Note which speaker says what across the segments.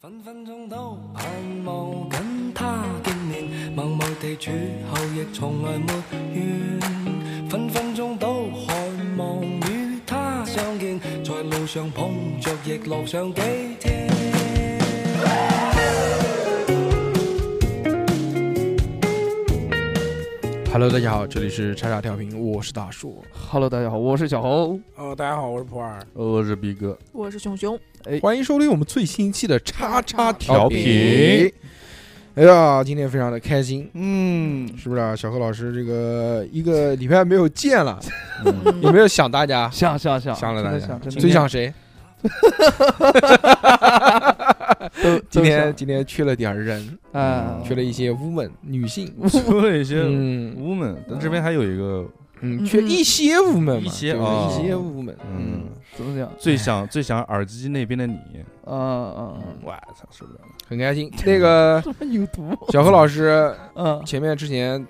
Speaker 1: 分分钟都盼望跟他见面，默默地處後亦從來沒怨。分分鐘都渴望與他相見，在路上碰着亦樂上幾天。
Speaker 2: Hello，大家好，这里是叉叉调频，我是大叔。
Speaker 3: Hello，大家好，我是小猴，
Speaker 4: 哦，大家好，我是普洱。
Speaker 5: 我是逼哥，
Speaker 6: 我是熊熊，
Speaker 2: 哎欢迎收听我们最新一期的叉叉调
Speaker 5: 调
Speaker 2: 频。哎呀，今天非常的开心，
Speaker 3: 嗯，
Speaker 2: 是不是啊？小何老师，这个一个礼拜没有见 了，
Speaker 5: 嗯
Speaker 6: 嗯
Speaker 2: 有没有想大家？
Speaker 3: 想想想，
Speaker 2: 想了
Speaker 3: 真
Speaker 2: 大
Speaker 3: 的
Speaker 2: 家
Speaker 3: 想，真，的
Speaker 2: 最想谁？
Speaker 3: 都
Speaker 2: 今天
Speaker 3: 都
Speaker 2: 今天缺了点儿人，
Speaker 3: 想啊，
Speaker 2: 缺了一些 woman 女性，
Speaker 5: 除了一些
Speaker 2: 嗯
Speaker 5: woman，但这边还有一个，
Speaker 2: 嗯，缺一些 woman 嘛，
Speaker 5: 一些
Speaker 2: 对吧
Speaker 5: 哦
Speaker 2: 一些 woman，
Speaker 5: 嗯，
Speaker 3: 怎么讲？
Speaker 5: 最想最想耳机那边的你，
Speaker 3: 啊啊，
Speaker 2: 嗯
Speaker 5: 我操，受不了了！
Speaker 2: 很开心。那 个
Speaker 3: 这么有毒，
Speaker 2: 小何老师
Speaker 3: 嗯，
Speaker 2: 前面之前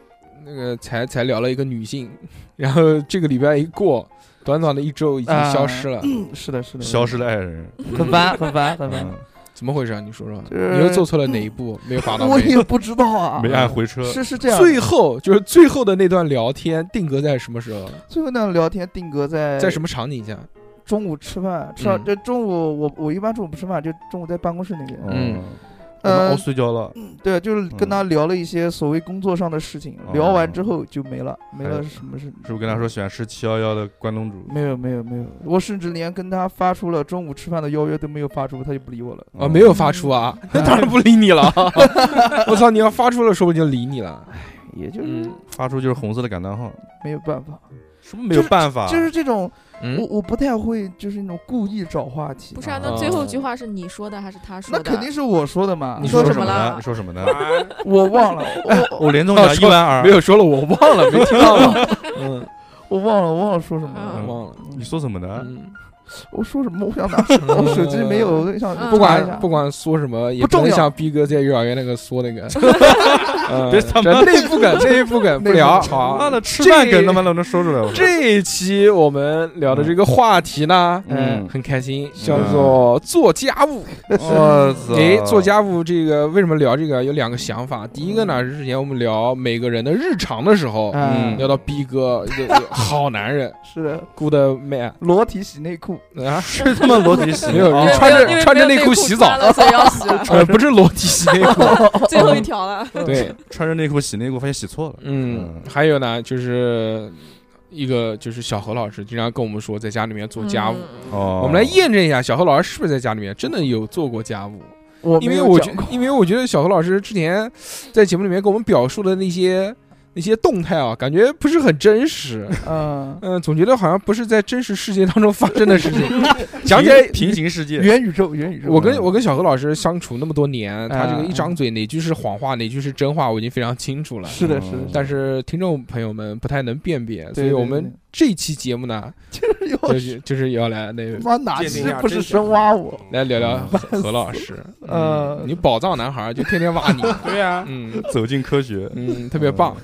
Speaker 2: 那个才才聊了一个女性， 然后这个礼拜一过，短短的一周已经消失了，嗯
Speaker 3: 嗯是的，是的，
Speaker 5: 消失的爱人，
Speaker 3: 很烦，很烦，很烦，
Speaker 5: 嗯
Speaker 2: 怎么回事啊？你说说，
Speaker 3: 就是嗯
Speaker 2: 你又做错了哪一步？没有 罚到
Speaker 3: 我
Speaker 2: 位。
Speaker 3: 也不知道啊，
Speaker 5: 没按回车，
Speaker 3: 是是这样，
Speaker 2: 最后就是最后的那段聊天定格在什么时候？
Speaker 3: 最后那样聊天定格在
Speaker 2: 在什么场景下？
Speaker 3: 中午吃饭，吃到
Speaker 2: 嗯
Speaker 3: 这中午我我一般中午不吃饭，就中午在办公室那边，
Speaker 5: 嗯，我们
Speaker 3: 嗯
Speaker 2: 呃
Speaker 5: 熬，睡觉了，
Speaker 3: 对，就是跟
Speaker 2: 嗯
Speaker 3: 他聊了一些所谓工作上的事情，
Speaker 5: 哦
Speaker 3: 聊完之后就没了，没
Speaker 5: 还有
Speaker 2: 哎
Speaker 3: 了什么事，
Speaker 5: 是不是跟他说喜欢吃七幺幺的关东煮？
Speaker 3: 没有没有没有，我甚至连跟他发出了中午吃饭的邀约都没有发出，他就不理我了。
Speaker 5: 嗯
Speaker 2: 啊，没有发出啊，
Speaker 3: 嗯
Speaker 2: 那当然不理你了。 我操，你要发出了，说不定理你了。
Speaker 3: 也就是
Speaker 2: 嗯
Speaker 5: 发出就是红色的感叹号，
Speaker 3: 没有办法，
Speaker 5: 什么没有办法？
Speaker 3: 就是这种，我
Speaker 2: 嗯，
Speaker 3: 我不太会，就是那种故意找话题
Speaker 6: 不。是啊？
Speaker 2: 啊
Speaker 6: 那最后一句话是你说的还是他说
Speaker 3: 那
Speaker 6: 的？啊
Speaker 3: 肯定是我说的嘛，
Speaker 2: 你
Speaker 5: 说
Speaker 6: 说
Speaker 5: 什
Speaker 6: 什么
Speaker 5: 呢
Speaker 6: 了
Speaker 5: 你说什么呢？
Speaker 3: 我忘了，
Speaker 5: 我连中
Speaker 2: 哎哦
Speaker 5: 奖一
Speaker 2: 说
Speaker 5: 万二
Speaker 2: 没，有说了，我忘了，没 听到吗？嗯，
Speaker 3: 我忘了，我忘了说什么
Speaker 6: 嗯
Speaker 3: 了。
Speaker 2: 忘了。
Speaker 5: 你说什么呢？
Speaker 2: 嗯，
Speaker 3: 我说什么？我想拿手， 我手机没有，我想
Speaker 6: 嗯
Speaker 2: 不
Speaker 3: 查一下
Speaker 2: 管不管说什么，也
Speaker 3: 不重
Speaker 2: 能
Speaker 3: 要
Speaker 2: 像逼哥在幼儿园那个说那个， 嗯
Speaker 5: 别他妈
Speaker 2: 这内部梗，内部梗不聊。
Speaker 5: 妈
Speaker 2: 好，
Speaker 5: 的，吃饭
Speaker 2: 这
Speaker 5: 梗他妈都能说出来，我操
Speaker 2: 这一期我们聊的这个话题呢，
Speaker 5: 嗯
Speaker 2: 很开心，叫做做家务。
Speaker 3: 呃
Speaker 5: 我操！
Speaker 2: 哎，做 家务这个为什么聊这个？有两个想法。第一个呢，
Speaker 5: 嗯
Speaker 2: 是之前我们聊每个人的日常的时候，
Speaker 3: 嗯
Speaker 2: 聊到逼哥，一个好男人
Speaker 3: 是的，
Speaker 2: ，good man
Speaker 3: 裸体洗内裤，
Speaker 2: 啊，
Speaker 5: 是他妈裸体洗的，
Speaker 2: 没有
Speaker 5: 啊
Speaker 6: 因为
Speaker 2: 穿着
Speaker 6: 没有因为
Speaker 2: 穿着
Speaker 6: 没
Speaker 2: 内
Speaker 6: 有内
Speaker 2: 裤洗澡
Speaker 6: 穿了所以要洗了
Speaker 2: 呃，不是裸体洗内裤，
Speaker 6: 最后一条了。
Speaker 2: 对，
Speaker 5: 穿着内裤洗内裤，发现洗错了。
Speaker 2: 嗯
Speaker 5: 嗯，
Speaker 2: 还有呢，就是一个就是小何老师经常跟我们说，在家里面做家务。
Speaker 6: 嗯
Speaker 5: 哦，
Speaker 2: 我们来验证一下，小何老师是不是在家里面真的有做过家务？
Speaker 3: 我
Speaker 2: 因
Speaker 3: 没
Speaker 2: 为
Speaker 3: 有
Speaker 2: 我觉
Speaker 3: 讲过，
Speaker 2: 因为我觉得小何老师之前在节目里面给我们表述的那些那些动态啊，感觉不是很真实。
Speaker 3: 嗯，
Speaker 2: 嗯，总觉得好像不是在真实世界当中发生的事情。讲起来，
Speaker 5: 平平行世界，
Speaker 3: 元宇宙，元宇宙，
Speaker 2: 我跟我跟小何老师相处那么多年，他这个
Speaker 3: 嗯
Speaker 2: 一张嘴哪句是谎话，哪句是真话，我已经非常清楚了。
Speaker 3: 是的，是的，
Speaker 2: 但是听众朋友们不太能辨别，所
Speaker 3: 对
Speaker 2: 以我
Speaker 3: 对
Speaker 2: 们
Speaker 3: 对
Speaker 2: 这期节目呢，
Speaker 3: 就是要
Speaker 2: 就是就是要来那个
Speaker 3: 妈哪
Speaker 4: 鉴定
Speaker 3: 期
Speaker 4: 一下
Speaker 3: 不是
Speaker 4: 真实
Speaker 3: 深挖我？
Speaker 2: 来聊聊何何老师。
Speaker 3: 呃，
Speaker 2: 你宝藏男孩儿就天天挖你，
Speaker 4: 对呀，
Speaker 2: 嗯
Speaker 5: 走进科学，
Speaker 2: 嗯，特别棒。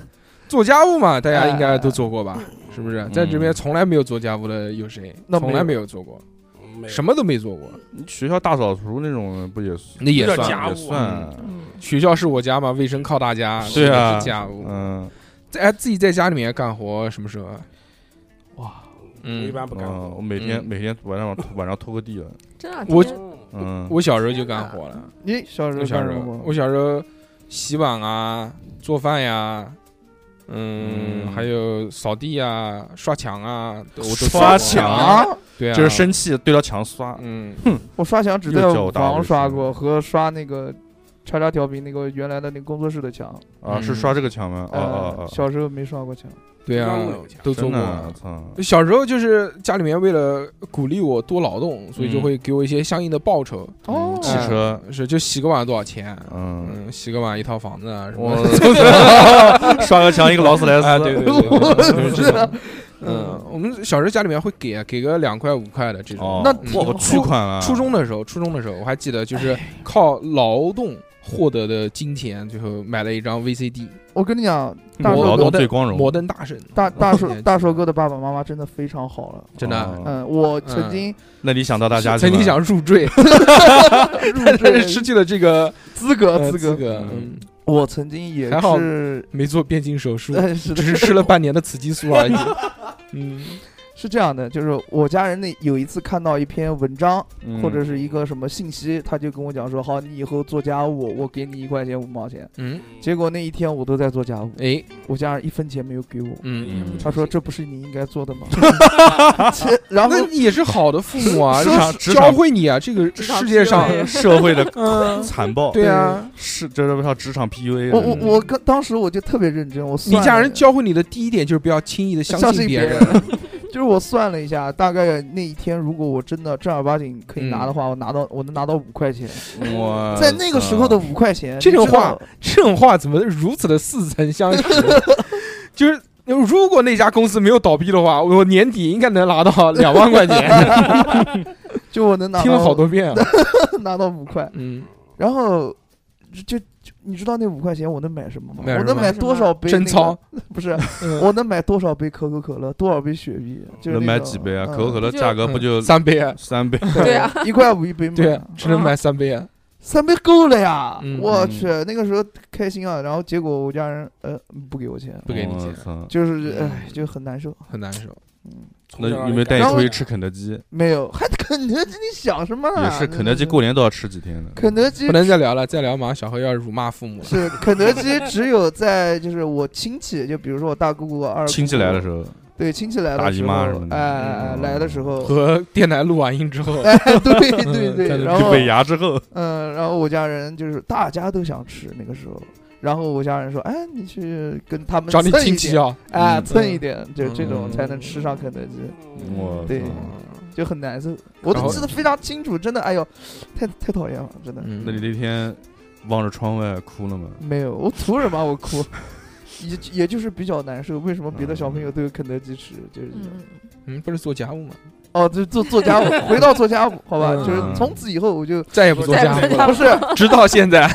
Speaker 2: 做家务嘛，大家应该都做过吧？是不是？
Speaker 5: 嗯
Speaker 2: 在这边从来没有做家务的有谁？
Speaker 3: 那没有
Speaker 2: 从来没有做过，
Speaker 4: 没有
Speaker 2: 什么都没做过。
Speaker 5: 你学校大扫除那种不也算
Speaker 2: 那也
Speaker 4: 这叫
Speaker 2: 算啊
Speaker 4: 家务
Speaker 5: 也算？
Speaker 6: 嗯
Speaker 2: 学校是我家嘛，卫生靠大家，
Speaker 5: 是啊
Speaker 2: 这是家务。
Speaker 5: 嗯，
Speaker 2: 在哎自己在家里面干活，什么时候？啊
Speaker 3: 哇，
Speaker 4: 我一
Speaker 2: 嗯，
Speaker 4: 般不干
Speaker 5: 嗯
Speaker 4: 活。
Speaker 5: 我每天
Speaker 2: 嗯
Speaker 5: 每天晚上晚上拖个地了，
Speaker 6: 真的啊，
Speaker 2: 我
Speaker 6: 今天
Speaker 5: 嗯，
Speaker 2: 我小时候就干活了。
Speaker 3: 你小时
Speaker 2: 我
Speaker 3: 候
Speaker 2: 小
Speaker 3: 干
Speaker 2: 时
Speaker 3: 什
Speaker 2: 候
Speaker 3: 么，过？
Speaker 2: 我小时候洗碗啊，做饭呀，嗯，
Speaker 5: 嗯
Speaker 2: 还有扫地呀、刷墙啊，我都做
Speaker 5: 刷
Speaker 2: 过
Speaker 5: 墙，
Speaker 3: 啊，
Speaker 2: 对啊，
Speaker 5: 就是生气对着墙刷，
Speaker 2: 嗯，
Speaker 3: 我刷墙只在
Speaker 5: 又叫大卫
Speaker 3: 网上刷
Speaker 5: 是
Speaker 3: 过和刷那个叉叉调频那个原来的那个工作室的墙。
Speaker 5: 啊，
Speaker 2: 嗯
Speaker 5: 是刷这个墙吗？哦哦
Speaker 3: 呃，
Speaker 5: 哦，
Speaker 3: 小时候没刷过墙。
Speaker 2: 对啊
Speaker 4: 真的有，
Speaker 2: 都做
Speaker 5: 真的啊，
Speaker 2: 过。
Speaker 5: 操，
Speaker 2: 小时候就是家里面为了鼓励我多劳动，所以就
Speaker 5: 嗯
Speaker 2: 会给我一些相应的报酬，哎
Speaker 3: 哦
Speaker 5: 汽车，
Speaker 2: 是就洗个碗多少钱，
Speaker 5: 嗯，
Speaker 2: 嗯，洗个碗一套房子啊什么
Speaker 5: 我
Speaker 2: 的。
Speaker 5: 刷个墙一个劳斯莱斯，
Speaker 2: 啊，对对对对，就是这种。嗯
Speaker 3: 嗯，
Speaker 2: 我们小时候家里面会给啊给个两块五块的这种。
Speaker 5: 哦，
Speaker 3: 那
Speaker 5: 我
Speaker 2: 我
Speaker 5: 巨款了，
Speaker 2: 哎初中的时候，初中的时候，我还记得就是靠劳动获得的金钱，最后买了一张 VCD
Speaker 3: 我跟你讲，大
Speaker 2: 我
Speaker 5: 劳
Speaker 3: 寿
Speaker 2: 我
Speaker 5: 动
Speaker 3: 哥
Speaker 5: 最光荣。
Speaker 2: 摩登大神，
Speaker 3: 大大寿
Speaker 2: 年纪
Speaker 3: 大寿哥的爸爸妈妈真的非常好了。
Speaker 2: 真的啊
Speaker 5: 哦
Speaker 3: 嗯，我曾经
Speaker 5: 那你想到大家去
Speaker 2: 曾经
Speaker 5: 吗
Speaker 2: 想入 赘，
Speaker 3: 入
Speaker 2: 但
Speaker 3: 赘
Speaker 2: 是失去了这个
Speaker 3: 资格
Speaker 2: 呃
Speaker 3: 资
Speaker 2: 资
Speaker 3: 格，
Speaker 2: 格，
Speaker 5: 嗯
Speaker 2: 嗯，哎
Speaker 3: 我曾经也
Speaker 2: 还好
Speaker 3: 是，
Speaker 2: 没做变性手术，
Speaker 3: 但是
Speaker 2: 只是吃了半年的雌激素 而已。嗯，
Speaker 3: 是这样的，就是我家人那有一次看到一篇文章
Speaker 5: 嗯
Speaker 3: 或者是一个什么信息，他就跟我讲说，好，你以后做家务，我给你一块钱五毛钱。
Speaker 2: 嗯，
Speaker 3: 结果那一天我都在做家务，
Speaker 2: 哎，
Speaker 3: 我家人一分钱没有给我。
Speaker 2: 嗯，
Speaker 5: 嗯
Speaker 3: 他说：“这不是你应该做的吗？”切 然后
Speaker 2: 那也是好的父母 啊，
Speaker 5: 职场
Speaker 2: 是
Speaker 5: 职
Speaker 2: 教
Speaker 5: 场
Speaker 2: 会你啊，这个
Speaker 6: 职场
Speaker 2: 世界上，
Speaker 6: PUA
Speaker 5: 社会的
Speaker 2: 嗯，
Speaker 5: 残暴，
Speaker 2: 对 啊，
Speaker 5: 是这是叫职场
Speaker 3: 啊
Speaker 5: PUA
Speaker 3: 我
Speaker 5: 的。
Speaker 3: 我我跟当时我就特别认真，我
Speaker 2: 你
Speaker 3: 算
Speaker 2: 家
Speaker 3: 了
Speaker 2: 人教会你的第一点就是不要轻易的
Speaker 3: 相
Speaker 2: 信
Speaker 3: 信
Speaker 2: 别
Speaker 3: 别
Speaker 2: 人，
Speaker 3: 就是我算了一下，大概那一天如果我真的正儿八经可以拿的
Speaker 2: 嗯
Speaker 3: 话，我拿到我能拿到五块钱，
Speaker 5: 我
Speaker 3: 在那个时候的五块钱，
Speaker 2: 这种
Speaker 3: 你知道
Speaker 2: 话这种话怎么如此的似曾相识？就是如果那家公司没有倒闭的话，我年底应该能拿到两万块钱。
Speaker 3: 就我能拿到
Speaker 2: 听了好多遍啊，
Speaker 3: 拿到五块，
Speaker 2: 嗯，
Speaker 3: 然后就就就你知道那五块钱我能买什么吗？
Speaker 2: 买什
Speaker 3: 我
Speaker 2: 么
Speaker 3: 能买多少杯、那
Speaker 2: 贞
Speaker 3: 个？
Speaker 2: 操，
Speaker 3: 不是，
Speaker 2: 嗯
Speaker 3: 我能买多少杯可口可乐，多少杯雪碧？就是
Speaker 5: 能
Speaker 3: 那
Speaker 5: 买
Speaker 3: 种
Speaker 5: 几杯啊？
Speaker 3: 嗯
Speaker 5: 可口可乐价格不就
Speaker 2: 三杯啊？
Speaker 5: 三杯？
Speaker 6: 对啊，
Speaker 3: 一块五一杯嘛。
Speaker 2: 对，只能买三杯啊。
Speaker 3: 三杯够了呀！
Speaker 2: 嗯
Speaker 3: 我去，那个时候开心啊，然后结果我家人呃不给我钱，
Speaker 2: 不给你钱
Speaker 5: 我操
Speaker 3: 就是
Speaker 2: 嗯
Speaker 3: 哎就很难受。
Speaker 2: 很难受。
Speaker 5: 那有没有带你
Speaker 3: 然后
Speaker 5: 出去吃肯德基？
Speaker 3: 没有， 还肯德基，你想什么呢？
Speaker 5: 也是肯德基过年都要吃几天的。
Speaker 3: 啊肯德基
Speaker 2: 不能再聊了，再聊马上小何要辱骂父母了。
Speaker 3: 是肯德基，只有在就是我亲戚，就比如说我大姑姑、二姑姑啊
Speaker 5: 亲戚来的时候，
Speaker 3: 对亲戚来
Speaker 5: 大
Speaker 3: 的
Speaker 5: 姨
Speaker 3: 时候，
Speaker 5: 妈什么的
Speaker 3: 哎哎哎
Speaker 5: 嗯
Speaker 3: 来的时候，
Speaker 2: 和电台录完音之后，
Speaker 3: 哎， 对对
Speaker 2: 嗯 在
Speaker 3: 对，
Speaker 2: 那
Speaker 3: 然
Speaker 2: 就
Speaker 3: 后
Speaker 5: 尾牙之后，
Speaker 3: 嗯，然后我家人就是大家都想吃那个时候，然后我家人说，哎，你去跟他们
Speaker 2: 找你
Speaker 3: 蹭一
Speaker 2: 亲戚
Speaker 3: 点，
Speaker 2: 啊。
Speaker 3: 哎，
Speaker 5: 嗯
Speaker 3: 蹭一点，就这
Speaker 2: 嗯
Speaker 3: 种才能吃上肯德基，
Speaker 5: 我
Speaker 3: 嗯对
Speaker 5: 操
Speaker 3: 就很难受，我
Speaker 2: 然
Speaker 3: 都
Speaker 2: 后
Speaker 3: 记得非常清楚，真的，哎呦，太太讨厌了，真的，
Speaker 2: 嗯
Speaker 5: 那你那天望着窗外哭了吗？
Speaker 3: 没有，我图什么啊我哭。 也也就是比较难受，为什么别的小朋友都有肯德基吃？就是这种。
Speaker 6: 嗯，
Speaker 2: 嗯，不是做家务吗？
Speaker 3: 哦，就是做做家务，回到做家务，好吧，
Speaker 2: 嗯
Speaker 3: 就是从此以后我就
Speaker 2: 再也不做
Speaker 6: 再也
Speaker 2: 家
Speaker 6: 不
Speaker 2: 务
Speaker 6: 做
Speaker 2: 了，
Speaker 6: 家
Speaker 3: 不是
Speaker 2: 直到现在。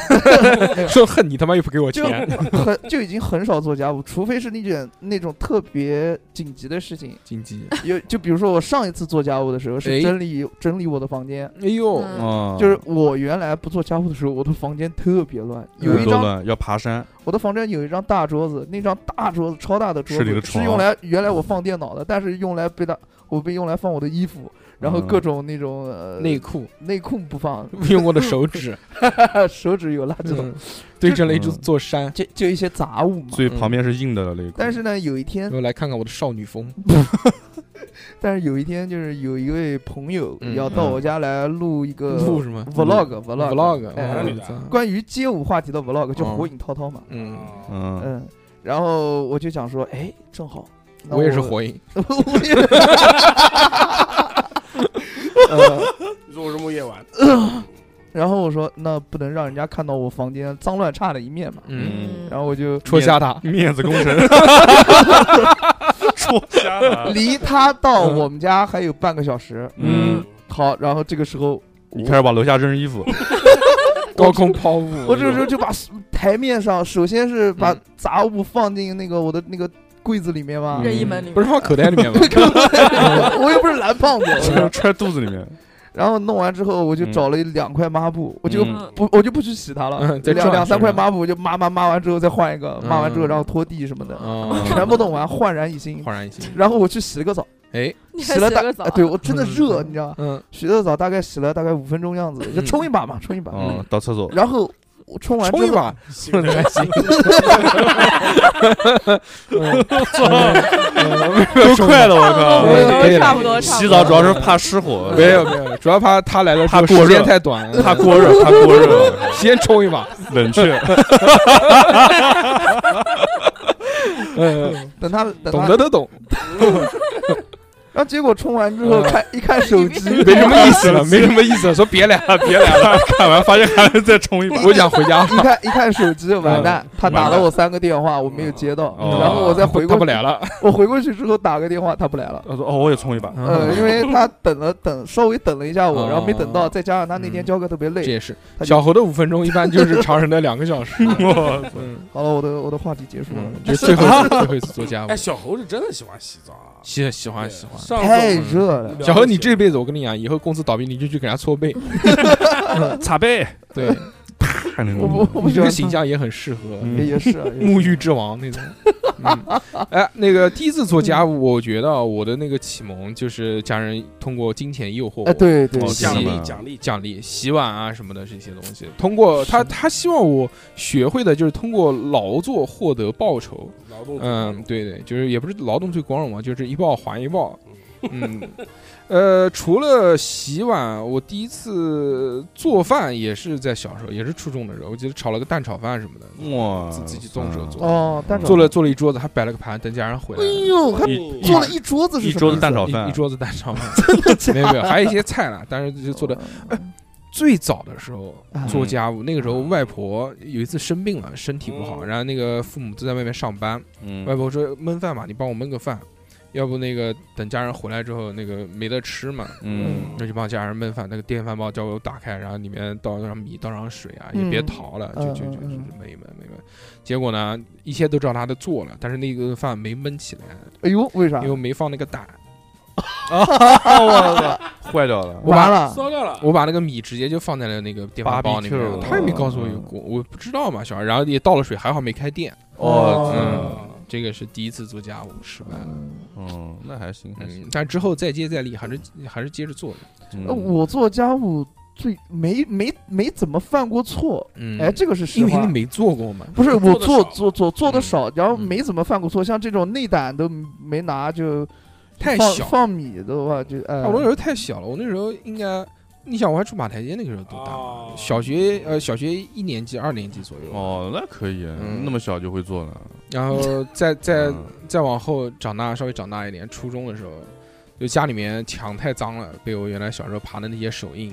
Speaker 2: 说恨你他妈又不给我
Speaker 3: 就
Speaker 2: 钱。
Speaker 3: 很就已经很少做家务，除非是那种那种特别紧急的事情，
Speaker 2: 经济，
Speaker 3: 有就比如说我上一次做家务的时候
Speaker 2: 哎
Speaker 3: 是整理整理我的房间，
Speaker 2: 哎呦，
Speaker 6: 嗯
Speaker 5: 哦，
Speaker 3: 就是我原来不做家务的时候，我的房间特别乱，有一
Speaker 5: 多
Speaker 3: 张嗯
Speaker 5: 乱，要爬山，
Speaker 3: 我的房间有一张大桌子，那张大桌子超大的桌
Speaker 5: 是你的
Speaker 3: 子
Speaker 5: 床
Speaker 3: 是用来原来我放电脑的，但是用来被他我被用来放我的衣服，然后
Speaker 5: 嗯
Speaker 3: 各种那种呃
Speaker 2: 内裤
Speaker 3: 内裤不放，
Speaker 2: 用我的手指，
Speaker 3: 手指有垃圾桶。
Speaker 2: 嗯堆成了一座山。
Speaker 3: 就就一些杂物嘛。
Speaker 5: 所以旁边是硬的了那一块。
Speaker 3: 但是呢，有一天
Speaker 2: 然，后来看看我的少女风，
Speaker 3: 但是有一天，就是有一位朋友
Speaker 2: 嗯
Speaker 3: 要到我家来录一个
Speaker 2: 录什么
Speaker 3: vlog
Speaker 2: 嗯
Speaker 3: vlog
Speaker 2: vlog，
Speaker 3: 哎
Speaker 2: 我操
Speaker 3: 关于街舞话题的 vlog，就
Speaker 2: 嗯
Speaker 3: 火影涛涛嘛。
Speaker 2: 嗯，
Speaker 5: 嗯，
Speaker 3: 嗯，然后我就想说，哎，正好，
Speaker 2: 嗯
Speaker 3: 那
Speaker 2: 我也是，火影，
Speaker 3: 我 也
Speaker 4: 你说我是木叶丸，
Speaker 3: 嗯然后我说，那不能让人家看到我房间脏乱差的一面嘛。
Speaker 2: 嗯，
Speaker 3: 然后我 就
Speaker 2: 戳瞎他，
Speaker 5: 面子工 程，戳瞎
Speaker 2: 啊
Speaker 5: 了。
Speaker 3: 离他到
Speaker 2: 嗯
Speaker 3: 我们家还有半个小时。
Speaker 5: 嗯，
Speaker 3: 好，然后这个时候
Speaker 5: 你开始往楼下扔衣服，
Speaker 2: 高空抛物，
Speaker 3: 我这个时候就把台面上，首先是把
Speaker 2: 嗯
Speaker 3: 杂物放进那个我的那个柜子里面嘛
Speaker 5: 嗯，
Speaker 6: 任意门里
Speaker 2: 不是放口袋里面 吗？嗯
Speaker 3: 我又不是蓝 胖子。我说
Speaker 5: 揣肚子里面。
Speaker 3: 然后弄完之后，我就
Speaker 2: 嗯
Speaker 3: 找了两块抹布，我就
Speaker 5: 嗯
Speaker 3: 不我就不去洗它了
Speaker 2: 嗯，再
Speaker 3: 两
Speaker 2: 转
Speaker 3: 两
Speaker 2: 是
Speaker 3: 三块
Speaker 2: 吧
Speaker 3: 抹布我就抹抹抹完之后再换一个，
Speaker 2: 嗯
Speaker 3: 抹完之后然后拖地什么的，
Speaker 2: 啊，
Speaker 3: 全部弄完焕然 一新。
Speaker 2: 焕然一 新。
Speaker 3: 然后我去洗了 个澡，
Speaker 2: 哎，
Speaker 6: 你还
Speaker 3: 洗了
Speaker 6: 洗
Speaker 3: 大
Speaker 6: 个澡
Speaker 3: 哎，对 我真的热，你知道吗？
Speaker 2: 嗯，
Speaker 3: 洗了澡大概洗了大概五分钟样子，就
Speaker 2: 嗯
Speaker 3: 冲一把嘛，冲一把。
Speaker 5: 哦，到 厕所。
Speaker 3: 然后我冲完
Speaker 2: 冲一
Speaker 3: 之后，
Speaker 2: 把，我才行。
Speaker 5: 都快了，我
Speaker 2: 不多
Speaker 5: 靠！
Speaker 2: 可以了
Speaker 6: 差不多，差 不
Speaker 5: 洗
Speaker 6: 多
Speaker 5: 澡主要是怕失 火，
Speaker 2: 没有没有，主要怕他来了之后
Speaker 5: 怕过热
Speaker 2: 时间太短，
Speaker 5: 怕过热，怕过热，
Speaker 2: 先冲一把。
Speaker 5: 冷 却。
Speaker 2: 嗯，
Speaker 3: 等他等
Speaker 2: 懂
Speaker 3: 他
Speaker 2: 得都懂。
Speaker 3: 然后结果充完之后
Speaker 2: 嗯
Speaker 3: 看一看手 机，
Speaker 2: 没什么意思了，没什么意思了，说别 来了，别来了，
Speaker 5: 看完发现还能再充一把。
Speaker 2: 我想回家。
Speaker 3: 一看一看手机，
Speaker 2: 嗯
Speaker 3: 完蛋，他打
Speaker 5: 完
Speaker 3: 了
Speaker 5: 蛋
Speaker 3: 我三个电话，我没有接到，
Speaker 5: 哦
Speaker 3: 然后我再回
Speaker 2: 他
Speaker 3: 过
Speaker 2: 不
Speaker 3: 去，
Speaker 2: 来了，
Speaker 3: 我回过去之后打个电话，他不来了。
Speaker 5: 我说哦，我也充一把。
Speaker 3: 呃，因为他等了等，稍微等了一下我，
Speaker 2: 哦
Speaker 3: 然后没等到，再加上他那天
Speaker 2: 嗯
Speaker 3: 教课特别
Speaker 2: 这
Speaker 3: 累，
Speaker 2: 也是
Speaker 3: 他就
Speaker 2: 小猴的五分钟，一般就是常人的两个小时。嗯
Speaker 3: 好了，我的我的话题结束了
Speaker 2: 嗯，，就是最后一次最后一次做家务
Speaker 4: 哎，。小猴是真的喜欢洗澡啊，
Speaker 5: 喜喜欢
Speaker 4: 对
Speaker 5: 喜欢，
Speaker 4: 上次
Speaker 3: 太
Speaker 4: 我们
Speaker 3: 热了，
Speaker 2: 小何，你这辈子我跟你讲，以后公司倒闭你就去给人家搓背，
Speaker 5: 擦背，
Speaker 2: 对
Speaker 5: 看那
Speaker 3: 我不我不
Speaker 2: 你
Speaker 3: 喜
Speaker 2: 这个
Speaker 3: 欢他
Speaker 2: 形象也很适合
Speaker 5: 嗯
Speaker 3: 也也是啊也是
Speaker 2: 嗯沐浴之王那种。嗯，哎，那个第一次做家务，我觉得啊我的那个启蒙就是家人通过金钱诱惑我，
Speaker 3: 哎，对对
Speaker 5: 哦，
Speaker 3: 对
Speaker 4: 奖
Speaker 5: 这
Speaker 4: 励
Speaker 5: 样的
Speaker 4: 奖励，
Speaker 2: 奖励洗碗啊什么的这些东西，通过他他希望我学会的就是通过劳作获得报酬。
Speaker 4: 劳动者
Speaker 2: 嗯，，对对，就是也不是劳动最光荣嘛，就是一报还一报。 嗯，呃，除了洗碗，我第一次做饭也是在小时候，也是初中的时候，我记得炒了个蛋炒饭什么的，
Speaker 3: 嗯
Speaker 5: 哇，嗯
Speaker 2: 自自己动手做
Speaker 3: 哦，蛋炒
Speaker 2: 做了做了一桌子，还摆了个盘，等家人回来
Speaker 3: 哎
Speaker 2: 了。
Speaker 3: 呦，还
Speaker 5: 一
Speaker 3: 做了一桌子是
Speaker 5: 一
Speaker 3: 什么
Speaker 5: 桌
Speaker 3: 意
Speaker 5: 子
Speaker 3: 思
Speaker 5: 蛋炒饭
Speaker 2: 一一，桌子蛋炒饭，
Speaker 3: 真的哦假
Speaker 2: 没有没有，还有一些菜啦，但是就做的。最早的时候
Speaker 3: 啊
Speaker 2: 做家务，那个时候外婆有一次生病了，身体不好，
Speaker 4: 嗯
Speaker 2: 然后那个父母都在外面上班，外
Speaker 5: 嗯，
Speaker 2: 婆说焖饭嘛，你帮我焖个饭，要不那个等家人回来之后，那个没得吃嘛，
Speaker 5: 嗯，
Speaker 2: 那就帮家人焖饭。那个电饭煲叫我打开，然后里面倒上米，倒上水啊，也别
Speaker 3: 嗯
Speaker 2: 淘了，
Speaker 3: 嗯
Speaker 2: 就就就就
Speaker 3: 嗯嗯
Speaker 2: 焖一焖焖一焖。结果呢，一切都照他的做了，但是那顿饭没焖起来，
Speaker 3: 哎呦，为啥
Speaker 2: 因为？我没放那个蛋，
Speaker 3: 嗯
Speaker 5: 哦 坏掉了，
Speaker 2: 我把
Speaker 3: 完了，
Speaker 4: 烧掉了，
Speaker 2: 我把那个米直接就放在了那个电饭煲里面
Speaker 5: Barbecue
Speaker 2: 了，他也没告诉我有锅，我不知道嘛，小孩。然后也倒了水，还好没开店。
Speaker 5: 哦，
Speaker 4: 嗯
Speaker 2: 这个是第一次做家务失败了，
Speaker 5: 嗯，那还行还
Speaker 2: 嗯
Speaker 5: 行，，
Speaker 2: 但之后再接再厉，还是还是接着做的。
Speaker 5: 嗯
Speaker 3: 呃我做家务最没没没怎么犯过错，
Speaker 2: 嗯，
Speaker 3: 哎，这个是实
Speaker 2: 因为
Speaker 3: 话
Speaker 2: 你。没做过嘛。
Speaker 3: 不是
Speaker 4: 做
Speaker 3: 我
Speaker 4: 得
Speaker 3: 做
Speaker 4: 少
Speaker 3: 做做做的
Speaker 2: 嗯
Speaker 3: 少，然后
Speaker 2: 嗯
Speaker 3: 没怎么犯过错，像这种内胆都没拿就
Speaker 2: 太
Speaker 3: 放
Speaker 2: 小
Speaker 3: 放米的话就呃，
Speaker 2: 我那时候太小了，我那时候应该，你想我还住马台街那个时候多大？
Speaker 4: 哦
Speaker 2: 小学呃，小学一年级、二年级左右。
Speaker 5: 哦，那可以，
Speaker 2: 嗯
Speaker 5: 那么小就会做了，
Speaker 2: 然后再再
Speaker 5: 嗯
Speaker 2: 再往后长大，稍微长大一点，初中的时候，就家里面墙太脏了，被我原来小时候爬的那些手印。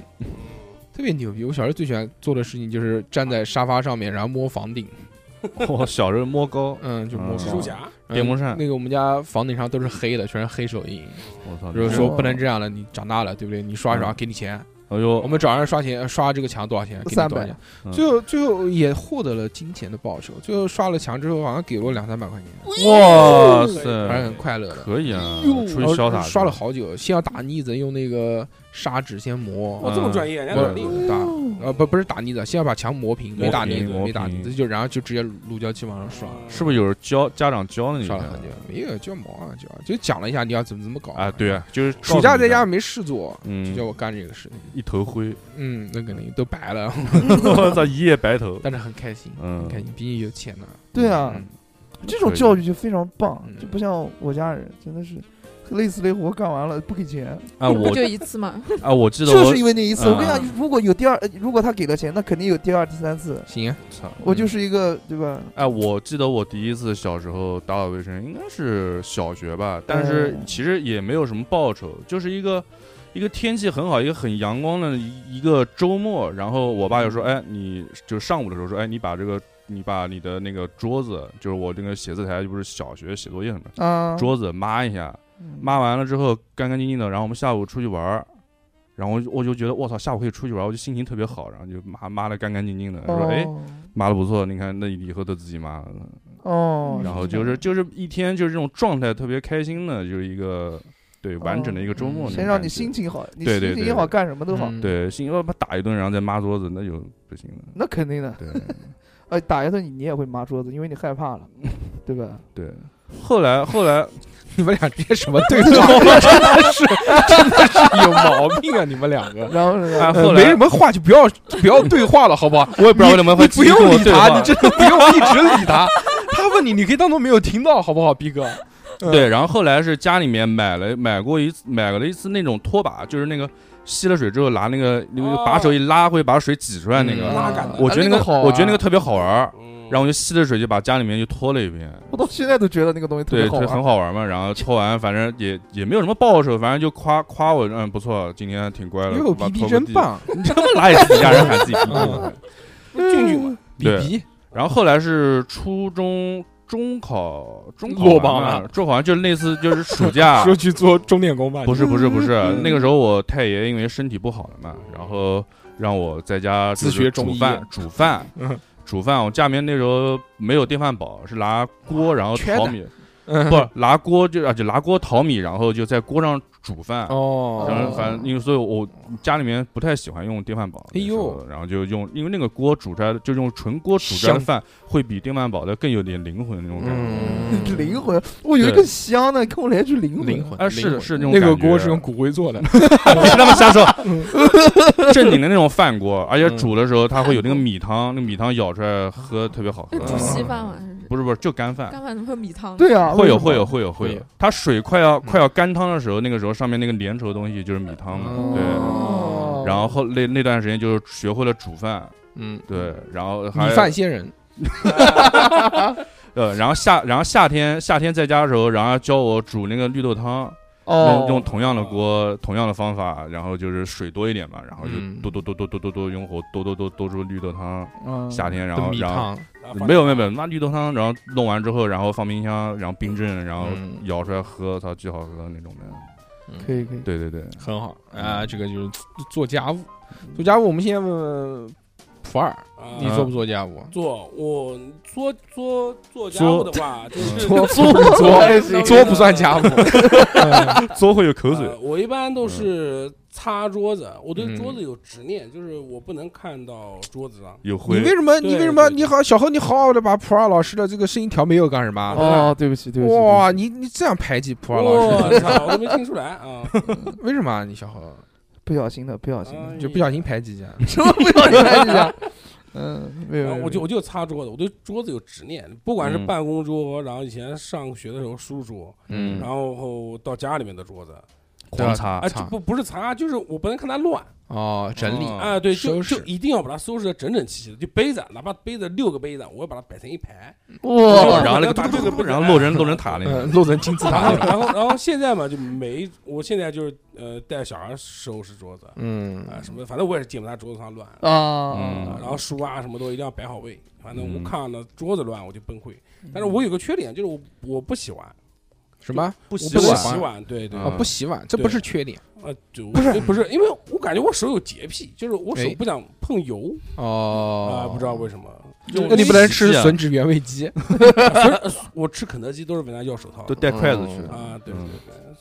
Speaker 2: 特别牛逼！我小时候最喜欢做的事情就是站在沙发上面，然后摸房顶，
Speaker 5: 我小时候摸高，
Speaker 2: 嗯，就摸
Speaker 5: 嗯
Speaker 2: 房
Speaker 4: 蜘蛛侠，
Speaker 2: 嗯
Speaker 5: 电风扇
Speaker 2: 那个我们家房顶上都是黑的，全是黑手印。
Speaker 5: 我操，
Speaker 2: 就是说
Speaker 3: 哦
Speaker 2: 不能这样了，你长大了，对不对？你刷一刷，
Speaker 5: 嗯
Speaker 2: 给你钱，
Speaker 5: 哎呦，
Speaker 2: 我们找人刷钱，呃刷这个墙多少钱？给你多少钱？
Speaker 5: 嗯
Speaker 2: 最后最后也获得了金钱的报酬。最后刷了墙之后，好像给了我两三百块钱，
Speaker 5: 哇
Speaker 2: 还是
Speaker 5: 塞
Speaker 2: 很，快乐的。
Speaker 5: 嗯可以啊，
Speaker 2: 哟
Speaker 5: 出去潇洒
Speaker 2: 然后刷了好久，先要打腻子，用那个砂纸先磨
Speaker 4: 哇，，这么专业，人家
Speaker 2: 磨
Speaker 4: 很厉害。
Speaker 6: 哎
Speaker 2: 打呃不不是打腻子，先要把墙磨平，
Speaker 5: 嗯磨
Speaker 2: 没打
Speaker 5: 平
Speaker 2: 腻子，
Speaker 5: 磨
Speaker 2: 没打
Speaker 5: 平
Speaker 2: 腻子就然后就直接乳胶漆往上刷，
Speaker 5: 是不是有人教家长教了你一
Speaker 2: 刷
Speaker 5: 下
Speaker 2: 了很久，没有就磨啊就就讲了一下你要怎么怎么搞
Speaker 5: 啊？对，啊，就是告诉
Speaker 2: 暑假
Speaker 5: 你
Speaker 2: 在
Speaker 5: 的
Speaker 2: 家，没事做，就叫
Speaker 5: 嗯，
Speaker 2: 我干这个事情。
Speaker 5: 一 头灰，
Speaker 2: 嗯，那肯定都白了，
Speaker 5: 我操，一夜白头，
Speaker 2: 但是很开心，
Speaker 5: 嗯
Speaker 2: 很，开心，毕竟有钱呢。
Speaker 3: 对啊，
Speaker 2: 嗯，
Speaker 3: 这种
Speaker 5: 可以
Speaker 3: 教育就非常棒，
Speaker 2: 嗯
Speaker 3: 就不像我家人真的是累死累活干完了不给钱，
Speaker 5: 啊
Speaker 6: 不
Speaker 5: 我
Speaker 6: 就一次嘛，
Speaker 5: 啊我记得
Speaker 3: 就
Speaker 5: 我
Speaker 3: 是因为那一次。
Speaker 5: 嗯
Speaker 3: 我跟你讲，如果有第二，呃如果他给了钱，那肯定有第二、第三次。
Speaker 2: 行啊，
Speaker 5: 操
Speaker 3: 我就是一个对吧？
Speaker 5: 哎，我记得我第一次小时候打扫卫生，应该是小学吧，但是
Speaker 2: 嗯
Speaker 3: 哎
Speaker 5: 其实也没有什么报酬，就是一个一个天气很好，一个很阳光的一一个周末，然后我爸就
Speaker 2: 嗯
Speaker 5: 说，哎，你就上午的时候说，哎，你把这个你把你的那个桌子，就是我那个写字台，就不是小学写作业什么的，
Speaker 3: 啊，
Speaker 5: 桌子抹一下，
Speaker 3: 嗯
Speaker 5: 抹完了之后干干净净的，然后我们下午出去玩儿。然后我就我就觉得我操，下午可以出去玩儿，我就心情特别好，然后就抹抹的干干净净的，说哎
Speaker 3: 哦
Speaker 5: 抹的不错，你看那以后都自己抹了，
Speaker 3: 哦，
Speaker 5: 嗯然后就是 就是一天就是这种状态特别开心的，就是一个对完整的一个周末那种感觉。
Speaker 3: 先让你心情好，你
Speaker 5: 对对
Speaker 3: 心情
Speaker 5: 对
Speaker 3: 好干什么都好，
Speaker 2: 嗯，
Speaker 5: 对心要不打一顿，然后再抹桌子，那就不行 了。
Speaker 3: 那肯定的。
Speaker 5: 对
Speaker 3: 呃，打一顿你你也会麻桌子，因为你害怕 了，对吧？
Speaker 5: 对，后来后 来
Speaker 2: 你们俩之间什么对话？真的是真的是有毛病啊！你们两个，
Speaker 3: 然后 呢
Speaker 5: 啊
Speaker 2: 呃
Speaker 5: 后
Speaker 2: 没
Speaker 5: 来
Speaker 2: 什么话就不要不要对话了，好不好？
Speaker 5: 我也不知道为什么会
Speaker 2: 你不
Speaker 5: 继续跟
Speaker 2: 用
Speaker 5: 我
Speaker 2: 理
Speaker 5: 对
Speaker 2: 他，
Speaker 5: 话
Speaker 2: 你真的不用一直理他。他问你，你可以当做没有听到，好不好，逼哥？
Speaker 3: 嗯
Speaker 5: 对，然后后来是家里面买了买过一次买了一次那种拖把，就是那个吸了水之后拿那个那个
Speaker 1: 哦
Speaker 5: 把手一拉会把水挤出来那
Speaker 2: 嗯
Speaker 5: 个，
Speaker 1: 拉杆的
Speaker 5: 我觉得
Speaker 3: 哎那
Speaker 5: 那
Speaker 2: 啊
Speaker 3: 好玩，啊
Speaker 5: 我觉得那个特别好玩儿，
Speaker 1: 嗯
Speaker 5: 然后我就吸着水就把家里面就拖了一遍，
Speaker 3: 我到现在都觉得那个东西特别
Speaker 5: 对，
Speaker 3: 好
Speaker 5: 就很
Speaker 3: 玩。
Speaker 5: 好玩嘛。然后拖完反正也也没有什么报酬，反正就夸夸我，嗯，不错，今天挺乖了，
Speaker 2: 哟，
Speaker 5: 把
Speaker 2: 逼逼
Speaker 5: 拖个
Speaker 2: 真
Speaker 5: 地，
Speaker 2: 棒，嗯
Speaker 5: 你他妈哪有自己家人喊自己逼 逼的？
Speaker 4: 嗯
Speaker 1: 俊俊嘛，
Speaker 2: 逼
Speaker 5: 对
Speaker 2: 逼，
Speaker 5: 然后后来是初中中考中考
Speaker 2: 落
Speaker 5: 完
Speaker 2: 榜
Speaker 5: 了
Speaker 2: 了，
Speaker 5: 中考完就类似就是 暑假，
Speaker 2: 说去做钟点工吧，
Speaker 5: 啊不是不是不是，
Speaker 2: 嗯
Speaker 5: 那个时候我太爷因为身体不好了嘛，然后让我在家
Speaker 2: 自学中
Speaker 5: 中
Speaker 2: 医
Speaker 5: 饭煮饭
Speaker 2: 嗯
Speaker 5: 煮饭，我家里面那时候没有电饭煲，是拿
Speaker 2: 啊
Speaker 5: 锅然后
Speaker 3: 缺
Speaker 5: 淘
Speaker 3: 的
Speaker 5: 米，
Speaker 2: 嗯
Speaker 5: 不拿锅就啊就拿锅淘米，然后就在锅上煮饭。然
Speaker 2: 哦，
Speaker 5: 后反正因为所以我家里面不太喜欢用电饭煲，
Speaker 2: 哎呦
Speaker 5: 那时候，然后就用因为那个锅煮出来的，就用纯锅煮出来
Speaker 2: 香
Speaker 5: 的饭会比电饭煲的更有点灵魂那种感觉。
Speaker 2: 嗯
Speaker 3: 灵魂，我以为
Speaker 5: 对
Speaker 3: 更香呢，跟我来句灵魂。
Speaker 7: 灵魂
Speaker 5: 啊是
Speaker 7: 灵魂
Speaker 5: 是那种
Speaker 2: 那个
Speaker 5: 感觉
Speaker 2: 锅是用骨灰 做的，
Speaker 5: 别他妈瞎说，正经的那种饭锅，而且煮的时候它会有那个米汤，那米汤舀出来喝特别好喝
Speaker 6: 那。煮稀饭嘛，是不是？
Speaker 5: 不是不是，就干饭。
Speaker 6: 嗯干饭怎么会有米汤？，
Speaker 3: 对啊，
Speaker 5: 会
Speaker 3: 为什
Speaker 5: 有
Speaker 3: 么
Speaker 5: 会有会有会有，它水快要快要干汤的时候，那个时候上面那个粘稠的东西就是米汤嘛，对。
Speaker 3: 哦
Speaker 5: 然后后那那段时间就是学会了煮饭，
Speaker 2: 嗯，
Speaker 5: 对，然后还
Speaker 2: 米饭仙人，
Speaker 5: 呃，然后夏然后夏天夏天在家的时候，然后教我煮那个绿豆汤，
Speaker 3: 哦
Speaker 5: 用用同样的锅同样的方法，然后就是水多一点嘛，然后就
Speaker 2: 嗯
Speaker 5: 多多多多多多多用火多多多多出绿豆汤，
Speaker 3: 嗯
Speaker 5: 夏天，然
Speaker 2: 的
Speaker 5: 后
Speaker 2: 米
Speaker 5: 然后
Speaker 2: 汤，
Speaker 1: 然后放
Speaker 5: 没有没有没有，那绿豆汤，然后弄完之后，然后放冰箱，然后冰镇，然后
Speaker 2: 嗯
Speaker 5: 舀出来喝，操，巨好喝那种的。
Speaker 3: 可以可以，
Speaker 5: 对对对，
Speaker 2: 很好啊，
Speaker 5: 嗯
Speaker 2: 这个就是做家务，做家务。我们现在问问普洱，
Speaker 1: 啊
Speaker 5: 嗯
Speaker 2: 你做不做家务？
Speaker 1: 做我做做做家务的话， 就是
Speaker 2: 做做
Speaker 3: 我
Speaker 2: 做
Speaker 3: 也行
Speaker 2: 做哎不算家务，
Speaker 5: 嘬会有口
Speaker 1: 呃，我一般都是擦桌子，我对
Speaker 2: 嗯
Speaker 1: 桌子有执念，就是我不能看到桌子啊上。
Speaker 5: 有
Speaker 2: 你
Speaker 5: 灰
Speaker 2: 为。什么？你为什
Speaker 1: 对
Speaker 2: 么？
Speaker 1: 对对
Speaker 2: 你好，小何，你好好的把普洱老师的这个声音调没有干什
Speaker 5: 啊
Speaker 2: 么？
Speaker 3: 哦，对不起对不起，
Speaker 2: 哇，你你这样排挤普洱老师，
Speaker 1: 我操，我都没听出来啊！
Speaker 2: 为什么啊？你小何
Speaker 3: 不小心的不小心
Speaker 1: 哎
Speaker 3: 的，
Speaker 2: 就 不小心排挤一下？
Speaker 3: 什么 不小心来讲？嗯，没有没有
Speaker 1: 然后
Speaker 3: 没有，
Speaker 1: 我就我就擦桌子，我对桌子有执念，不管是
Speaker 5: 嗯
Speaker 1: 办公桌，然后以前上学的时候书桌，
Speaker 2: 嗯啊
Speaker 1: 然后到家里面的桌子，
Speaker 5: 狂擦
Speaker 1: 啊，就不不是擦，就是我不能看它乱
Speaker 2: 哦，整理
Speaker 5: 哦
Speaker 1: 啊，对，
Speaker 2: 收
Speaker 1: 就
Speaker 2: 拾
Speaker 1: 就一定要把它收拾的整整齐齐的。就杯子，哪怕杯子六个杯子，我要把它摆成一排，
Speaker 3: 哇，
Speaker 5: 然后那个
Speaker 1: 把这个不
Speaker 5: 然后路人路人塔那
Speaker 2: 呃
Speaker 5: 个，
Speaker 2: 弄成金字
Speaker 1: 然
Speaker 2: 塔
Speaker 1: 后
Speaker 2: 那种。
Speaker 1: 然后然后现在嘛，就没，我现在就是呃带小孩收拾桌子
Speaker 2: 嗯，
Speaker 1: 啊什么的，反正我也是见不他桌子上乱。
Speaker 3: 啊
Speaker 5: 嗯
Speaker 1: 啊，然后书啊什么都一定要摆好位，反正
Speaker 5: 嗯
Speaker 1: 我看到桌子乱我就崩溃。但是我有个缺点，就是我我不洗碗，
Speaker 2: 什么？
Speaker 5: 不
Speaker 1: 我
Speaker 5: 洗
Speaker 1: 不
Speaker 2: 碗
Speaker 1: 洗碗，对对，
Speaker 2: 啊，
Speaker 5: 嗯
Speaker 2: 不洗碗，这不是缺点
Speaker 1: 呃，就不是不是，因为我感觉我手有洁癖，就是我手
Speaker 2: 哎
Speaker 1: 不想碰油啊，
Speaker 2: 哦。
Speaker 1: 不知道为什么。就
Speaker 2: 那你不能吃
Speaker 5: 洗啊
Speaker 2: 吮指原味 鸡？
Speaker 1: 我吃肯德基都是问他要手套
Speaker 5: 都
Speaker 1: 的
Speaker 5: 带筷子去的。
Speaker 1: 啊，对对
Speaker 5: 嗯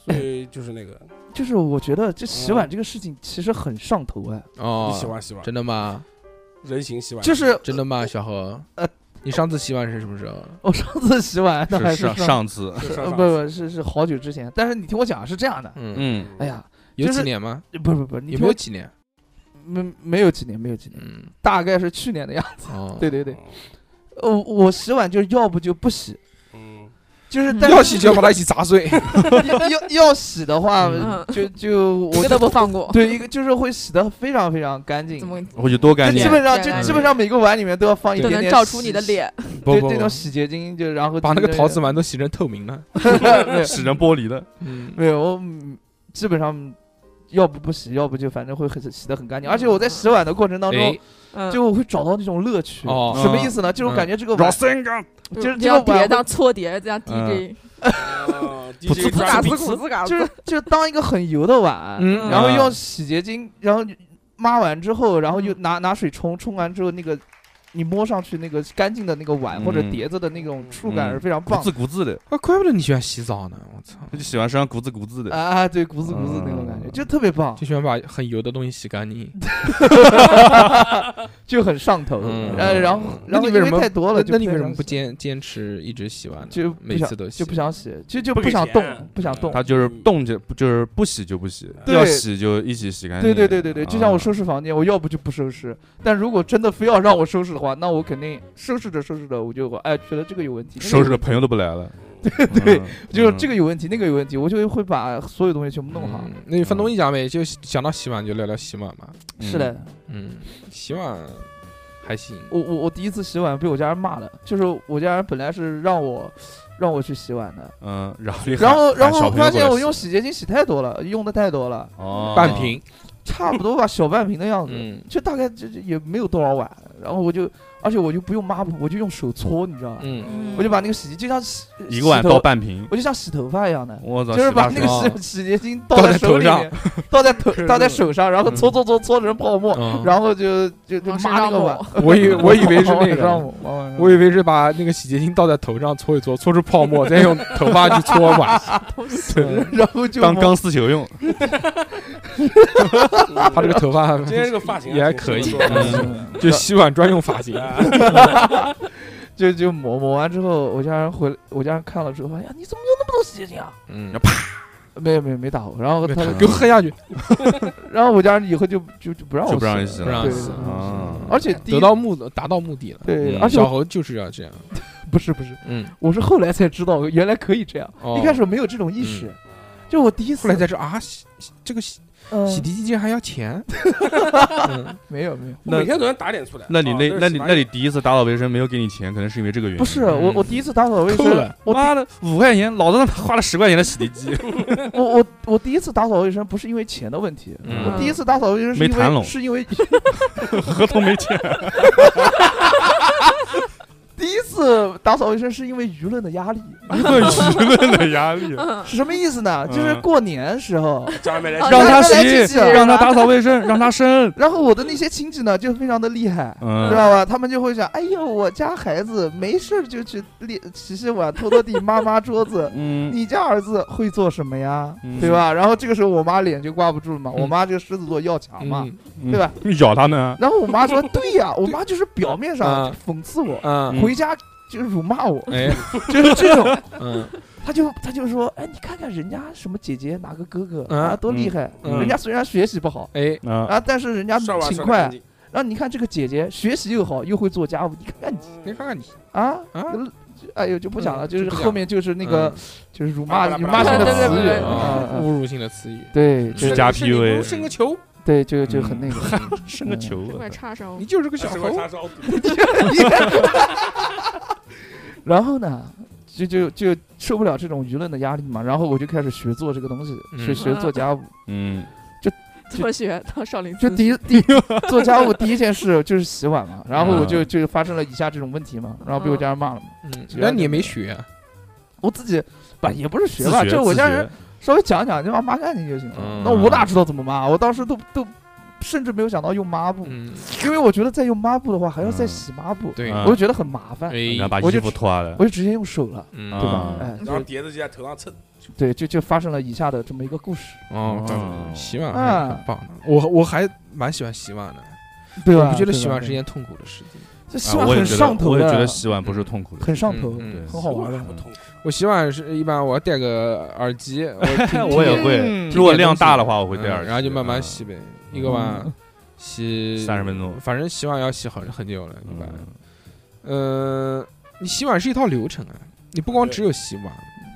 Speaker 1: 对，所以就是那个
Speaker 3: 就是我觉得这洗
Speaker 1: 嗯
Speaker 3: 碗这个事情其实很上头哎，
Speaker 2: 哦
Speaker 1: 你，洗碗洗碗，
Speaker 2: 真的吗？
Speaker 1: 人形洗碗
Speaker 3: 就是
Speaker 2: 真的吗，小何？
Speaker 3: 呃
Speaker 2: 你上次洗碗是什么时候？
Speaker 3: 我上次洗碗那还
Speaker 5: 是上
Speaker 3: 上
Speaker 5: 上次，
Speaker 1: 就
Speaker 2: 啊
Speaker 3: 呃
Speaker 1: 上
Speaker 3: 不
Speaker 1: 上
Speaker 3: 不是是好久之前，但是你听我讲啊是这样的，
Speaker 2: 嗯，
Speaker 5: 嗯，
Speaker 3: 哎呀，
Speaker 2: 有
Speaker 3: 就是
Speaker 2: 几年吗？
Speaker 3: 不不不，你
Speaker 2: 有
Speaker 3: 听
Speaker 2: 没
Speaker 3: 我
Speaker 2: 有几年？
Speaker 3: 没没有几年没有几年，
Speaker 2: 嗯，
Speaker 3: 大概是去年的样子，
Speaker 2: 哦，
Speaker 3: 对对对，呃我洗碗就是要不就不洗，
Speaker 1: 嗯，
Speaker 3: 就是
Speaker 6: 嗯
Speaker 3: 但
Speaker 2: 要
Speaker 3: 是
Speaker 2: 洗就要把它一起砸 碎。
Speaker 3: 要要要洗的话
Speaker 6: 嗯，
Speaker 3: 就就
Speaker 6: 一
Speaker 3: 我
Speaker 6: 个都不放过。
Speaker 3: 对一个就是会洗的非常非常干净
Speaker 6: 怎。么
Speaker 5: 回去多干
Speaker 3: 就
Speaker 5: 净
Speaker 3: 基。本上
Speaker 6: 简
Speaker 3: 就
Speaker 6: 单
Speaker 3: 基本上每个碗里面都要放一
Speaker 6: 都
Speaker 3: 点
Speaker 6: 能
Speaker 3: 点
Speaker 6: 照出你的
Speaker 3: 洗
Speaker 6: 脸？
Speaker 2: 不不
Speaker 3: 对这种
Speaker 2: 不，
Speaker 3: 洗洁精，就然后
Speaker 2: 把那个
Speaker 3: 就
Speaker 2: 陶瓷碗都洗成透明了。
Speaker 3: 没有
Speaker 5: 洗成玻璃的，
Speaker 2: 嗯，
Speaker 3: 没有，我嗯基本上要不不洗，要不就反正会很洗的很干净。而且我在洗碗的过程当中
Speaker 2: 哎，，
Speaker 6: 嗯，
Speaker 3: 就我会找到那种乐趣。
Speaker 2: 哦嗯
Speaker 3: 什么意思呢？就是我感觉这个碗，
Speaker 5: 三个
Speaker 3: 就是这
Speaker 6: 要
Speaker 3: 个
Speaker 6: 碟
Speaker 3: 碗
Speaker 6: 当搓碟，这样
Speaker 5: 嗯
Speaker 6: DJ
Speaker 1: 啊
Speaker 4: 哦
Speaker 5: 不是
Speaker 6: 滋
Speaker 1: DJ
Speaker 6: 嘎
Speaker 1: 抓
Speaker 6: 滋
Speaker 1: 住
Speaker 6: 咕滋嘎
Speaker 3: 就
Speaker 6: 滋，
Speaker 3: 是就是当一个很油的碗，
Speaker 2: 嗯
Speaker 3: 然后
Speaker 5: 嗯
Speaker 3: 用洗洁精，然后抹完之后，然后
Speaker 2: 嗯
Speaker 3: 又拿拿水冲，冲完之后那个。你摸上去那个干净的那个碗或者
Speaker 5: 嗯
Speaker 3: 碟子的那种触感
Speaker 5: 嗯
Speaker 3: 是非常
Speaker 5: 咕
Speaker 3: 棒
Speaker 5: 滋咕滋的，
Speaker 2: 啊，怪不得你喜欢洗澡呢，我操，
Speaker 5: 他就喜欢身上咕滋咕滋的。
Speaker 3: 啊！对，咕滋咕滋那种感觉，
Speaker 5: 嗯
Speaker 3: 就特别棒，
Speaker 2: 就喜欢把很油的东西洗干净。
Speaker 3: 就很上头。
Speaker 2: 嗯
Speaker 3: 呃，然后
Speaker 2: 那
Speaker 3: 然 后
Speaker 2: 你
Speaker 3: 因
Speaker 2: 为什么
Speaker 3: 太多了
Speaker 2: 那，
Speaker 3: 就
Speaker 2: 那你
Speaker 3: 非
Speaker 2: 为什
Speaker 3: 常
Speaker 2: 么不
Speaker 3: 喜
Speaker 2: 坚坚持一直洗碗呢？
Speaker 3: 就不
Speaker 2: 每
Speaker 3: 想
Speaker 2: 次都洗，
Speaker 3: 就不想洗，就就
Speaker 1: 不
Speaker 3: 不
Speaker 1: 给
Speaker 3: 想
Speaker 1: 钱
Speaker 3: 动，不想动。
Speaker 5: 他就是动就就是不洗就不洗，
Speaker 3: 对
Speaker 5: 要洗就一起洗干净。
Speaker 3: 对对对对对，就像我收
Speaker 5: 啊
Speaker 3: 拾房间，我要不就不收拾，但如果真的非要让我收拾的话，那我肯定收拾着收拾着，我就哎觉得这个有问题，那个
Speaker 5: 收拾
Speaker 3: 有
Speaker 5: 的朋友都不来了，
Speaker 3: 对
Speaker 5: 嗯，
Speaker 3: 就是
Speaker 5: 嗯
Speaker 3: 这个有问题，那个有问题，我就会把所有东西全部弄好。
Speaker 2: 嗯那范东一讲呗，就讲到洗碗就聊聊洗碗嘛。
Speaker 3: 是的，
Speaker 2: 嗯，洗碗还行，
Speaker 3: 我我我第一次洗碗被我家人骂的，就是我家人本来是让我让我去洗碗的，
Speaker 5: 嗯，然后你喊
Speaker 3: 然后然
Speaker 5: 喊小
Speaker 3: 后
Speaker 5: 朋友
Speaker 3: 发
Speaker 5: 过
Speaker 3: 现
Speaker 5: 来
Speaker 3: 我
Speaker 5: 洗
Speaker 3: 用洗洁精洗太多了，用的太多了，
Speaker 5: 哦
Speaker 2: 半瓶。
Speaker 3: 差不多吧，小半瓶的样子，
Speaker 2: 嗯
Speaker 3: 就大概就就也没有多少碗，然后我就而且我就不用抹布，我就用手搓，你知道吧？
Speaker 2: 嗯，
Speaker 3: 我就把那个洗洁精就像洗
Speaker 5: 一个碗
Speaker 3: 洗
Speaker 5: 倒
Speaker 3: 头
Speaker 5: 半瓶，
Speaker 3: 我就像洗头发一样的，
Speaker 5: 我操，
Speaker 3: 就是
Speaker 5: 洗发
Speaker 3: 把
Speaker 5: 水啊
Speaker 3: 那
Speaker 2: 水
Speaker 3: 个洗洗洁精倒
Speaker 2: 倒在
Speaker 3: 在手
Speaker 2: 头
Speaker 3: 里
Speaker 2: 上
Speaker 3: 面，倒在头倒在手上，然后
Speaker 2: 嗯
Speaker 3: 搓搓搓搓成泡沫，
Speaker 2: 嗯
Speaker 3: 然后就就就
Speaker 6: 往身
Speaker 3: 抹那
Speaker 6: 上
Speaker 3: 个碗
Speaker 6: 抹。
Speaker 2: 我以我以为是那
Speaker 3: 往
Speaker 2: 个，
Speaker 3: 上抹往上抹
Speaker 2: 我以为是把那个洗洁精倒在头上搓一搓，搓出泡沫，再用头发去搓碗。对，
Speaker 3: 然后就
Speaker 5: 当
Speaker 3: 抹
Speaker 5: 钢丝球用，
Speaker 2: 他这个头发
Speaker 4: 嗯今天这个发型啊
Speaker 2: 也还
Speaker 4: 挺
Speaker 2: 可以
Speaker 4: 挺 不错的
Speaker 2: 就洗碗专用发型。
Speaker 4: 啊
Speaker 3: 就就抹抹完之后，我家人回来我家人看了之后，哎呀，你怎么有那么多洗洁精啊？
Speaker 2: 嗯，
Speaker 3: 没有没有没打我，然后他
Speaker 2: 给我喝下去，
Speaker 3: 然后我家人以后就就就不让我
Speaker 5: 就不让你洗
Speaker 3: 洗
Speaker 5: 了，
Speaker 2: 不让
Speaker 3: 对
Speaker 2: 洗
Speaker 3: 对对
Speaker 5: 啊，
Speaker 3: 而且第一
Speaker 2: 得到目的达到目的了。
Speaker 3: 对，
Speaker 5: 嗯
Speaker 3: 而且
Speaker 2: 小
Speaker 3: 我
Speaker 2: 猴就是要这样。
Speaker 3: 不是不是，
Speaker 2: 嗯，
Speaker 3: 我是后来才知道原来可以这样，
Speaker 2: 哦嗯
Speaker 3: 一开始我没有这种意识，就我第一次
Speaker 2: 后来才知道啊，洗洗这个洗
Speaker 3: 嗯
Speaker 2: 洗涤剂竟还要钱。嗯
Speaker 3: 没有没有，
Speaker 5: 那
Speaker 4: 每天总要打点出来。
Speaker 5: 那你
Speaker 4: 啊
Speaker 5: 那
Speaker 4: 都是
Speaker 5: 那
Speaker 4: 洗
Speaker 5: 你
Speaker 4: 发
Speaker 5: 那
Speaker 4: 水
Speaker 5: 你第一次打扫卫生没有给你钱，可能是因为这个原因。
Speaker 3: 不是
Speaker 2: 嗯
Speaker 3: 我我第一次打扫卫
Speaker 2: 扣
Speaker 3: 生
Speaker 2: 了，
Speaker 3: 我
Speaker 5: 妈的，五块钱，老子他妈花了十块钱的洗 涤机，
Speaker 3: 我我我第一次打扫卫生不是因为钱的问题，
Speaker 2: 嗯
Speaker 3: 我第一次打扫卫生是
Speaker 5: 没谈
Speaker 3: 因
Speaker 5: 拢
Speaker 3: 为是因为
Speaker 5: 合同没签。
Speaker 3: 第一次打扫卫生是因为舆论的压力，
Speaker 5: 舆论的压 力，
Speaker 3: 是什么意思呢？
Speaker 5: 嗯
Speaker 3: 就是过年时 候，
Speaker 4: 家里面来
Speaker 6: 让
Speaker 5: 让他
Speaker 3: 来
Speaker 5: 洗
Speaker 3: 去，洗
Speaker 5: 让他打扫卫生，让他生。
Speaker 3: 然后我的那些亲戚呢就非常的厉害。知
Speaker 5: 嗯，
Speaker 3: 道吧？他们就会想，哎呦，我家孩子没事儿就去练洗洗碗、拖拖地、抹抹桌 子。
Speaker 5: 嗯，
Speaker 3: 你家儿子会做什么呀？
Speaker 5: 嗯
Speaker 3: 对吧？然后这个时候我妈脸就挂不住了嘛，
Speaker 2: 嗯
Speaker 3: 我妈这个狮子座要强嘛。
Speaker 2: 嗯
Speaker 3: 对吧？
Speaker 5: 咬他们啊，
Speaker 3: 然后我妈 说，对呀，我妈就是表面上
Speaker 2: 啊
Speaker 3: 讽刺我，
Speaker 2: 嗯，
Speaker 3: 回家就辱骂我，
Speaker 2: 哎，
Speaker 3: 就是这种。
Speaker 2: 嗯
Speaker 3: 他就他就说，哎，你看看人家什么姐姐哪个哥哥
Speaker 2: 嗯
Speaker 3: 啊，多厉害！
Speaker 2: 嗯
Speaker 3: 人家虽然学习不好
Speaker 2: 哎，
Speaker 5: 啊，
Speaker 3: 啊，但是人家
Speaker 4: 刷碗
Speaker 3: 勤
Speaker 4: 刷得
Speaker 3: 快
Speaker 4: 干。净
Speaker 3: 然后你看这个姐姐学习又好，又会做家务，你看看你
Speaker 2: 你看看你
Speaker 3: 啊
Speaker 2: 啊，
Speaker 3: 就哎呦就不讲了，
Speaker 2: 嗯
Speaker 3: 就是
Speaker 2: 就不讲
Speaker 3: 后面就是那个
Speaker 2: 嗯
Speaker 3: 就是辱骂
Speaker 4: 巴拉
Speaker 3: 辱
Speaker 4: 巴
Speaker 3: 骂
Speaker 4: 拉巴
Speaker 3: 性
Speaker 4: 拉
Speaker 3: 的
Speaker 6: 对对
Speaker 3: 词语
Speaker 6: 对对
Speaker 3: 啊，
Speaker 2: 啊，
Speaker 3: 嗯
Speaker 2: 侮
Speaker 3: 嗯
Speaker 2: 辱性的词语，
Speaker 3: 对，就
Speaker 5: 居
Speaker 3: 是
Speaker 5: 家
Speaker 2: 是你不
Speaker 5: PUA
Speaker 2: 生个球，
Speaker 3: 对就就很那个。
Speaker 5: 生
Speaker 3: 嗯
Speaker 5: 个球啊
Speaker 6: 这，块叉烧
Speaker 2: 你，就是个小
Speaker 4: 小
Speaker 2: 猴
Speaker 4: 猴。叉烧，
Speaker 3: 然后呢，就就就受不了这种舆论的压力嘛，然后我就开始学做这个东西，
Speaker 2: 嗯
Speaker 3: 学学做家务。
Speaker 5: 嗯，
Speaker 6: 怎么学当少林
Speaker 3: 就
Speaker 6: 寺？，
Speaker 3: 第一第一做家务第一件事就是洗碗嘛，然后我就
Speaker 5: 嗯
Speaker 3: 就发生了以下这种问题嘛，然后被我家人骂了嘛。
Speaker 2: 嗯，那你也没学啊，
Speaker 3: 我自己吧也不是学
Speaker 5: 自
Speaker 3: 吧，
Speaker 5: 学
Speaker 3: 就是我
Speaker 5: 自
Speaker 3: 家
Speaker 5: 学
Speaker 3: 人稍微讲讲就把它抹干净就行
Speaker 2: 嗯
Speaker 3: 了。那我哪知道怎么抹？我当时都都甚至没有想到用抹布，
Speaker 2: 嗯，
Speaker 3: 因为我觉得再用抹布的话还要再
Speaker 5: 嗯
Speaker 3: 洗抹布，
Speaker 2: 对，
Speaker 5: 嗯
Speaker 3: 我就觉得很麻烦，
Speaker 2: 哎
Speaker 5: 然后把
Speaker 3: 我
Speaker 5: 衣
Speaker 3: 就
Speaker 5: 服脱了
Speaker 3: 我，就直接用手了，
Speaker 2: 嗯
Speaker 3: 对吧
Speaker 5: 啊？
Speaker 3: 哎，
Speaker 4: 然后碟子就在头上蹭。
Speaker 3: 对，就就发生了以下的这么一个故事，
Speaker 2: 哦
Speaker 5: 嗯，
Speaker 2: 洗碗还是很棒的，我我还蛮喜欢洗碗的，
Speaker 3: 对吧？
Speaker 2: 我不觉得
Speaker 3: 对吧
Speaker 2: 洗碗是，件痛啊苦的事情。
Speaker 3: 这
Speaker 5: 啊
Speaker 3: 洗碗
Speaker 5: 我也
Speaker 3: 很
Speaker 5: 觉得
Speaker 3: 上头
Speaker 5: 我也觉得
Speaker 3: 的，
Speaker 5: 洗碗不是痛苦的，
Speaker 3: 很上头，
Speaker 2: 嗯嗯
Speaker 3: 很好玩的
Speaker 4: 还。不痛苦，
Speaker 2: 我洗碗是一般我要戴个耳机，我听
Speaker 5: 我也
Speaker 3: 嗯
Speaker 5: 会，如果量大的话，我会
Speaker 2: 听
Speaker 5: 戴耳
Speaker 2: 嗯
Speaker 5: 机，嗯
Speaker 2: 然后就慢慢洗呗，一个碗
Speaker 3: 嗯
Speaker 2: 洗
Speaker 5: 三十分钟，
Speaker 2: 反正洗碗要洗很很久了，一般。
Speaker 5: 嗯
Speaker 2: 呃，你洗碗是一套流程啊，你不光只有洗碗，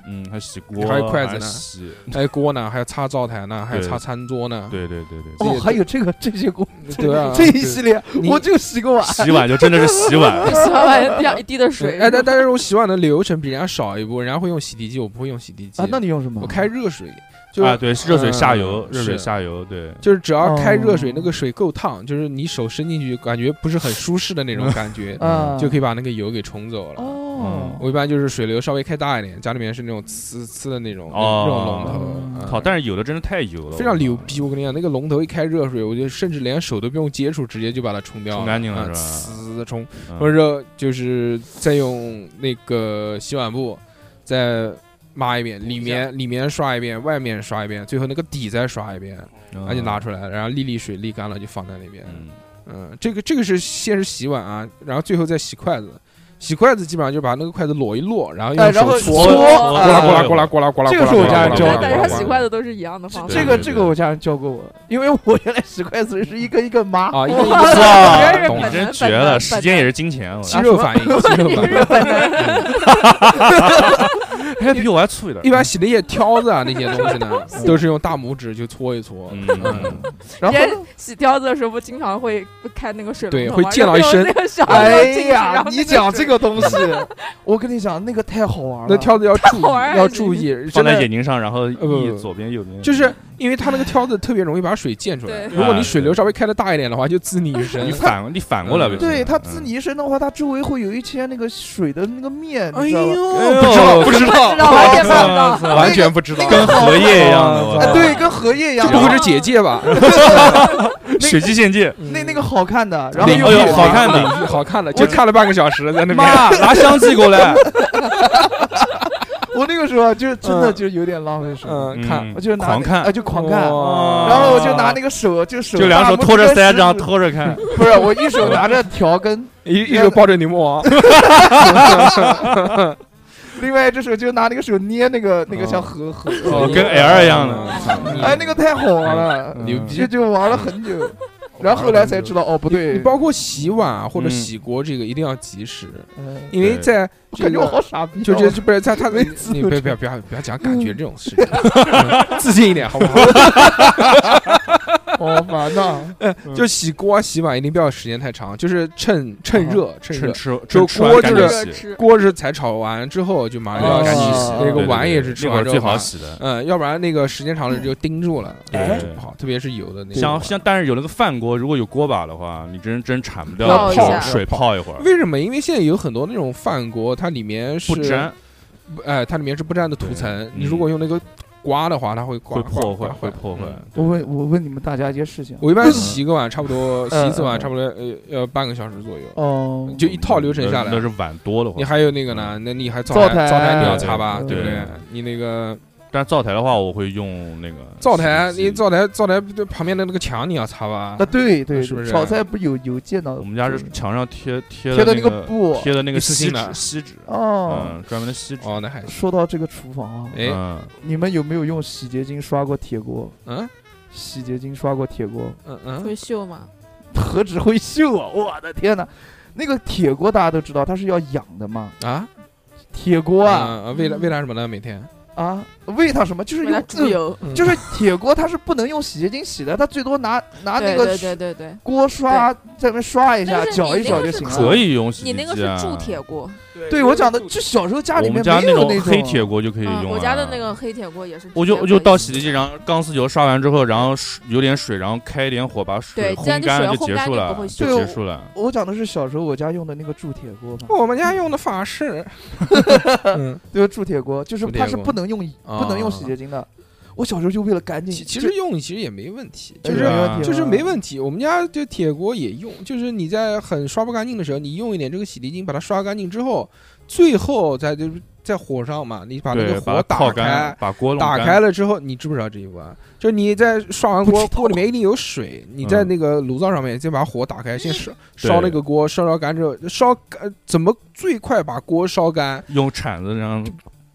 Speaker 5: 嗯，还洗锅，
Speaker 2: 还有筷子呢
Speaker 5: 还洗，
Speaker 2: 还有锅呢，还有擦灶台呢，还有
Speaker 5: 对
Speaker 2: 擦餐桌呢，
Speaker 5: 对对对对，
Speaker 3: 哦，还有这个这些故
Speaker 2: 对啊，
Speaker 3: 这一系列
Speaker 2: 你，
Speaker 3: 我就洗过碗。
Speaker 5: 洗碗就真的是洗碗
Speaker 6: 洗完碗掉一滴的水，
Speaker 2: 哎，但但是我洗碗的流程比人家少一步，人家会用洗涤剂，我不会用洗涤剂。
Speaker 3: 啊，那你用什么？
Speaker 2: 我开热水，就
Speaker 5: 啊，对，是热水下游，
Speaker 2: 嗯
Speaker 5: 热水
Speaker 2: 是
Speaker 5: 下游，对，
Speaker 2: 就是只要开热水
Speaker 3: 哦，
Speaker 2: 那个水够烫，就是你手伸进去感觉不是很舒适的那种感 觉，
Speaker 3: 啊，
Speaker 2: 就可以把那个油给冲走了。嗯
Speaker 3: 哦，
Speaker 2: 我一般就是水流稍微开大一点，家里面是那种呲呲的那种
Speaker 5: 哦
Speaker 2: 那种龙头，
Speaker 5: 靠，
Speaker 2: 嗯
Speaker 5: 但是有的真的太油了，
Speaker 2: 非常牛
Speaker 5: 流
Speaker 2: 逼！我跟你讲，那个龙头一开热水，我就甚至连手都不用接触，直接就把它冲掉了，
Speaker 5: 冲干净了
Speaker 2: 嗯
Speaker 5: 是
Speaker 2: 呲冲，或
Speaker 5: 嗯
Speaker 2: 者就是再用那个洗碗布再抹一遍，里面里面刷一遍，外面刷一遍，最后那个底再刷一遍，然后就拿出来，然后沥沥水沥干了就放在那边。
Speaker 5: 嗯
Speaker 2: 嗯，这个这个是先是洗碗啊，然后最后再洗筷子。洗筷子基本上就把那个筷子裸一落，然后
Speaker 3: 哎，
Speaker 2: 用
Speaker 3: 然
Speaker 2: 手
Speaker 3: 后
Speaker 2: 搓，
Speaker 5: 搓
Speaker 2: 呱
Speaker 5: 啊
Speaker 2: 啦
Speaker 3: 啊
Speaker 2: 呱啦呱啦呱啦呱啦，
Speaker 3: 这个是我家人教
Speaker 2: 呱
Speaker 3: 我
Speaker 2: 啦
Speaker 3: 的
Speaker 2: 呱啦
Speaker 6: 但
Speaker 2: 呱啦
Speaker 6: 是他
Speaker 2: 呱啦
Speaker 6: 洗筷子都是一样的方法，
Speaker 3: 这
Speaker 5: 对
Speaker 3: 个
Speaker 5: 对
Speaker 3: 这个我家人教过我，因为我原来洗筷子是一根一根麻，
Speaker 2: 啊，一个
Speaker 6: 我
Speaker 2: 一
Speaker 6: 我
Speaker 2: 个
Speaker 5: 哇
Speaker 6: 觉得日
Speaker 2: 懂
Speaker 6: 本
Speaker 5: 你真
Speaker 6: 人
Speaker 5: 绝
Speaker 6: 本能
Speaker 5: 了，时间也是金钱，我
Speaker 2: 肌肉反应，肌肉
Speaker 6: 本
Speaker 2: 反
Speaker 6: 能
Speaker 2: 应，
Speaker 6: 日本人
Speaker 5: 他哎比我还粗一点。
Speaker 2: 一般洗的液挑子啊那些东西 呢，都是用大拇指就搓一搓，
Speaker 5: 嗯，
Speaker 2: 嗯，
Speaker 3: 然后
Speaker 6: 人 洗貂子的时候不经常会开那个水龙
Speaker 2: 对
Speaker 6: 头
Speaker 2: 会
Speaker 6: 吗
Speaker 2: 溅
Speaker 6: 然
Speaker 2: 到一
Speaker 6: 后
Speaker 2: 身
Speaker 6: 那个小
Speaker 3: 哎
Speaker 6: 进去
Speaker 3: 呀
Speaker 6: 然后，
Speaker 3: 你
Speaker 6: 那
Speaker 3: 讲这
Speaker 6: 水
Speaker 3: 个东西， 我跟你讲，那个太好玩了。
Speaker 2: 那挑子要注意
Speaker 6: 好玩儿啊
Speaker 2: 要
Speaker 6: 这
Speaker 2: 注意，
Speaker 5: 放
Speaker 2: 真
Speaker 5: 在
Speaker 2: 的
Speaker 5: 眼睛上，然后
Speaker 2: 呃不
Speaker 5: 一左边右边，
Speaker 2: 就是因为它那个挑子特别容易把水溅出来，
Speaker 6: 对
Speaker 2: 如果你水流稍微开的大一点的话，就滋你一身
Speaker 5: 哎你。反你反过来呗。
Speaker 2: 嗯
Speaker 3: 对它
Speaker 5: 他
Speaker 3: 滋你一身的话，它周围会有一圈那个水的那个面，
Speaker 2: 哎
Speaker 3: 你知道吧？
Speaker 5: 不知道嗯哎不知
Speaker 6: 不知道完全不知道。
Speaker 5: 道嗯
Speaker 2: 完全不知道，
Speaker 5: 跟荷叶一样的
Speaker 3: 哎
Speaker 5: 我，
Speaker 3: 对，跟荷叶一样
Speaker 2: 这
Speaker 3: 的，
Speaker 2: 不会是姐姐 吧？
Speaker 5: 血迹献祭，
Speaker 3: 那
Speaker 2: 嗯
Speaker 3: 那个好看的，然后
Speaker 5: 哎
Speaker 3: 又
Speaker 5: 呦
Speaker 3: 好
Speaker 5: 好
Speaker 3: 玩
Speaker 5: 看的
Speaker 2: 的，好看的，就看了半个小时在那边。
Speaker 5: 妈拿香剂过 来，
Speaker 3: 我那个时候啊就是真的
Speaker 2: 嗯
Speaker 3: 就有点浪费时间，
Speaker 2: 嗯，看，哦
Speaker 3: 我就拿那
Speaker 5: 狂看啊
Speaker 3: 啊就狂看，
Speaker 2: 哇
Speaker 3: 然后我就拿那个手就手
Speaker 5: 就两手
Speaker 3: 大拇指
Speaker 5: 托着
Speaker 3: 跟
Speaker 5: 腮，
Speaker 3: 食
Speaker 5: 这 样
Speaker 3: 指，
Speaker 5: 托着看，
Speaker 3: 不是我一手拿着调羹，
Speaker 2: 一一手抱着你啊魔王，
Speaker 3: 另外一只手就拿那个手捏那个那个像盒盒，
Speaker 5: 哦跟 L 一样的，嗯
Speaker 2: 的
Speaker 3: 哎，那个太好玩了，
Speaker 2: 牛逼
Speaker 3: 就！就玩了很久，然后后来才知道哦不
Speaker 2: 你
Speaker 3: 对，
Speaker 2: 包括洗碗啊或者
Speaker 5: 嗯
Speaker 2: 洗锅这个一定要及时，
Speaker 3: 嗯
Speaker 2: 因为
Speaker 5: 对
Speaker 2: 在
Speaker 3: 我
Speaker 2: 这
Speaker 3: 感觉我
Speaker 2: 个
Speaker 3: 好傻逼啊，
Speaker 2: 就
Speaker 3: 我
Speaker 2: 这就不是他他
Speaker 3: 没
Speaker 2: 你
Speaker 3: 自
Speaker 2: 你
Speaker 3: 由
Speaker 2: 不要
Speaker 3: 之
Speaker 2: 不要不要不要讲感觉这种事 情，嗯自信一点好不好？
Speaker 3: 好哦烦呐，
Speaker 5: 嗯
Speaker 2: 就洗锅啊洗碗一定不要时间太长，就是趁趁热趁热
Speaker 5: 哦趁，吃
Speaker 2: 就
Speaker 5: 趁吃完
Speaker 2: 锅
Speaker 5: 赶
Speaker 2: 这
Speaker 5: 紧
Speaker 2: 个
Speaker 5: 洗，
Speaker 6: 吃，
Speaker 2: 锅是才炒完之后就马上要
Speaker 3: 哦
Speaker 2: 赶紧洗
Speaker 3: 洗，
Speaker 2: 那
Speaker 5: 对
Speaker 2: 个
Speaker 5: 对
Speaker 2: 碗
Speaker 5: 对
Speaker 2: 也是吃
Speaker 5: 那会
Speaker 2: 完
Speaker 5: 儿
Speaker 2: 之后
Speaker 5: 最好
Speaker 2: 马上
Speaker 5: 洗的，
Speaker 2: 嗯，要不然那个时间长了就盯住了，
Speaker 5: 对
Speaker 2: 哎，不好，特别是有的那
Speaker 5: 像
Speaker 2: 个。
Speaker 5: 像，但是有那个饭锅，如果有锅巴的话，你真真铲不掉，
Speaker 6: 泡一
Speaker 5: 泡
Speaker 6: 下
Speaker 5: 水泡一会儿，
Speaker 2: 为什么？因为现在有很多那种饭锅，它里面是
Speaker 5: 不粘，
Speaker 2: 不，哎，它里面是不粘的涂层
Speaker 5: 对。嗯
Speaker 2: 你如果用那个刮的话，它会刮
Speaker 5: 会破坏，
Speaker 2: 刮
Speaker 5: 会破坏。
Speaker 2: 嗯
Speaker 3: 我问我问你们大家一件事情，啊
Speaker 2: 我一般洗一个碗，差不多洗一次碗，
Speaker 3: 嗯
Speaker 2: 差不多呃要半个小时左右，
Speaker 3: 哦，
Speaker 2: 就一套流程下来
Speaker 5: 那。是碗多的话
Speaker 2: 你，还有那个呢？那你还灶
Speaker 3: 灶
Speaker 2: 台
Speaker 3: 台
Speaker 2: 灶台你要擦吧，
Speaker 3: 对
Speaker 2: 对不对
Speaker 5: 对？
Speaker 2: 你那个
Speaker 5: 嗯但是灶台的话，我会用那个
Speaker 2: 灶台，啊
Speaker 5: 洗衣
Speaker 2: 你
Speaker 5: 机
Speaker 2: 灶台灶台对旁边的那个墙你要擦吧
Speaker 3: 啊，？对对，
Speaker 2: 是不是
Speaker 3: 炒菜不有有见到？
Speaker 5: 我们家是墙上贴贴
Speaker 3: 贴的那
Speaker 5: 那
Speaker 3: 个布
Speaker 5: 贴的那个
Speaker 2: 一次
Speaker 5: 锡
Speaker 2: 性
Speaker 5: 纸
Speaker 2: 的
Speaker 5: 锡纸，
Speaker 3: 哦。
Speaker 5: 嗯，专门的锡纸，
Speaker 2: 哦，那还是
Speaker 3: 说到这个厨房啊，
Speaker 2: 哎
Speaker 5: 嗯
Speaker 3: 你们有没有用洗洁精刷过铁锅？
Speaker 2: 嗯
Speaker 3: 洗洁精刷过铁锅，
Speaker 2: 嗯嗯
Speaker 6: 会锈吗？
Speaker 3: 何止会锈啊！ 我的天哪，那个铁锅大家都知道它是要养的嘛，
Speaker 2: 啊
Speaker 3: 铁锅啊、
Speaker 2: 嗯为了为了什么呢？每天
Speaker 3: 啊，喂它什么？就是
Speaker 6: 为了
Speaker 3: 用嗯
Speaker 6: 猪油，
Speaker 3: 就是铁锅它是不能用洗洁精洗的，它最多拿拿那
Speaker 6: 对
Speaker 3: 个
Speaker 6: 对对对对，
Speaker 3: 锅刷在那边刷一下
Speaker 6: 但，是
Speaker 3: 搅一
Speaker 6: 你那
Speaker 3: 搅
Speaker 6: 个
Speaker 3: 就是行了。
Speaker 5: 可以用洗衣
Speaker 6: 你
Speaker 5: 机
Speaker 6: 那
Speaker 5: 啊
Speaker 6: 个是铸铁，锅，
Speaker 3: 对我讲的，就小时候家里
Speaker 5: 我们
Speaker 3: 面
Speaker 5: 家
Speaker 3: 没有
Speaker 5: 种
Speaker 3: 那
Speaker 5: 黑铁锅就可以用
Speaker 6: 嗯，
Speaker 5: 了。
Speaker 3: 啊
Speaker 6: 我家的那个黑铁锅也是直接可以，
Speaker 5: 我就我就倒洗涤剂，然后钢丝球刷完之后，然后水有点水，然后开一点火把水
Speaker 6: 对这样
Speaker 5: 烘
Speaker 6: 就
Speaker 5: 干
Speaker 6: 水
Speaker 5: 了
Speaker 6: 烘
Speaker 5: 结
Speaker 6: 干
Speaker 5: 束
Speaker 6: 就
Speaker 5: 了
Speaker 6: 不会，
Speaker 5: 就
Speaker 3: 锈
Speaker 5: 结束了。
Speaker 3: 我讲的是小时候我家用的那个铸铁锅 嘛，
Speaker 2: 我们家用的法式，嗯，
Speaker 3: 对，铸铁锅就是
Speaker 2: 铸铁
Speaker 3: 它是
Speaker 2: 锅
Speaker 3: 不能用不能用洗洁精的。我小时候就为了赶紧，
Speaker 2: 其其
Speaker 3: 就
Speaker 2: 实用其实也没问题，就
Speaker 3: 哎
Speaker 2: 是
Speaker 5: 对啊
Speaker 3: 没问题
Speaker 2: 就是
Speaker 3: 了
Speaker 2: 没问题。我们家就铁锅也用，就是你在很刷不干净的时候，你用一点这个洗涤精把它刷干净之后，最后再就是在火上嘛，你把那
Speaker 5: 对，
Speaker 2: 个
Speaker 5: 把它
Speaker 2: 火
Speaker 5: 泡
Speaker 2: 打
Speaker 5: 干
Speaker 2: 开，，
Speaker 5: 把锅弄
Speaker 2: 打
Speaker 5: 干
Speaker 2: 开，了之后，你知不知道这一步啊？就是你在刷完锅，锅里面一定有水，你
Speaker 5: 嗯
Speaker 2: 在那个炉灶上面先把火打开，先烧烧那个锅，烧烧干之后，烧干呃怎么最快把锅烧干？
Speaker 5: 用铲子这样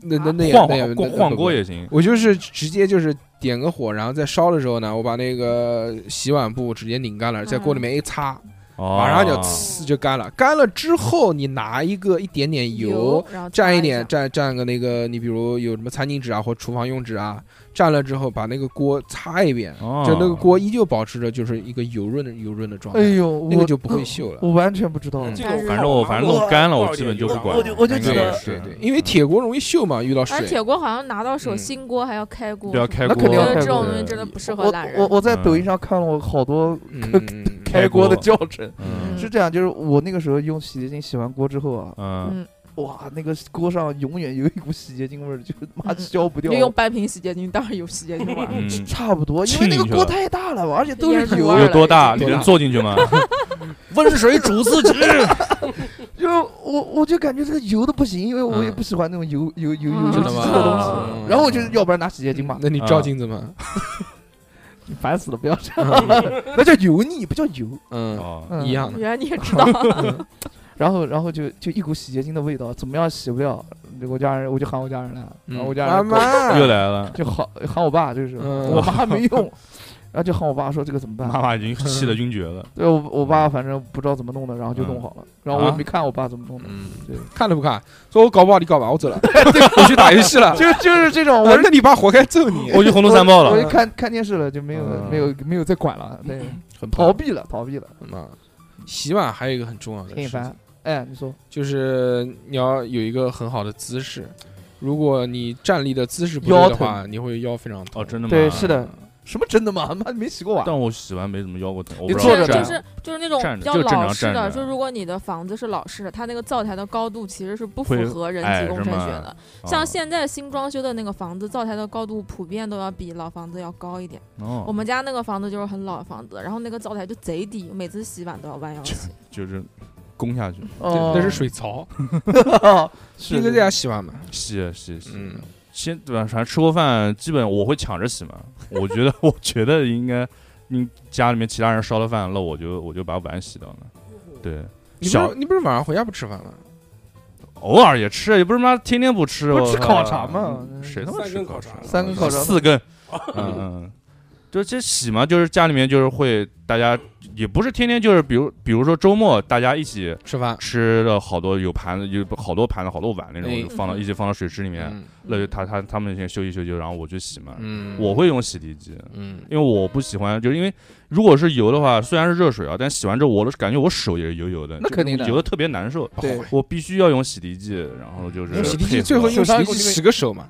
Speaker 2: 那那那也
Speaker 5: 啊晃
Speaker 2: 那也
Speaker 5: 晃
Speaker 2: 那
Speaker 5: 晃
Speaker 2: 那
Speaker 5: 晃
Speaker 2: 不
Speaker 5: 锅也行。
Speaker 2: 我就是直接就是点个火，然后在烧的时候呢，我把那个洗碗布直接拧干了，在锅里面一擦，马
Speaker 5: 马
Speaker 2: 上就呲就干了。干了之后，你拿一个一点点油，，
Speaker 6: 然后
Speaker 2: 蘸
Speaker 6: 一
Speaker 2: 一点
Speaker 6: 下，
Speaker 2: 蘸蘸个那个，你比如有什么餐巾纸啊或厨房用纸啊，蘸了之后把那个锅擦一遍，
Speaker 5: 哦
Speaker 2: 就那个锅依旧保持着就是一个油润的油润的状态，
Speaker 3: 哎呦，我
Speaker 2: 那个就不会锈了。
Speaker 3: 我完全不知道。
Speaker 2: 嗯
Speaker 4: 这个
Speaker 5: 反正我反正弄干了，我基本就不管。
Speaker 3: 我就我就觉
Speaker 5: 应该
Speaker 3: 得
Speaker 5: 也
Speaker 2: 对
Speaker 5: 是
Speaker 2: 对，因为铁锅容易锈嘛，遇到
Speaker 6: 而且
Speaker 2: 水。
Speaker 6: 哎铁锅好像拿到手
Speaker 2: 嗯
Speaker 6: 新锅还要开锅，
Speaker 5: 不要开
Speaker 3: 那
Speaker 5: 锅，
Speaker 3: 肯定
Speaker 6: 我
Speaker 3: 要开
Speaker 6: 觉得这
Speaker 3: 锅
Speaker 6: 种东西真的不适合
Speaker 3: 我
Speaker 6: 懒人。
Speaker 3: 我我在
Speaker 5: 嗯
Speaker 3: 抖音上看了好多
Speaker 2: 嗯，嗯 嗯
Speaker 3: 开锅的
Speaker 5: 开锅
Speaker 3: 教程，
Speaker 5: 嗯
Speaker 3: 是这样，就是我那个时候用洗洁精洗完锅之后啊，
Speaker 5: 嗯，
Speaker 6: 嗯，
Speaker 3: 哇，那个锅上永远有一股洗洁精味儿，就是妈
Speaker 6: 嗯
Speaker 3: 消不掉
Speaker 6: 就。用半瓶洗洁精，当然有洗洁精味儿。
Speaker 5: 嗯
Speaker 3: 是差不多，因为那
Speaker 5: 浸
Speaker 3: 个
Speaker 5: 进去
Speaker 3: 锅
Speaker 5: 了
Speaker 3: 太大了，而且都
Speaker 6: 腌
Speaker 3: 是
Speaker 6: 出
Speaker 3: 油
Speaker 6: 味儿
Speaker 5: 有
Speaker 6: 了
Speaker 5: 多大？
Speaker 6: 已
Speaker 5: 你
Speaker 6: 经
Speaker 5: 能坐进去吗？
Speaker 2: 温水煮自己。
Speaker 3: 就是我我就感觉这个油的不行，因为我也
Speaker 2: 嗯
Speaker 3: 不喜欢那种油油油油
Speaker 6: 嗯
Speaker 2: 真
Speaker 3: 脂的
Speaker 2: 的
Speaker 3: 东
Speaker 2: 吗
Speaker 3: 西。
Speaker 2: 嗯
Speaker 3: 然后我就是要不然拿洗洁精嘛，
Speaker 2: 那你照镜子吗？
Speaker 3: 烦死了，不要这样， 那叫油腻，不叫油。
Speaker 2: 嗯，
Speaker 5: 哦，
Speaker 3: 嗯
Speaker 2: 一样的。
Speaker 6: 原来你也知道，
Speaker 3: 然后然后就就一股洗洁精的味道，怎么样洗不掉？我家人我就喊我家
Speaker 1: 嗯
Speaker 3: 人来，然后我家
Speaker 2: 妈
Speaker 3: 人
Speaker 2: 妈
Speaker 5: 又来了，
Speaker 3: 就喊喊我爸，就是
Speaker 2: 嗯
Speaker 3: 我妈没用。然后就和我爸说这个怎么办？
Speaker 5: 妈妈已经气得晕厥了。
Speaker 3: 对我我爸反正不知道怎么弄的，然后就弄好了，然后我也
Speaker 2: 啊
Speaker 3: 没看我爸怎么弄的，
Speaker 2: 嗯，
Speaker 3: 对，
Speaker 2: 看都不看，说我搞不好你搞吧，我 走了，我去打游戏了。
Speaker 3: 就就是这种，我
Speaker 2: 我嗯那你爸活该揍你。
Speaker 5: 我去红头山报
Speaker 3: 我
Speaker 5: 了，
Speaker 3: 就看看电视了，就没有
Speaker 2: 嗯
Speaker 3: 没有没有再管了，对，
Speaker 2: 很
Speaker 3: 逃避了逃避了，
Speaker 2: 啊。洗碗还有一个很重要的
Speaker 3: 挺
Speaker 2: 事情
Speaker 3: 烦，。哎，你说
Speaker 2: 就是你要有一个很好的姿势。如果你站立的姿势不对
Speaker 3: 腰
Speaker 2: 的
Speaker 3: 疼
Speaker 2: 话，你会腰非常痛。
Speaker 5: 哦，真的吗？
Speaker 3: 对是的，什么真的吗？妈没洗过碗，
Speaker 5: 但我洗完没怎么腰过疼。我
Speaker 2: 你
Speaker 5: 不知
Speaker 2: 坐
Speaker 5: 道
Speaker 2: 着
Speaker 5: 站
Speaker 6: 是就是就是那种
Speaker 5: 站着
Speaker 6: 比较
Speaker 5: 就正常
Speaker 6: 老式
Speaker 5: 站
Speaker 6: 的，
Speaker 5: 着
Speaker 6: 就如果你的房子是老式的，它那个灶台的高度其实是不符
Speaker 5: 会
Speaker 6: 合人
Speaker 5: 矮
Speaker 6: 体工
Speaker 5: 是
Speaker 6: 程
Speaker 5: 吗
Speaker 6: 学的。像
Speaker 5: 哦
Speaker 6: 现在新装修的那个房子，灶台的高度普遍都要比老房子要高一点。
Speaker 5: 哦，
Speaker 6: 我们家那个房子就是很老的房子，然后那个灶台就贼低，每次洗碗都要弯腰洗。
Speaker 5: 就是攻下去，
Speaker 3: 哦
Speaker 2: 那是， 水槽，
Speaker 3: 是
Speaker 2: 你在家洗碗吗？
Speaker 5: 洗洗洗。
Speaker 2: 嗯，
Speaker 5: 先对吧？反正吃过饭，基本我会抢着洗嘛。我觉得， 我觉得应该，嗯，家里面其他人烧了饭，那我就我就把碗洗掉了。对，
Speaker 2: 你不
Speaker 5: 小
Speaker 2: 是你不是晚上回家不吃饭吗？
Speaker 5: 偶尔也吃，也不是妈天天不吃。
Speaker 3: 不
Speaker 5: 我
Speaker 3: 吃
Speaker 5: 靠
Speaker 3: 烤肠吗
Speaker 5: 谁他妈
Speaker 4: 三
Speaker 5: 吃
Speaker 4: 根
Speaker 5: 烤
Speaker 4: 烤
Speaker 5: 肠
Speaker 4: 肠？
Speaker 3: 三根 烤肠
Speaker 5: 四根。嗯嗯，就这洗嘛，就是家里面就是会大家也不是天天，就是比如比如说周末大家一起
Speaker 2: 吃饭。
Speaker 5: 吃了好多有盘子有好多盘子好多碗那种，
Speaker 2: 哎
Speaker 5: 就放到一起放到水池里面。
Speaker 2: 嗯
Speaker 5: 那就他他他们先休息休息，然后我去洗嘛。
Speaker 2: 嗯，
Speaker 5: 我会用洗涤剂，
Speaker 2: 嗯
Speaker 5: 因为我不喜欢，就是因为如果是油的话，虽然是热水啊，但洗完之后我的感觉我手也是油油的，
Speaker 3: 那肯定的
Speaker 5: 就油的特别难受。
Speaker 3: 对，
Speaker 5: 我必须要用洗涤剂，然后就是
Speaker 2: 用洗涤
Speaker 5: 配
Speaker 2: 剂
Speaker 5: 合
Speaker 2: 最后用洗
Speaker 3: 手上
Speaker 2: 涤
Speaker 3: 有
Speaker 2: 剂
Speaker 3: 那个
Speaker 2: 洗个手嘛。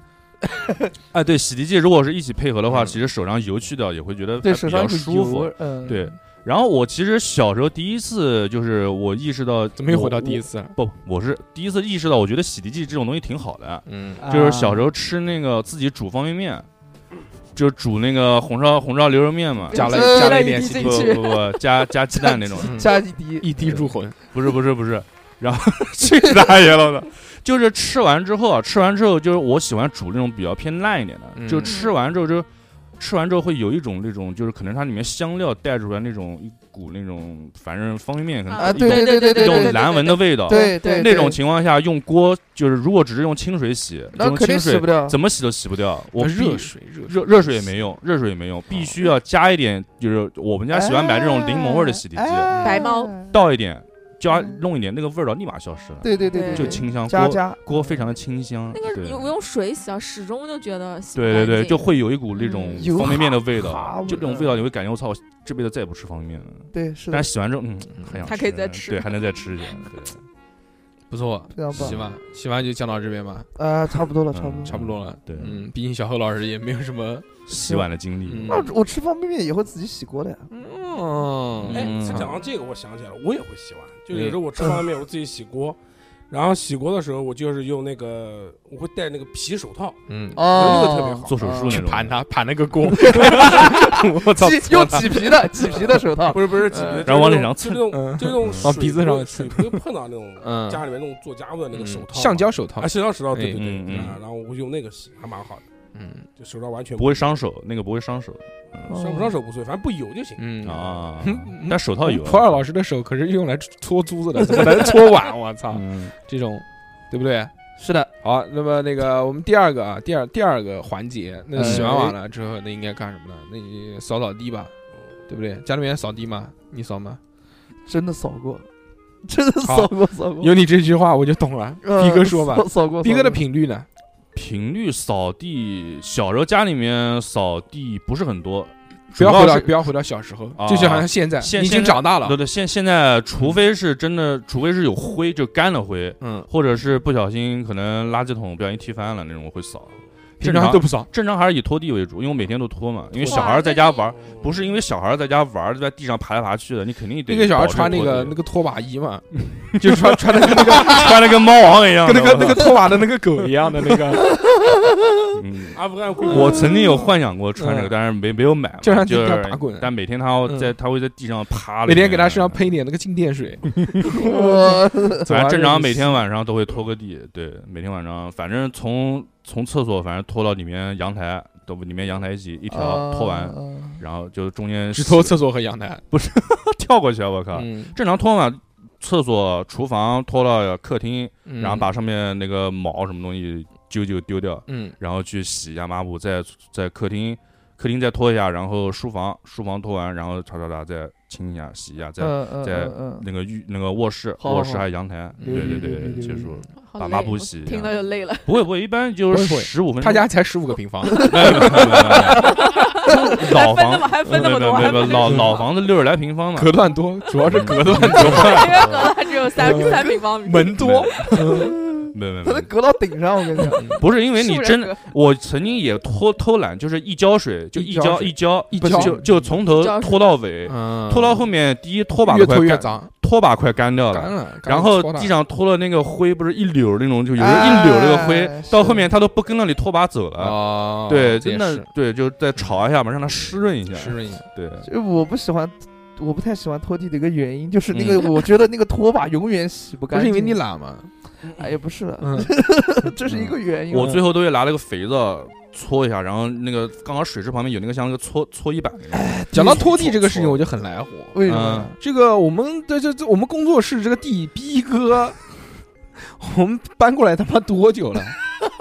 Speaker 5: 哎，对，洗涤剂如果是一起配合的话，
Speaker 2: 嗯
Speaker 5: 其实手上油去掉也会觉得
Speaker 3: 对
Speaker 5: 还
Speaker 3: 手
Speaker 5: 比
Speaker 3: 上
Speaker 5: 较
Speaker 3: 有
Speaker 5: 舒服
Speaker 3: 油。，嗯，
Speaker 5: 对，然后我其实小时候第一次就是我意识到，
Speaker 2: 怎么又回到第一
Speaker 5: 次？
Speaker 2: 次了？
Speaker 5: 不，我是第一次意识到，我觉得洗涤剂这种东西挺好的。
Speaker 2: 嗯
Speaker 3: 啊，
Speaker 5: 就是小时候吃那个自己煮方便面，就煮那个红烧红烧牛肉面嘛，
Speaker 2: 加了
Speaker 3: 呃
Speaker 2: 加了
Speaker 6: 一
Speaker 2: 一点
Speaker 6: 滴
Speaker 2: 洗
Speaker 6: 进
Speaker 5: 不
Speaker 6: 去
Speaker 5: 不不加加鸡蛋那种，
Speaker 2: 嗯
Speaker 3: 啊加一滴，
Speaker 2: 一滴入魂。
Speaker 5: 不是不是不是，然后去大爷 了的，就是吃完之后啊，吃完之后就是我喜欢煮那种比较偏烂一点的，
Speaker 2: 嗯
Speaker 5: 就吃完之后就吃完之后会有一种那种就是可能它里面香料带出来那种一股那种反正方便面可能
Speaker 3: 啊，
Speaker 5: 一
Speaker 3: 对
Speaker 5: 种
Speaker 3: 对对对
Speaker 5: 一
Speaker 3: 对对
Speaker 5: 种难闻的味道，
Speaker 3: 对对，
Speaker 5: 那种情况下用锅就是如果只是用清水洗，
Speaker 3: 那
Speaker 5: 用
Speaker 3: 肯定
Speaker 5: 清
Speaker 3: 洗
Speaker 5: 水
Speaker 3: 不掉，
Speaker 5: 怎么洗都洗不掉，我必
Speaker 2: 热水热
Speaker 5: 热热水也没用，热水也没用，必须要加一点，就是我们家喜欢买这种柠檬味儿的洗涤剂，啊嗯
Speaker 3: 哎
Speaker 6: 白猫，
Speaker 5: 倒一点，加
Speaker 3: 嗯
Speaker 5: 弄一点，那个味儿道立马消失了，
Speaker 3: 对对对对，
Speaker 5: 就
Speaker 3: 对
Speaker 5: 清香
Speaker 3: 加
Speaker 5: 锅
Speaker 3: 加
Speaker 5: 锅非常的清香，
Speaker 6: 那个
Speaker 5: 对
Speaker 6: 用用水洗啊，始终就觉得洗不
Speaker 5: 对对对，
Speaker 6: 干净
Speaker 5: 就会有一股那种
Speaker 6: 嗯
Speaker 3: 油
Speaker 5: 方便面的味
Speaker 3: 哈
Speaker 5: 道，
Speaker 3: 味
Speaker 5: 就这种味道你会感觉我操，这辈子再也不吃方便面了。
Speaker 3: 对是的
Speaker 5: 但，是洗完之后，嗯，很想
Speaker 6: 还可以再吃
Speaker 5: 对，还能再吃一点，对，
Speaker 2: 不错，
Speaker 3: 非常棒
Speaker 2: 洗碗洗碗就讲到这边吧，
Speaker 3: 呃，差不多了，差不多
Speaker 5: 嗯
Speaker 3: 了。
Speaker 2: 差不多了。
Speaker 5: 对
Speaker 2: 嗯，毕竟小何老师也没有什么，
Speaker 5: 洗碗的经历
Speaker 2: 嗯，
Speaker 3: 那我吃方便面也会自己洗锅的呀，
Speaker 2: 嗯
Speaker 4: 哎，
Speaker 5: 嗯
Speaker 4: 讲到这个，我想起来了，我也会洗碗。就有时候我吃方便面，我自己洗锅，然后洗锅的时候，我就是用那个，我会戴那个皮手套，
Speaker 2: 嗯，
Speaker 4: 那个特别好。
Speaker 5: 哦做手术那
Speaker 2: 去
Speaker 5: 种，
Speaker 2: 盘它盘那个锅，
Speaker 5: 我操，
Speaker 3: 嗯挤用挤皮的挤皮的手套，
Speaker 4: 不是不是挤
Speaker 3: 呃
Speaker 4: 的，
Speaker 5: 然后往脸上
Speaker 4: 就是那
Speaker 2: 嗯
Speaker 4: 种就是那种
Speaker 2: 往鼻子上
Speaker 4: 水不会碰到那种
Speaker 2: 嗯
Speaker 4: 家里面那种做家务的那个手套嘛，
Speaker 2: 橡胶手套
Speaker 4: 啊，，橡胶手套，对
Speaker 2: 哎
Speaker 4: 对对
Speaker 5: 嗯嗯
Speaker 4: 啊，然后我用那个洗，还蛮好的，
Speaker 2: 嗯
Speaker 4: 就手套完全
Speaker 5: 不会伤手，那个 不会伤手
Speaker 4: 伤
Speaker 3: 嗯
Speaker 4: 不伤手无所谓，反正不油就行。
Speaker 2: 嗯。
Speaker 5: 啊
Speaker 2: 嗯，
Speaker 5: 但手套有啊。
Speaker 2: 普洱老师的手可是用来搓珠子的，怎么能搓碗？ 我操，
Speaker 5: 嗯，
Speaker 2: 这种对不对？
Speaker 3: 是的，
Speaker 2: 好，那么那个我们第二个啊，第二第二个环节，那
Speaker 3: 哎
Speaker 2: 洗完碗了之后，那应该干什么呢？那你扫扫地吧，对不对？家里面扫地吗？你扫吗？
Speaker 3: 真的扫过，真的扫过扫过。
Speaker 2: 有你这句话我就懂了。
Speaker 3: 呃
Speaker 2: 逼哥说吧
Speaker 3: 扫，扫过
Speaker 2: 逼哥的
Speaker 3: 扫过
Speaker 2: 频率呢？
Speaker 5: 频率扫地，小时候家里面扫地不是很多，
Speaker 2: 不要回
Speaker 5: 主
Speaker 2: 到
Speaker 5: 是
Speaker 2: 不要回到小时候，
Speaker 5: 啊
Speaker 2: 就像好像现在，
Speaker 5: 现
Speaker 2: 你已经
Speaker 5: 现在
Speaker 2: 长大
Speaker 5: 对
Speaker 2: 了，
Speaker 5: 对，现现在除非是真的，除非是有灰，就干的灰，
Speaker 2: 嗯，
Speaker 5: 或者是不小心可能垃圾桶不小心踢翻了那种，我会扫。
Speaker 2: 平
Speaker 5: 正
Speaker 2: 常
Speaker 5: 常
Speaker 2: 都不扫。
Speaker 5: 正常还是以拖地为主，因为我每天都拖嘛。因为
Speaker 6: 哇
Speaker 5: 小孩儿在家玩儿，
Speaker 4: 嗯
Speaker 5: 不是因为小孩儿在家玩儿在地上爬来爬去的，你肯定得
Speaker 2: 那个小孩
Speaker 5: 保证
Speaker 2: 穿那
Speaker 5: 拖
Speaker 2: 个
Speaker 5: 地
Speaker 2: 那个拖把衣嘛，就穿穿的跟那个
Speaker 5: 穿的跟猫王一样的，
Speaker 2: 跟那个
Speaker 5: 我
Speaker 2: 那个拖把的那个狗一样的那个，啊
Speaker 5: 嗯
Speaker 4: 阿富汗贵族
Speaker 5: 我曾经有幻想过穿这个，
Speaker 2: 嗯
Speaker 5: 但是没没有买嘛，
Speaker 2: 就
Speaker 5: 就
Speaker 2: 让地
Speaker 5: 是
Speaker 2: 上打滚
Speaker 5: 但每天他要在
Speaker 2: 嗯
Speaker 5: 他会在地上趴了一遍，
Speaker 2: 每天给他身上喷一点那个静电 水。
Speaker 3: 我
Speaker 5: 反正正常每天晚上都会拖个地，对，每天晚上反正从从厕所反正拖到里面阳台，都里面阳台一起一条拖完，
Speaker 3: 嗯
Speaker 5: 然后就中间
Speaker 2: 只拖
Speaker 5: 洗
Speaker 2: 厕所和阳台。
Speaker 5: 跳过去啊，我靠，
Speaker 2: 嗯，
Speaker 5: 正常拖完厕所、厨房拖到客厅，
Speaker 2: 嗯
Speaker 5: 然后把上面那个毛什么东西揪揪丢掉，
Speaker 2: 嗯
Speaker 5: 然后去洗一下抹布，在在客厅客厅再拖一下，然后书房书房拖完，然后叉叉叉再清一下洗一下，再
Speaker 3: 嗯嗯
Speaker 5: 在
Speaker 3: 嗯嗯，
Speaker 5: 那个浴那个卧室
Speaker 3: 好好
Speaker 5: 卧室
Speaker 3: 好
Speaker 5: 还有阳台，
Speaker 2: 嗯
Speaker 5: 对对对
Speaker 2: 嗯嗯嗯
Speaker 5: 对，结
Speaker 2: 嗯
Speaker 5: 束了。
Speaker 6: 好
Speaker 5: 打
Speaker 6: 累
Speaker 5: 抹布
Speaker 6: 我
Speaker 5: 洗啊
Speaker 6: 听到就 累了。
Speaker 5: 不会不会，一般就
Speaker 2: 不
Speaker 5: 是
Speaker 2: 会
Speaker 5: 十五分钟。
Speaker 2: 他家才十五个 平方，
Speaker 5: 没有没有没有没有没有老
Speaker 6: 还分那
Speaker 5: 房
Speaker 6: 么还分那么多
Speaker 5: 没有没有没有
Speaker 6: 还分那么
Speaker 5: 老
Speaker 6: 多
Speaker 5: 老房子六十来平方嘛，
Speaker 2: 隔断多，主要是隔断
Speaker 5: 多
Speaker 6: 因为隔它只有 三
Speaker 5: 嗯
Speaker 6: 三平方米，
Speaker 2: 门多。
Speaker 5: 没有没有没
Speaker 3: 他
Speaker 5: 有
Speaker 3: 都，隔到顶上，我跟你讲，
Speaker 5: 不嗯是因为你
Speaker 6: 竖着
Speaker 5: 真
Speaker 6: 隔
Speaker 5: 我曾经也偷偷懒，就是一浇水就
Speaker 2: 一
Speaker 5: 一
Speaker 2: 浇
Speaker 5: 浇
Speaker 2: 水
Speaker 5: 一浇
Speaker 2: 一
Speaker 5: 不
Speaker 2: 浇
Speaker 5: 就就从头
Speaker 6: 一浇水
Speaker 5: 拖到尾，
Speaker 2: 嗯
Speaker 5: 拖到后面第一拖把都
Speaker 2: 越
Speaker 5: 快
Speaker 2: 拖越
Speaker 5: 干，
Speaker 2: 脏，
Speaker 5: 拖把快干掉
Speaker 2: 干
Speaker 5: 了。
Speaker 2: 了。
Speaker 5: 然后地上拖了那个灰，不是一绺那种，就有时候
Speaker 3: 哎
Speaker 5: 一绺那个灰，
Speaker 3: 是
Speaker 5: 到后面它都不跟那里拖把走了。
Speaker 2: 啊，
Speaker 5: 对，
Speaker 2: 这
Speaker 5: 真
Speaker 2: 也
Speaker 5: 的
Speaker 2: 是嗯
Speaker 5: 对，就再炒一下嘛，让它湿润一下。
Speaker 2: 湿润一下。
Speaker 5: 对，
Speaker 3: 就我不喜欢，我不太喜欢拖地的一个原因就是那个，
Speaker 6: 嗯
Speaker 3: 我觉得那个拖把永远洗
Speaker 2: 不
Speaker 3: 不干
Speaker 2: 是
Speaker 3: 净。
Speaker 2: 因为你，懒嘛？
Speaker 3: 哎呀，不是了，
Speaker 2: 嗯，
Speaker 3: 这是一个原因。啊
Speaker 5: 我最后都会拿那个肥皂搓一下，然后那个刚好水池旁边有那个像那个搓搓衣板那种。嗯
Speaker 2: 讲 到拖地这个事情，我就很来火。
Speaker 3: 为什么？
Speaker 2: 这个我们的这这我们工作室这个地逼哥， 我们搬过来他妈多久了？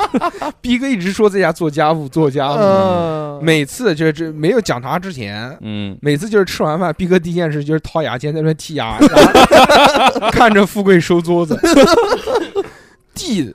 Speaker 2: 逼哥一直说在家做家务做家务，
Speaker 3: 嗯，
Speaker 2: 每次就是这没有讲他之前，
Speaker 5: 嗯，
Speaker 2: 每次就是吃完饭，逼哥第一件事就是掏牙尖在那边剔 牙，然后看着富贵收桌子，地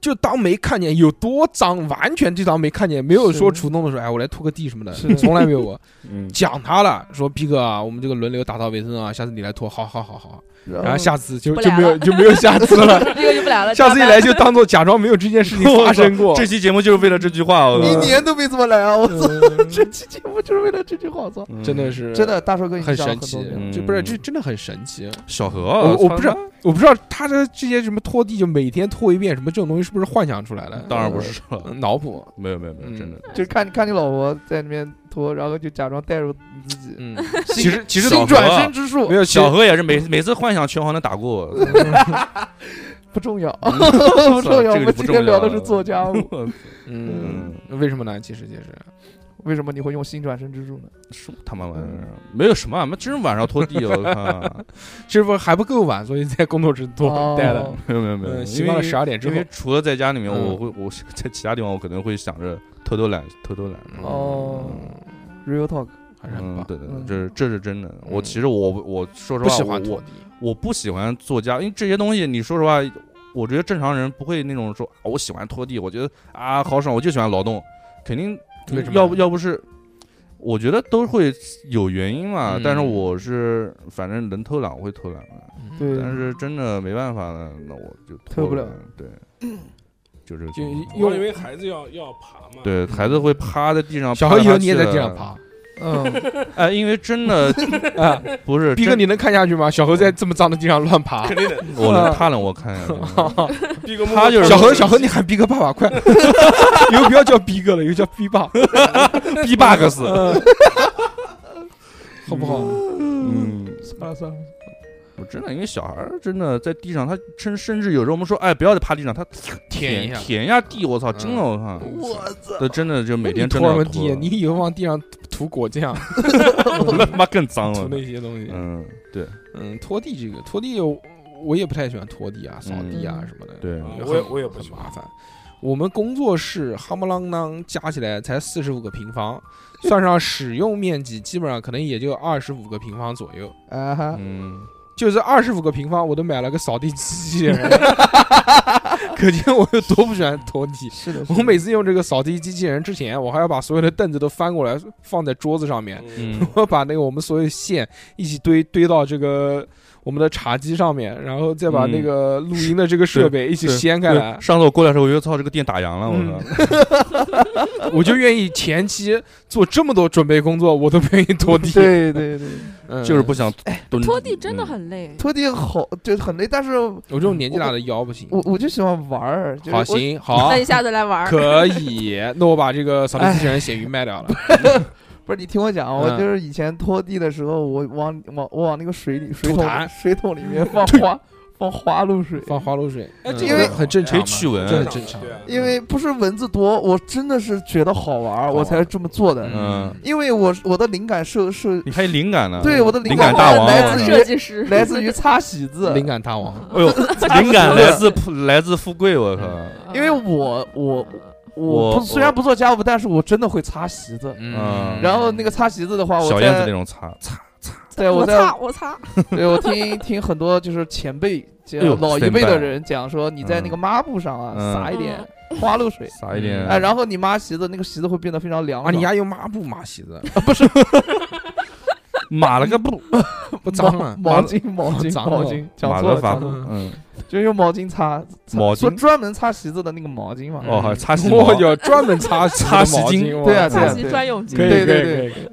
Speaker 2: 就当没看见有多脏，完全就当没看见，没有
Speaker 3: 是
Speaker 2: 说主动的说哎我来拖个地什么的
Speaker 3: 是，
Speaker 2: 从来没有过。
Speaker 5: 嗯，
Speaker 2: 讲他了，说逼哥啊，我们这个轮流打扫卫生啊，下次你来拖，好好好好，
Speaker 3: 嗯
Speaker 2: 然后下次就
Speaker 6: 不
Speaker 2: 就
Speaker 6: 来
Speaker 2: 没有
Speaker 6: 了
Speaker 2: 就没有下次 了，
Speaker 6: 这个就不来了。
Speaker 2: 下次一
Speaker 6: 加
Speaker 2: 来
Speaker 6: 班
Speaker 2: 就当做假装没有这件事情发生过。
Speaker 5: 这期节目就是为了这句话，我哦
Speaker 3: 一年都没怎么来啊！我
Speaker 4: 嗯
Speaker 3: 操，这期节目就是为了这句话，我操，
Speaker 2: 真的是
Speaker 3: 真的大硕哥影
Speaker 2: 很
Speaker 3: 响
Speaker 2: 神
Speaker 3: 多
Speaker 2: 奇
Speaker 3: 人。，
Speaker 5: 嗯
Speaker 2: 就不是这真的很神奇。
Speaker 5: 小何，啊
Speaker 2: 我我不知
Speaker 5: 是
Speaker 2: 道，我不知道他的这些什么拖地就每天拖一遍什么这种东西是不是幻想出来的？
Speaker 5: 当然不是了，
Speaker 2: 嗯脑补。
Speaker 5: 没有没有没
Speaker 2: 嗯
Speaker 5: 有，真的。
Speaker 3: 就看看你老婆在那边拖，然后就假装带入你自己。
Speaker 2: 嗯，其实其实
Speaker 5: 小
Speaker 3: 新
Speaker 5: 何啊
Speaker 3: 转身之术
Speaker 2: 没有其实
Speaker 5: 小何也是每每次幻想拳皇能打过我，
Speaker 3: 不重要，不重要。我
Speaker 5: 这个
Speaker 3: 们
Speaker 5: 就不
Speaker 3: 今
Speaker 5: 重要
Speaker 3: 天聊的是
Speaker 5: 了
Speaker 3: 做家务，
Speaker 2: 嗯，为什么呢？其实其实
Speaker 3: 为什么你会用新转身之术呢？
Speaker 5: 什么他妈玩意儿？啊没有什么，妈真是晚上拖地，我 靠！
Speaker 2: 其实不还不够晚，所以在工作室
Speaker 3: 哦
Speaker 2: 多待了。
Speaker 5: 没有没有没有，
Speaker 2: 嗯，习
Speaker 5: 因
Speaker 2: 惯了
Speaker 5: 为
Speaker 2: 十二点之
Speaker 5: 因
Speaker 2: 后
Speaker 5: 为。除了在家里面，
Speaker 2: 嗯
Speaker 5: 我会我在其他地方我可能会想着偷偷懒，偷偷懒。
Speaker 3: 哦
Speaker 2: 嗯，
Speaker 3: ，real talk，
Speaker 2: 还是很
Speaker 5: 嗯，
Speaker 2: 棒。
Speaker 5: 对对，对
Speaker 3: 嗯
Speaker 5: 这是这是真的。我
Speaker 2: 嗯
Speaker 5: 其实我我说实
Speaker 2: 不
Speaker 5: 话，
Speaker 2: 喜
Speaker 5: 我
Speaker 2: 欢拖
Speaker 5: 我
Speaker 2: 地，
Speaker 5: 我不喜欢做家，因为这些东西，你说实话，我觉得正常人不会那种说，啊我喜欢拖地，我觉得啊好爽，我就喜欢劳动，肯定
Speaker 2: 为什么呢
Speaker 5: 要不要不是，我觉得都会有原因嘛。
Speaker 2: 嗯
Speaker 5: 但是我是反正能偷懒我会偷懒的，
Speaker 2: 嗯
Speaker 3: 对，
Speaker 5: 但是真的没办法了，那我就
Speaker 3: 偷不了
Speaker 5: 了。对，就这个
Speaker 2: 就
Speaker 5: 情况。
Speaker 4: 因为孩子要要爬嘛，，
Speaker 5: 对，孩子会趴在地上，
Speaker 2: 小
Speaker 5: 爬
Speaker 2: 何
Speaker 5: 来
Speaker 2: 以
Speaker 5: 爬
Speaker 2: 后你也
Speaker 5: 去
Speaker 2: 在
Speaker 5: 的
Speaker 2: 地上。爬
Speaker 3: 嗯，
Speaker 5: 哎，因为 真的
Speaker 2: 啊！
Speaker 5: 不是
Speaker 2: 逼哥，
Speaker 5: 真
Speaker 2: 你能看下去吗？小何在这么脏的地上乱爬。
Speaker 4: 肯定的。
Speaker 5: 我能他能我看一下。
Speaker 4: 逼哥摸摸
Speaker 5: 他就是
Speaker 2: 啊小何，小何，你喊逼哥爸爸 快！以后不要叫逼哥了，以后叫逼爸，
Speaker 5: B box，
Speaker 2: 好不好？
Speaker 5: 嗯，
Speaker 3: 算了算了，
Speaker 5: 我真的，因为小孩儿真的在地上，他甚甚至有时候我们说，哎，不要再趴地上，他
Speaker 2: 舔一下
Speaker 5: 舔一下地，我操，
Speaker 2: 嗯
Speaker 5: 真的我靠，
Speaker 3: 我操，
Speaker 5: 这真的就每天
Speaker 2: 你拖
Speaker 5: 真的
Speaker 2: 什
Speaker 5: 要
Speaker 2: 么
Speaker 5: 拖
Speaker 2: 地？
Speaker 5: 了，
Speaker 2: 你以后往地上涂果 酱，
Speaker 5: 那 他妈更脏
Speaker 2: 涂
Speaker 5: 了。
Speaker 2: 那些东西。
Speaker 5: 嗯，对
Speaker 2: 嗯，拖地这个，拖地我我也不太喜欢拖地啊、扫地啊
Speaker 6: 嗯
Speaker 2: 什么的。
Speaker 5: 对，
Speaker 4: 啊
Speaker 2: 很，
Speaker 4: 我也我也不
Speaker 2: 很
Speaker 4: 喜欢
Speaker 2: 麻烦。我们工作室夯不啷当加起来才四十五个平方，算上使用面积，基本上可能也就二十五个平方左右。
Speaker 3: 啊哈，
Speaker 5: 嗯，
Speaker 2: 就是二十五个平方，我都买了个扫地机器 人，可见我有多不喜欢拖地。
Speaker 3: 是的，是的
Speaker 2: 我每次用这个扫地机器人之前，我还要把所有的凳子都翻过来放在桌子上面，
Speaker 4: 嗯，
Speaker 5: 嗯，
Speaker 2: 我要把那个我们所有线一起堆堆到这个我们的茶几上面，然后再
Speaker 4: 嗯
Speaker 2: 把那个录音的这个设备一起
Speaker 5: 对
Speaker 2: 掀开来嗯
Speaker 5: 对。上次我过来的时候，我就操，这个店打烊了，我操，
Speaker 2: 我就愿意前期做这么多准备工作，我都不愿意拖地，
Speaker 3: 对对对，
Speaker 2: 嗯
Speaker 5: 就是不。想蹲
Speaker 6: 哎拖地真的
Speaker 5: 嗯
Speaker 6: 很累，
Speaker 3: 拖地好就很累，但是我
Speaker 2: 我这种年纪大的腰不行。
Speaker 3: 我就喜欢玩儿，就是
Speaker 2: 好，
Speaker 3: 我，
Speaker 2: 行，好
Speaker 6: 那，你下次来玩儿。
Speaker 2: 哦 可以。那我把这个扫地机器人咸鱼卖掉了。
Speaker 3: 哎不是你听我讲，啊我
Speaker 2: 嗯
Speaker 3: 就是以前拖地的时候，我往往我往那个水里水
Speaker 2: 吐
Speaker 3: 桶
Speaker 2: 痰
Speaker 3: 水桶里面放花放花露水，
Speaker 2: 放花露水，
Speaker 4: 哎
Speaker 2: 嗯
Speaker 4: 这
Speaker 3: 个为
Speaker 2: 很正常嘛，
Speaker 5: 可以驱蚊
Speaker 2: 这很正常。
Speaker 4: 对啊
Speaker 3: 因为不是蚊子多，我真的是觉得好玩儿，
Speaker 2: 玩
Speaker 3: 我才这么做的，
Speaker 5: 嗯
Speaker 3: 因为我我的灵感是是
Speaker 5: 你还有灵感呢？
Speaker 3: 对我的
Speaker 5: 灵
Speaker 3: 灵
Speaker 5: 感
Speaker 3: 感
Speaker 5: 大王，
Speaker 3: 来
Speaker 5: 我
Speaker 3: 自
Speaker 5: 操
Speaker 3: 于
Speaker 6: 设计师
Speaker 3: 来自于擦洗子，
Speaker 2: 灵感 大王，
Speaker 6: 嗯
Speaker 5: 哎呦，灵感来自来自富贵，我靠，
Speaker 3: 因为我我
Speaker 5: 我
Speaker 3: 我不虽然
Speaker 5: 我
Speaker 3: 不做家务，但是我真的会擦席子。
Speaker 5: 嗯
Speaker 3: 然后那个擦席子的话，我
Speaker 5: 小燕子那
Speaker 3: 在嗯
Speaker 5: 种擦擦，
Speaker 3: 对
Speaker 6: 我
Speaker 3: 我在
Speaker 6: 擦我擦，
Speaker 3: 对我听听很多就是前辈就
Speaker 5: 哎呦
Speaker 3: 老一辈
Speaker 5: standby
Speaker 3: 的人讲说，你在那个抹布上
Speaker 5: 嗯
Speaker 3: 啊撒一点花露水，
Speaker 5: 撒一点，
Speaker 3: 哎，然后你抹席子，那个席子会变得非常凉
Speaker 2: 啊，你
Speaker 3: 爽。
Speaker 2: 丫用抹布抹席子，
Speaker 1: 哦
Speaker 5: 码了个布，
Speaker 2: 不脏啊？
Speaker 3: 毛毛巾毛 巾哦
Speaker 2: 脏了
Speaker 3: 毛巾， 讲
Speaker 5: 码
Speaker 3: 错
Speaker 5: 了
Speaker 3: 了，
Speaker 5: 法
Speaker 3: 讲
Speaker 5: 布
Speaker 3: 错了，
Speaker 5: 嗯，
Speaker 3: 就用毛巾擦，擦
Speaker 5: 毛
Speaker 3: 说
Speaker 5: 巾
Speaker 3: 专门擦席子的那个毛巾嘛。
Speaker 5: 哦，还擦洗
Speaker 2: 我
Speaker 5: 毛
Speaker 2: 有专门 擦
Speaker 5: 擦洗
Speaker 2: 毛
Speaker 5: 巾
Speaker 2: 巾，
Speaker 3: 对啊
Speaker 2: 哇
Speaker 3: 对
Speaker 6: 嗯擦
Speaker 3: 啊
Speaker 6: 洗专用机
Speaker 4: 可以，
Speaker 3: 对对
Speaker 4: 可以，可以，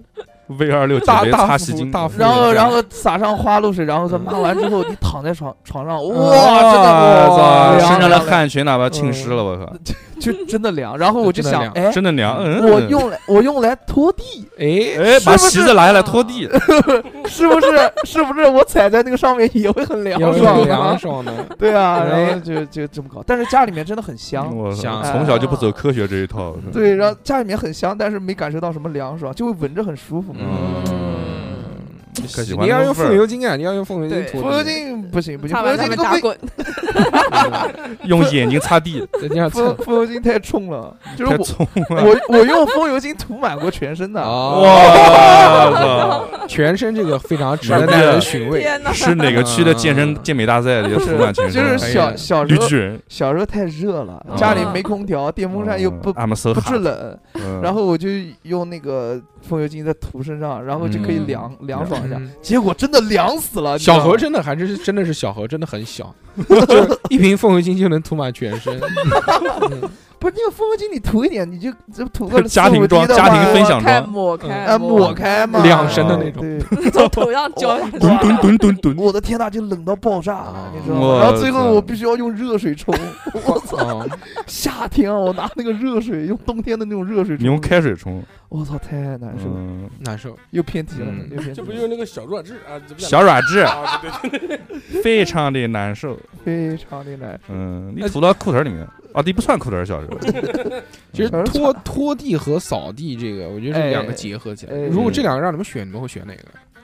Speaker 5: V 二六
Speaker 2: 大大
Speaker 5: 擦
Speaker 2: 幅
Speaker 5: 洗巾，
Speaker 2: 大幅
Speaker 3: 嗯然后，
Speaker 2: 对
Speaker 3: 然后撒上花露水，然后再
Speaker 2: 嗯
Speaker 3: 抹完之后，你躺在床床上， 哇，真的哇
Speaker 5: 哇
Speaker 3: 凉
Speaker 5: 啊身上的
Speaker 3: 凉
Speaker 5: 汗全哪怕浸湿了，我靠，
Speaker 3: 就真的凉。然后我就
Speaker 2: 真的
Speaker 3: 想，
Speaker 2: 凉
Speaker 3: 哎，
Speaker 5: 真的凉，嗯，
Speaker 3: 嗯我用来我用来拖地，
Speaker 2: 哎，
Speaker 5: 哎，
Speaker 3: 是不
Speaker 5: 把席子拿下来拖 地，
Speaker 3: 是不是？ 是不是我踩在那个上面也会很凉
Speaker 2: 有一
Speaker 3: 爽
Speaker 2: 种
Speaker 3: 啊？
Speaker 2: 凉爽的，
Speaker 3: 对啊，
Speaker 2: 哎
Speaker 3: 然后就就这么搞。但是家里面真的很香，
Speaker 5: 嗯我
Speaker 2: 香
Speaker 5: 操从小就不走科学这一套，
Speaker 3: 哎对，然后家里面很香，但是没感受到什么凉爽，就会闻着很舒服。
Speaker 2: 嗯
Speaker 5: 嗯，
Speaker 2: 可惜
Speaker 5: 喜欢
Speaker 2: 你要
Speaker 5: 那
Speaker 2: 用
Speaker 5: 味
Speaker 2: 风
Speaker 5: 儿
Speaker 2: 油精啊，你要用风油精
Speaker 6: 对
Speaker 2: 涂
Speaker 3: 风
Speaker 2: 地
Speaker 3: 油，精不行不行，
Speaker 6: 擦
Speaker 3: 风油
Speaker 6: 完他
Speaker 3: 精那
Speaker 6: 们
Speaker 3: 个
Speaker 6: 打
Speaker 3: 味，
Speaker 6: 滚，
Speaker 2: 嗯
Speaker 5: 用眼睛 擦地，
Speaker 2: 人家
Speaker 3: 风风油精太冲了，就是
Speaker 5: 太
Speaker 3: 我
Speaker 5: 冲了，
Speaker 3: 我我用风油精涂满过全身的。
Speaker 2: 啊
Speaker 5: 哇操！
Speaker 2: 全身这个非常值
Speaker 5: 牛
Speaker 2: 得
Speaker 5: 逼
Speaker 2: 耐
Speaker 5: 啊
Speaker 2: 人寻味。
Speaker 6: 天哪！
Speaker 5: 是哪个区的健身健美大赛里的
Speaker 3: 是
Speaker 5: 出满全
Speaker 3: 就
Speaker 5: 身
Speaker 3: 是
Speaker 5: 的？
Speaker 3: 小小时
Speaker 5: 哎绿
Speaker 3: 候
Speaker 5: 巨人，
Speaker 3: 小时候太热了，
Speaker 5: 啊
Speaker 3: 家里没空调，电风扇又不
Speaker 5: 俺们手
Speaker 3: 不制冷，然
Speaker 5: 后
Speaker 3: 后我就用那个风油精在涂身上，然后就可以
Speaker 6: 嗯
Speaker 3: 凉凉爽一下。
Speaker 2: 嗯
Speaker 3: 结果真的凉死了，你知道
Speaker 2: 小
Speaker 3: 吗
Speaker 2: 何真的还是真的是小何，真的很 小，就是一瓶风油精就能涂满全身。
Speaker 3: 不是那个风油精，你涂一点，你就就涂个
Speaker 5: 家
Speaker 3: 四五
Speaker 5: 庭装
Speaker 3: 滴的
Speaker 5: 家庭
Speaker 3: 话
Speaker 5: 分享
Speaker 6: 开
Speaker 5: 装
Speaker 6: 抹开，
Speaker 4: 哎
Speaker 3: 啊抹开嘛，
Speaker 2: 两升的那种
Speaker 3: 对，
Speaker 6: 从 头上浇 下
Speaker 5: 蹲
Speaker 6: 去。
Speaker 5: 蹲蹲蹲蹲，
Speaker 3: 我的天呐，就冷到爆炸
Speaker 2: 啊，
Speaker 3: 你知道吗？
Speaker 5: 我
Speaker 3: 然后最
Speaker 5: 操
Speaker 3: 后我必须要用热水 冲，我操！
Speaker 2: 哦，
Speaker 3: 夏天啊，我拿那个热水，用冬天的那种热水
Speaker 5: 你用
Speaker 3: 冲，
Speaker 5: 开水冲，
Speaker 3: 我操，太难受了，
Speaker 5: 嗯，
Speaker 2: 难受。
Speaker 3: 又偏题了
Speaker 2: 嗯，
Speaker 3: 又偏题
Speaker 4: 这不
Speaker 3: 了
Speaker 4: 就是那个小弱智啊？这不
Speaker 5: 小软 质
Speaker 4: 啊，对对对，
Speaker 5: 非常的难受，
Speaker 3: 非常的难
Speaker 5: 嗯，你涂到裤腿里面，啊，你不穿裤腿，小时候，
Speaker 2: 其实
Speaker 3: 小何
Speaker 2: 拖
Speaker 3: 惨
Speaker 2: 拖地和扫地这个，我觉得是两个结合起来。
Speaker 3: 哎哎
Speaker 2: 如果这两个让你们选，你们会选哪个？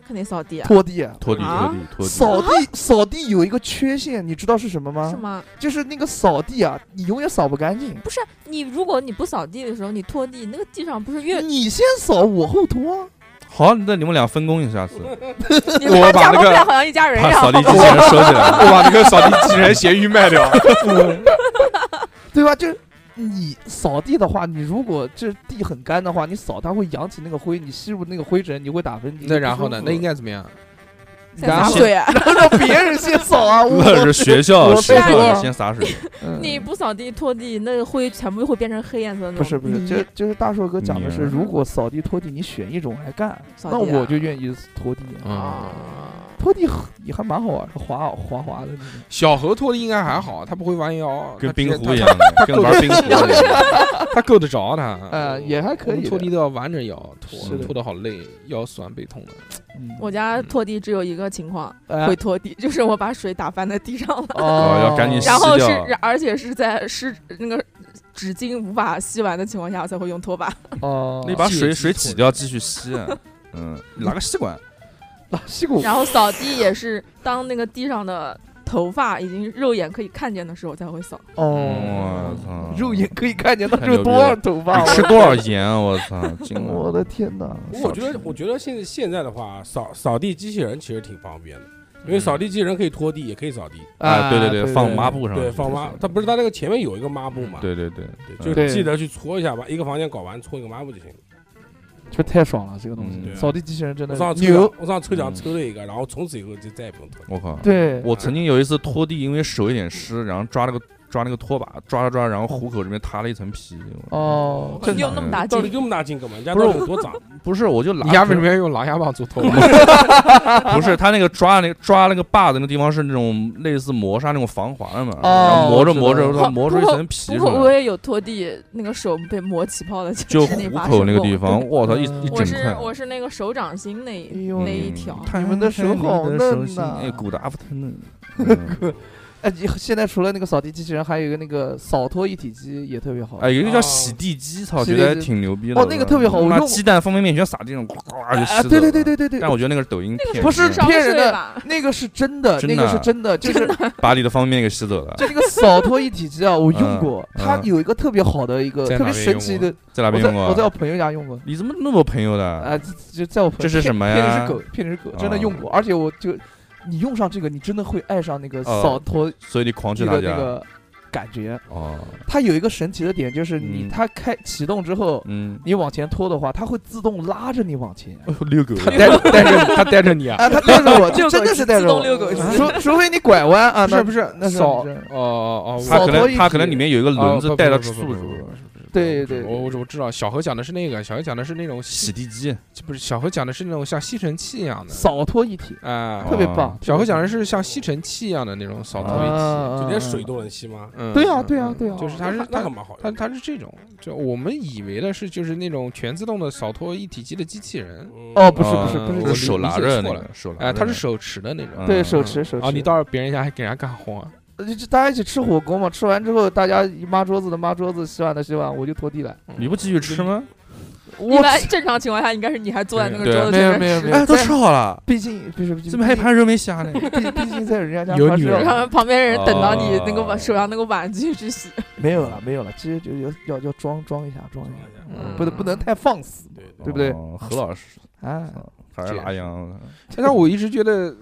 Speaker 6: 肯定扫地啊？
Speaker 3: 拖地啊，
Speaker 5: 拖地拖
Speaker 6: 啊
Speaker 5: 地拖地，
Speaker 3: 扫地扫地有一个缺陷，你知道是什么吗？
Speaker 6: 是吗？
Speaker 3: 就是那个扫地啊，你永远扫不干净。
Speaker 6: 不是你，如果你不扫地的时候，你拖地，那个地上不是越
Speaker 3: 你先扫，我后拖啊。
Speaker 5: 好，那你们俩分工一 下，下次
Speaker 6: 你们俩
Speaker 5: 把那
Speaker 6: 假装
Speaker 5: 个
Speaker 6: 不俩好像一家人一
Speaker 5: 把扫
Speaker 6: 样。
Speaker 5: 地机 器人收起 来，我把那个扫地机器人咸鱼卖 掉，
Speaker 3: 对吧？就是你扫地的话，你如果这地很干的话，你扫它会扬起那个灰，你吸入那个灰尘，你会打喷嚏。
Speaker 2: 那然后呢？那
Speaker 3: 不舒服
Speaker 2: 应该怎么样？
Speaker 6: 再
Speaker 3: 然
Speaker 6: 洒
Speaker 3: 后
Speaker 6: 水啊，
Speaker 3: 然后让别人先扫啊，我
Speaker 5: 那是学校
Speaker 3: 我
Speaker 5: 学
Speaker 6: 不
Speaker 5: 校
Speaker 6: 要
Speaker 5: 先洒水，
Speaker 3: 嗯
Speaker 6: 你不扫地拖地，那个灰全部会变成黑颜色的那
Speaker 3: 不
Speaker 6: 种。
Speaker 3: 是不是，
Speaker 6: 泥
Speaker 3: 就就是大硕哥讲的是，
Speaker 5: 泥
Speaker 3: 如果扫地拖地你选一种来干，
Speaker 6: 扫地
Speaker 3: 那
Speaker 6: 啊哦
Speaker 3: 我就愿意拖地。
Speaker 2: 啊，
Speaker 3: 拖地很也还蛮好玩的，滑滑滑的那种。
Speaker 2: 小何拖地应该还好，他不会弯腰，
Speaker 5: 跟
Speaker 2: 他直
Speaker 5: 冰
Speaker 2: 接
Speaker 5: 壶一，样，跟玩冰壶一样，
Speaker 2: 他他够得着他。
Speaker 3: 呃，也还
Speaker 2: 我
Speaker 3: 可
Speaker 2: 们
Speaker 3: 以
Speaker 2: 拖地都要弯着腰拖
Speaker 3: 是，的
Speaker 2: 拖得好累，腰酸背痛的。
Speaker 6: 我家拖地只有一个情况
Speaker 4: 啊
Speaker 3: 哎
Speaker 6: 会拖地， 就是我把水打翻在地上了，
Speaker 3: 哦
Speaker 5: 要赶紧洗
Speaker 6: 然后是
Speaker 5: 掉
Speaker 6: 而且是在湿那个纸巾无法吸完的情况下我才会用拖把。
Speaker 3: 哦，
Speaker 5: 你把
Speaker 2: 借机
Speaker 5: 水水
Speaker 2: 拖
Speaker 5: 挤
Speaker 2: 地
Speaker 5: 掉继续吸，嗯，拿个吸管，
Speaker 3: 拉屁股
Speaker 6: 然后扫地也是当那个地上的头发已经肉眼可以看见的时候才会扫。
Speaker 5: 我
Speaker 3: 哦，
Speaker 5: 操，
Speaker 3: 肉眼可以看见它
Speaker 5: 太
Speaker 3: 有
Speaker 5: 牛逼
Speaker 3: 多少
Speaker 5: 了
Speaker 3: 头发，
Speaker 5: 你吃多少盐啊？我操，惊了！
Speaker 3: 我的天哪！
Speaker 4: 不过我觉得，我觉得现在现在的话，扫扫地机器人其实挺方便的，因为扫地机器人可以拖地，也可以扫地。嗯
Speaker 5: 啊，对
Speaker 3: 对
Speaker 5: 对，放抹布上，
Speaker 4: 对，嗯放抹，它不是它那个前面有一个抹布嘛？，
Speaker 5: 对对对，
Speaker 4: 就
Speaker 3: 对
Speaker 4: 是记得去搓一下吧，一个房间搞完搓一个抹布就行了。
Speaker 3: 这太爽了，这个东
Speaker 5: 嗯
Speaker 3: 西，
Speaker 5: 对
Speaker 4: 啊
Speaker 3: 扫地机器人真
Speaker 4: 我
Speaker 3: 的
Speaker 4: 上次抽
Speaker 3: 牛
Speaker 4: 奖，。我上次抽奖
Speaker 5: 嗯
Speaker 4: 抽了一个，然后从此以后就再也不用拖。
Speaker 5: 我靠！
Speaker 3: 对，
Speaker 5: 我曾经有一次拖地，因为手有点湿，然后抓了个抓那个拖把，抓了抓，然后虎口这边塌了一层皮。我
Speaker 3: 哦，
Speaker 5: 正常
Speaker 6: 你有那么大
Speaker 4: 到底
Speaker 6: 劲？
Speaker 4: 这么大劲干嘛？人家
Speaker 5: 不是
Speaker 4: 到底有多脏？
Speaker 5: 不是，我就拿
Speaker 2: 你家为什么要用狼牙棒做 拖把？
Speaker 5: 不是他那个抓那个抓那个把子那个地方是那种类似磨砂那种防滑的嘛，
Speaker 3: 哦
Speaker 5: 然后磨着
Speaker 3: 我知道
Speaker 5: 磨着，磨出
Speaker 6: 了
Speaker 5: 一层皮
Speaker 6: 不
Speaker 5: 出
Speaker 6: 过我
Speaker 5: 来，
Speaker 6: 也有拖地，那个手被磨起泡的，
Speaker 5: 就是虎
Speaker 6: 那把
Speaker 5: 口那个
Speaker 6: 手
Speaker 5: 地
Speaker 6: 缝
Speaker 5: 方，
Speaker 6: 对
Speaker 5: 我操，一一
Speaker 6: 我
Speaker 5: 整
Speaker 6: 是
Speaker 5: 块。
Speaker 6: 我是那个手掌心那一
Speaker 3: 哎呦
Speaker 6: 那一
Speaker 5: 嗯
Speaker 6: 条
Speaker 5: 看
Speaker 3: 你们的手好
Speaker 5: 你们的手
Speaker 3: 嫩
Speaker 5: 心
Speaker 3: 呐
Speaker 5: 哎，good afternoon。嗯
Speaker 3: 哎，你现在除了那个扫地机器人，还有一个那个扫拖一体机也特别好。
Speaker 5: 哎，有一个叫
Speaker 4: 哦
Speaker 5: 洗地机，操，
Speaker 3: 洗
Speaker 5: 觉
Speaker 3: 地
Speaker 5: 得还
Speaker 3: 机
Speaker 5: 挺牛逼的。
Speaker 3: 哦那个特别好我
Speaker 5: 把
Speaker 3: 用
Speaker 5: 鸡蛋方便面全撒地上，呱呱就
Speaker 3: 啊，
Speaker 5: 吸走
Speaker 3: 对对对
Speaker 5: 了。
Speaker 3: 对对对，
Speaker 5: 但我觉得那个是抖音骗
Speaker 3: 不是
Speaker 5: 人的
Speaker 3: 骗人的
Speaker 6: 吧？
Speaker 3: 那个是真的，
Speaker 5: 真
Speaker 3: 那
Speaker 5: 的啊
Speaker 3: 个是真 的，就是
Speaker 5: 把你的方便面给吸走了。
Speaker 3: 就那个扫拖一体机啊，我用过，
Speaker 5: 嗯
Speaker 3: 它有一个特别好的一个
Speaker 2: 在
Speaker 3: 特
Speaker 2: 哪边
Speaker 3: 别神奇的，
Speaker 5: 在哪
Speaker 3: 我
Speaker 5: 边
Speaker 3: 在
Speaker 5: 用
Speaker 3: 我在我
Speaker 5: 过？啊
Speaker 3: 朋友家用过。
Speaker 5: 你怎么那么朋友的？
Speaker 3: 啊，就就在我朋友
Speaker 5: 这是
Speaker 3: 骗
Speaker 5: 什么
Speaker 3: 骗
Speaker 5: 呀
Speaker 3: 你是狗，骗你是狗，真的
Speaker 5: 啊
Speaker 3: 用过，而且我就你用上这个，你真的会爱上那个
Speaker 5: 哦
Speaker 3: 扫拖
Speaker 5: 所以你狂去
Speaker 3: 那
Speaker 5: 他
Speaker 3: 个
Speaker 5: 家
Speaker 3: 那？个感觉。啊
Speaker 5: 哦，
Speaker 3: 它有一个神奇的点，就是你
Speaker 5: 嗯
Speaker 3: 它开启动之后，
Speaker 5: 嗯，
Speaker 3: 你往前拖的话，它会自动拉着你往前。
Speaker 5: 遛狗，
Speaker 2: 他带带着他带着你啊？
Speaker 3: 啊，它带着我，
Speaker 6: 遛
Speaker 3: 真
Speaker 6: 狗
Speaker 3: 的
Speaker 6: 机
Speaker 3: 是带
Speaker 6: 自
Speaker 3: 着
Speaker 6: 动
Speaker 3: 我，
Speaker 6: 遛狗机
Speaker 3: 除除非你拐弯啊，
Speaker 2: 不是
Speaker 3: 那
Speaker 2: 不是，
Speaker 3: 那是
Speaker 2: 扫
Speaker 3: 那是
Speaker 2: 哦哦
Speaker 5: 他
Speaker 2: 哦，
Speaker 3: 扫
Speaker 5: 可
Speaker 3: 拖
Speaker 5: 能
Speaker 3: 一哦
Speaker 5: 他
Speaker 3: 体
Speaker 5: 可能里面有一个轮子带着宿
Speaker 2: 主
Speaker 5: 主，。
Speaker 3: 对对
Speaker 2: 我我我知道，小何讲的是那个，小何讲的是那种
Speaker 5: 洗
Speaker 2: 细，
Speaker 5: 地机，
Speaker 2: 不是小何讲的是那种像吸尘器一样的，
Speaker 3: 扫拖一体，
Speaker 2: 啊，
Speaker 3: 特别
Speaker 5: 哦
Speaker 3: 棒。
Speaker 2: 小何讲的是像吸尘器一样的那种扫拖一体，
Speaker 3: 啊
Speaker 4: 就连水都能吸吗？哦
Speaker 2: 嗯，
Speaker 3: 对啊
Speaker 2: 嗯
Speaker 3: 对啊
Speaker 2: 嗯
Speaker 3: 对啊
Speaker 2: 就是它是
Speaker 4: 那那
Speaker 2: 它
Speaker 4: 还蛮好用
Speaker 2: 它它是这种，就我们以为的是就是那种全自动的扫拖一体机的机器人，
Speaker 4: 嗯
Speaker 3: 哦，不是不是
Speaker 2: 啊
Speaker 3: 不
Speaker 2: 我理
Speaker 3: 是这
Speaker 5: 是
Speaker 3: 个，
Speaker 5: 手拿
Speaker 2: 理解
Speaker 5: 着那
Speaker 2: 错
Speaker 5: 个手拿着那个，
Speaker 2: 哎，它是手持的那种
Speaker 5: 嗯，
Speaker 3: 对手
Speaker 2: 嗯
Speaker 3: 持手持。
Speaker 2: 啊，你到别人家还给人家干活 啊，
Speaker 3: 呃就大家一起吃火锅嘛，吃完之后大家一抹桌子的抹桌子，洗碗的洗碗，我就拖地了。
Speaker 5: 嗯你不继续吃吗？
Speaker 6: 一
Speaker 3: 我
Speaker 6: 般正常情况下应该是你还坐在那个
Speaker 5: 对
Speaker 6: 桌子
Speaker 3: 没有
Speaker 6: 前
Speaker 3: 没
Speaker 6: 面
Speaker 3: 有
Speaker 6: 吃
Speaker 3: 没有，
Speaker 5: 哎，都吃好了，
Speaker 3: 毕竟毕竟
Speaker 5: 怎么还有一盘肉没下呢？
Speaker 3: 毕毕竟在人家家
Speaker 2: 有
Speaker 3: 还
Speaker 2: 女
Speaker 3: 是
Speaker 2: 人
Speaker 3: 要
Speaker 6: 然后旁边人等到你那个
Speaker 5: 哦
Speaker 6: 碗手上那个碗继续去洗，
Speaker 3: 没有了没有了，其实就要要要装装一下
Speaker 4: 哎
Speaker 3: 装一下，
Speaker 2: 嗯
Speaker 3: 不能不能太放肆
Speaker 4: 对对
Speaker 3: 对不对
Speaker 5: 哦何老师
Speaker 3: 啊！
Speaker 5: 还是拉洋，
Speaker 2: 但我一直觉得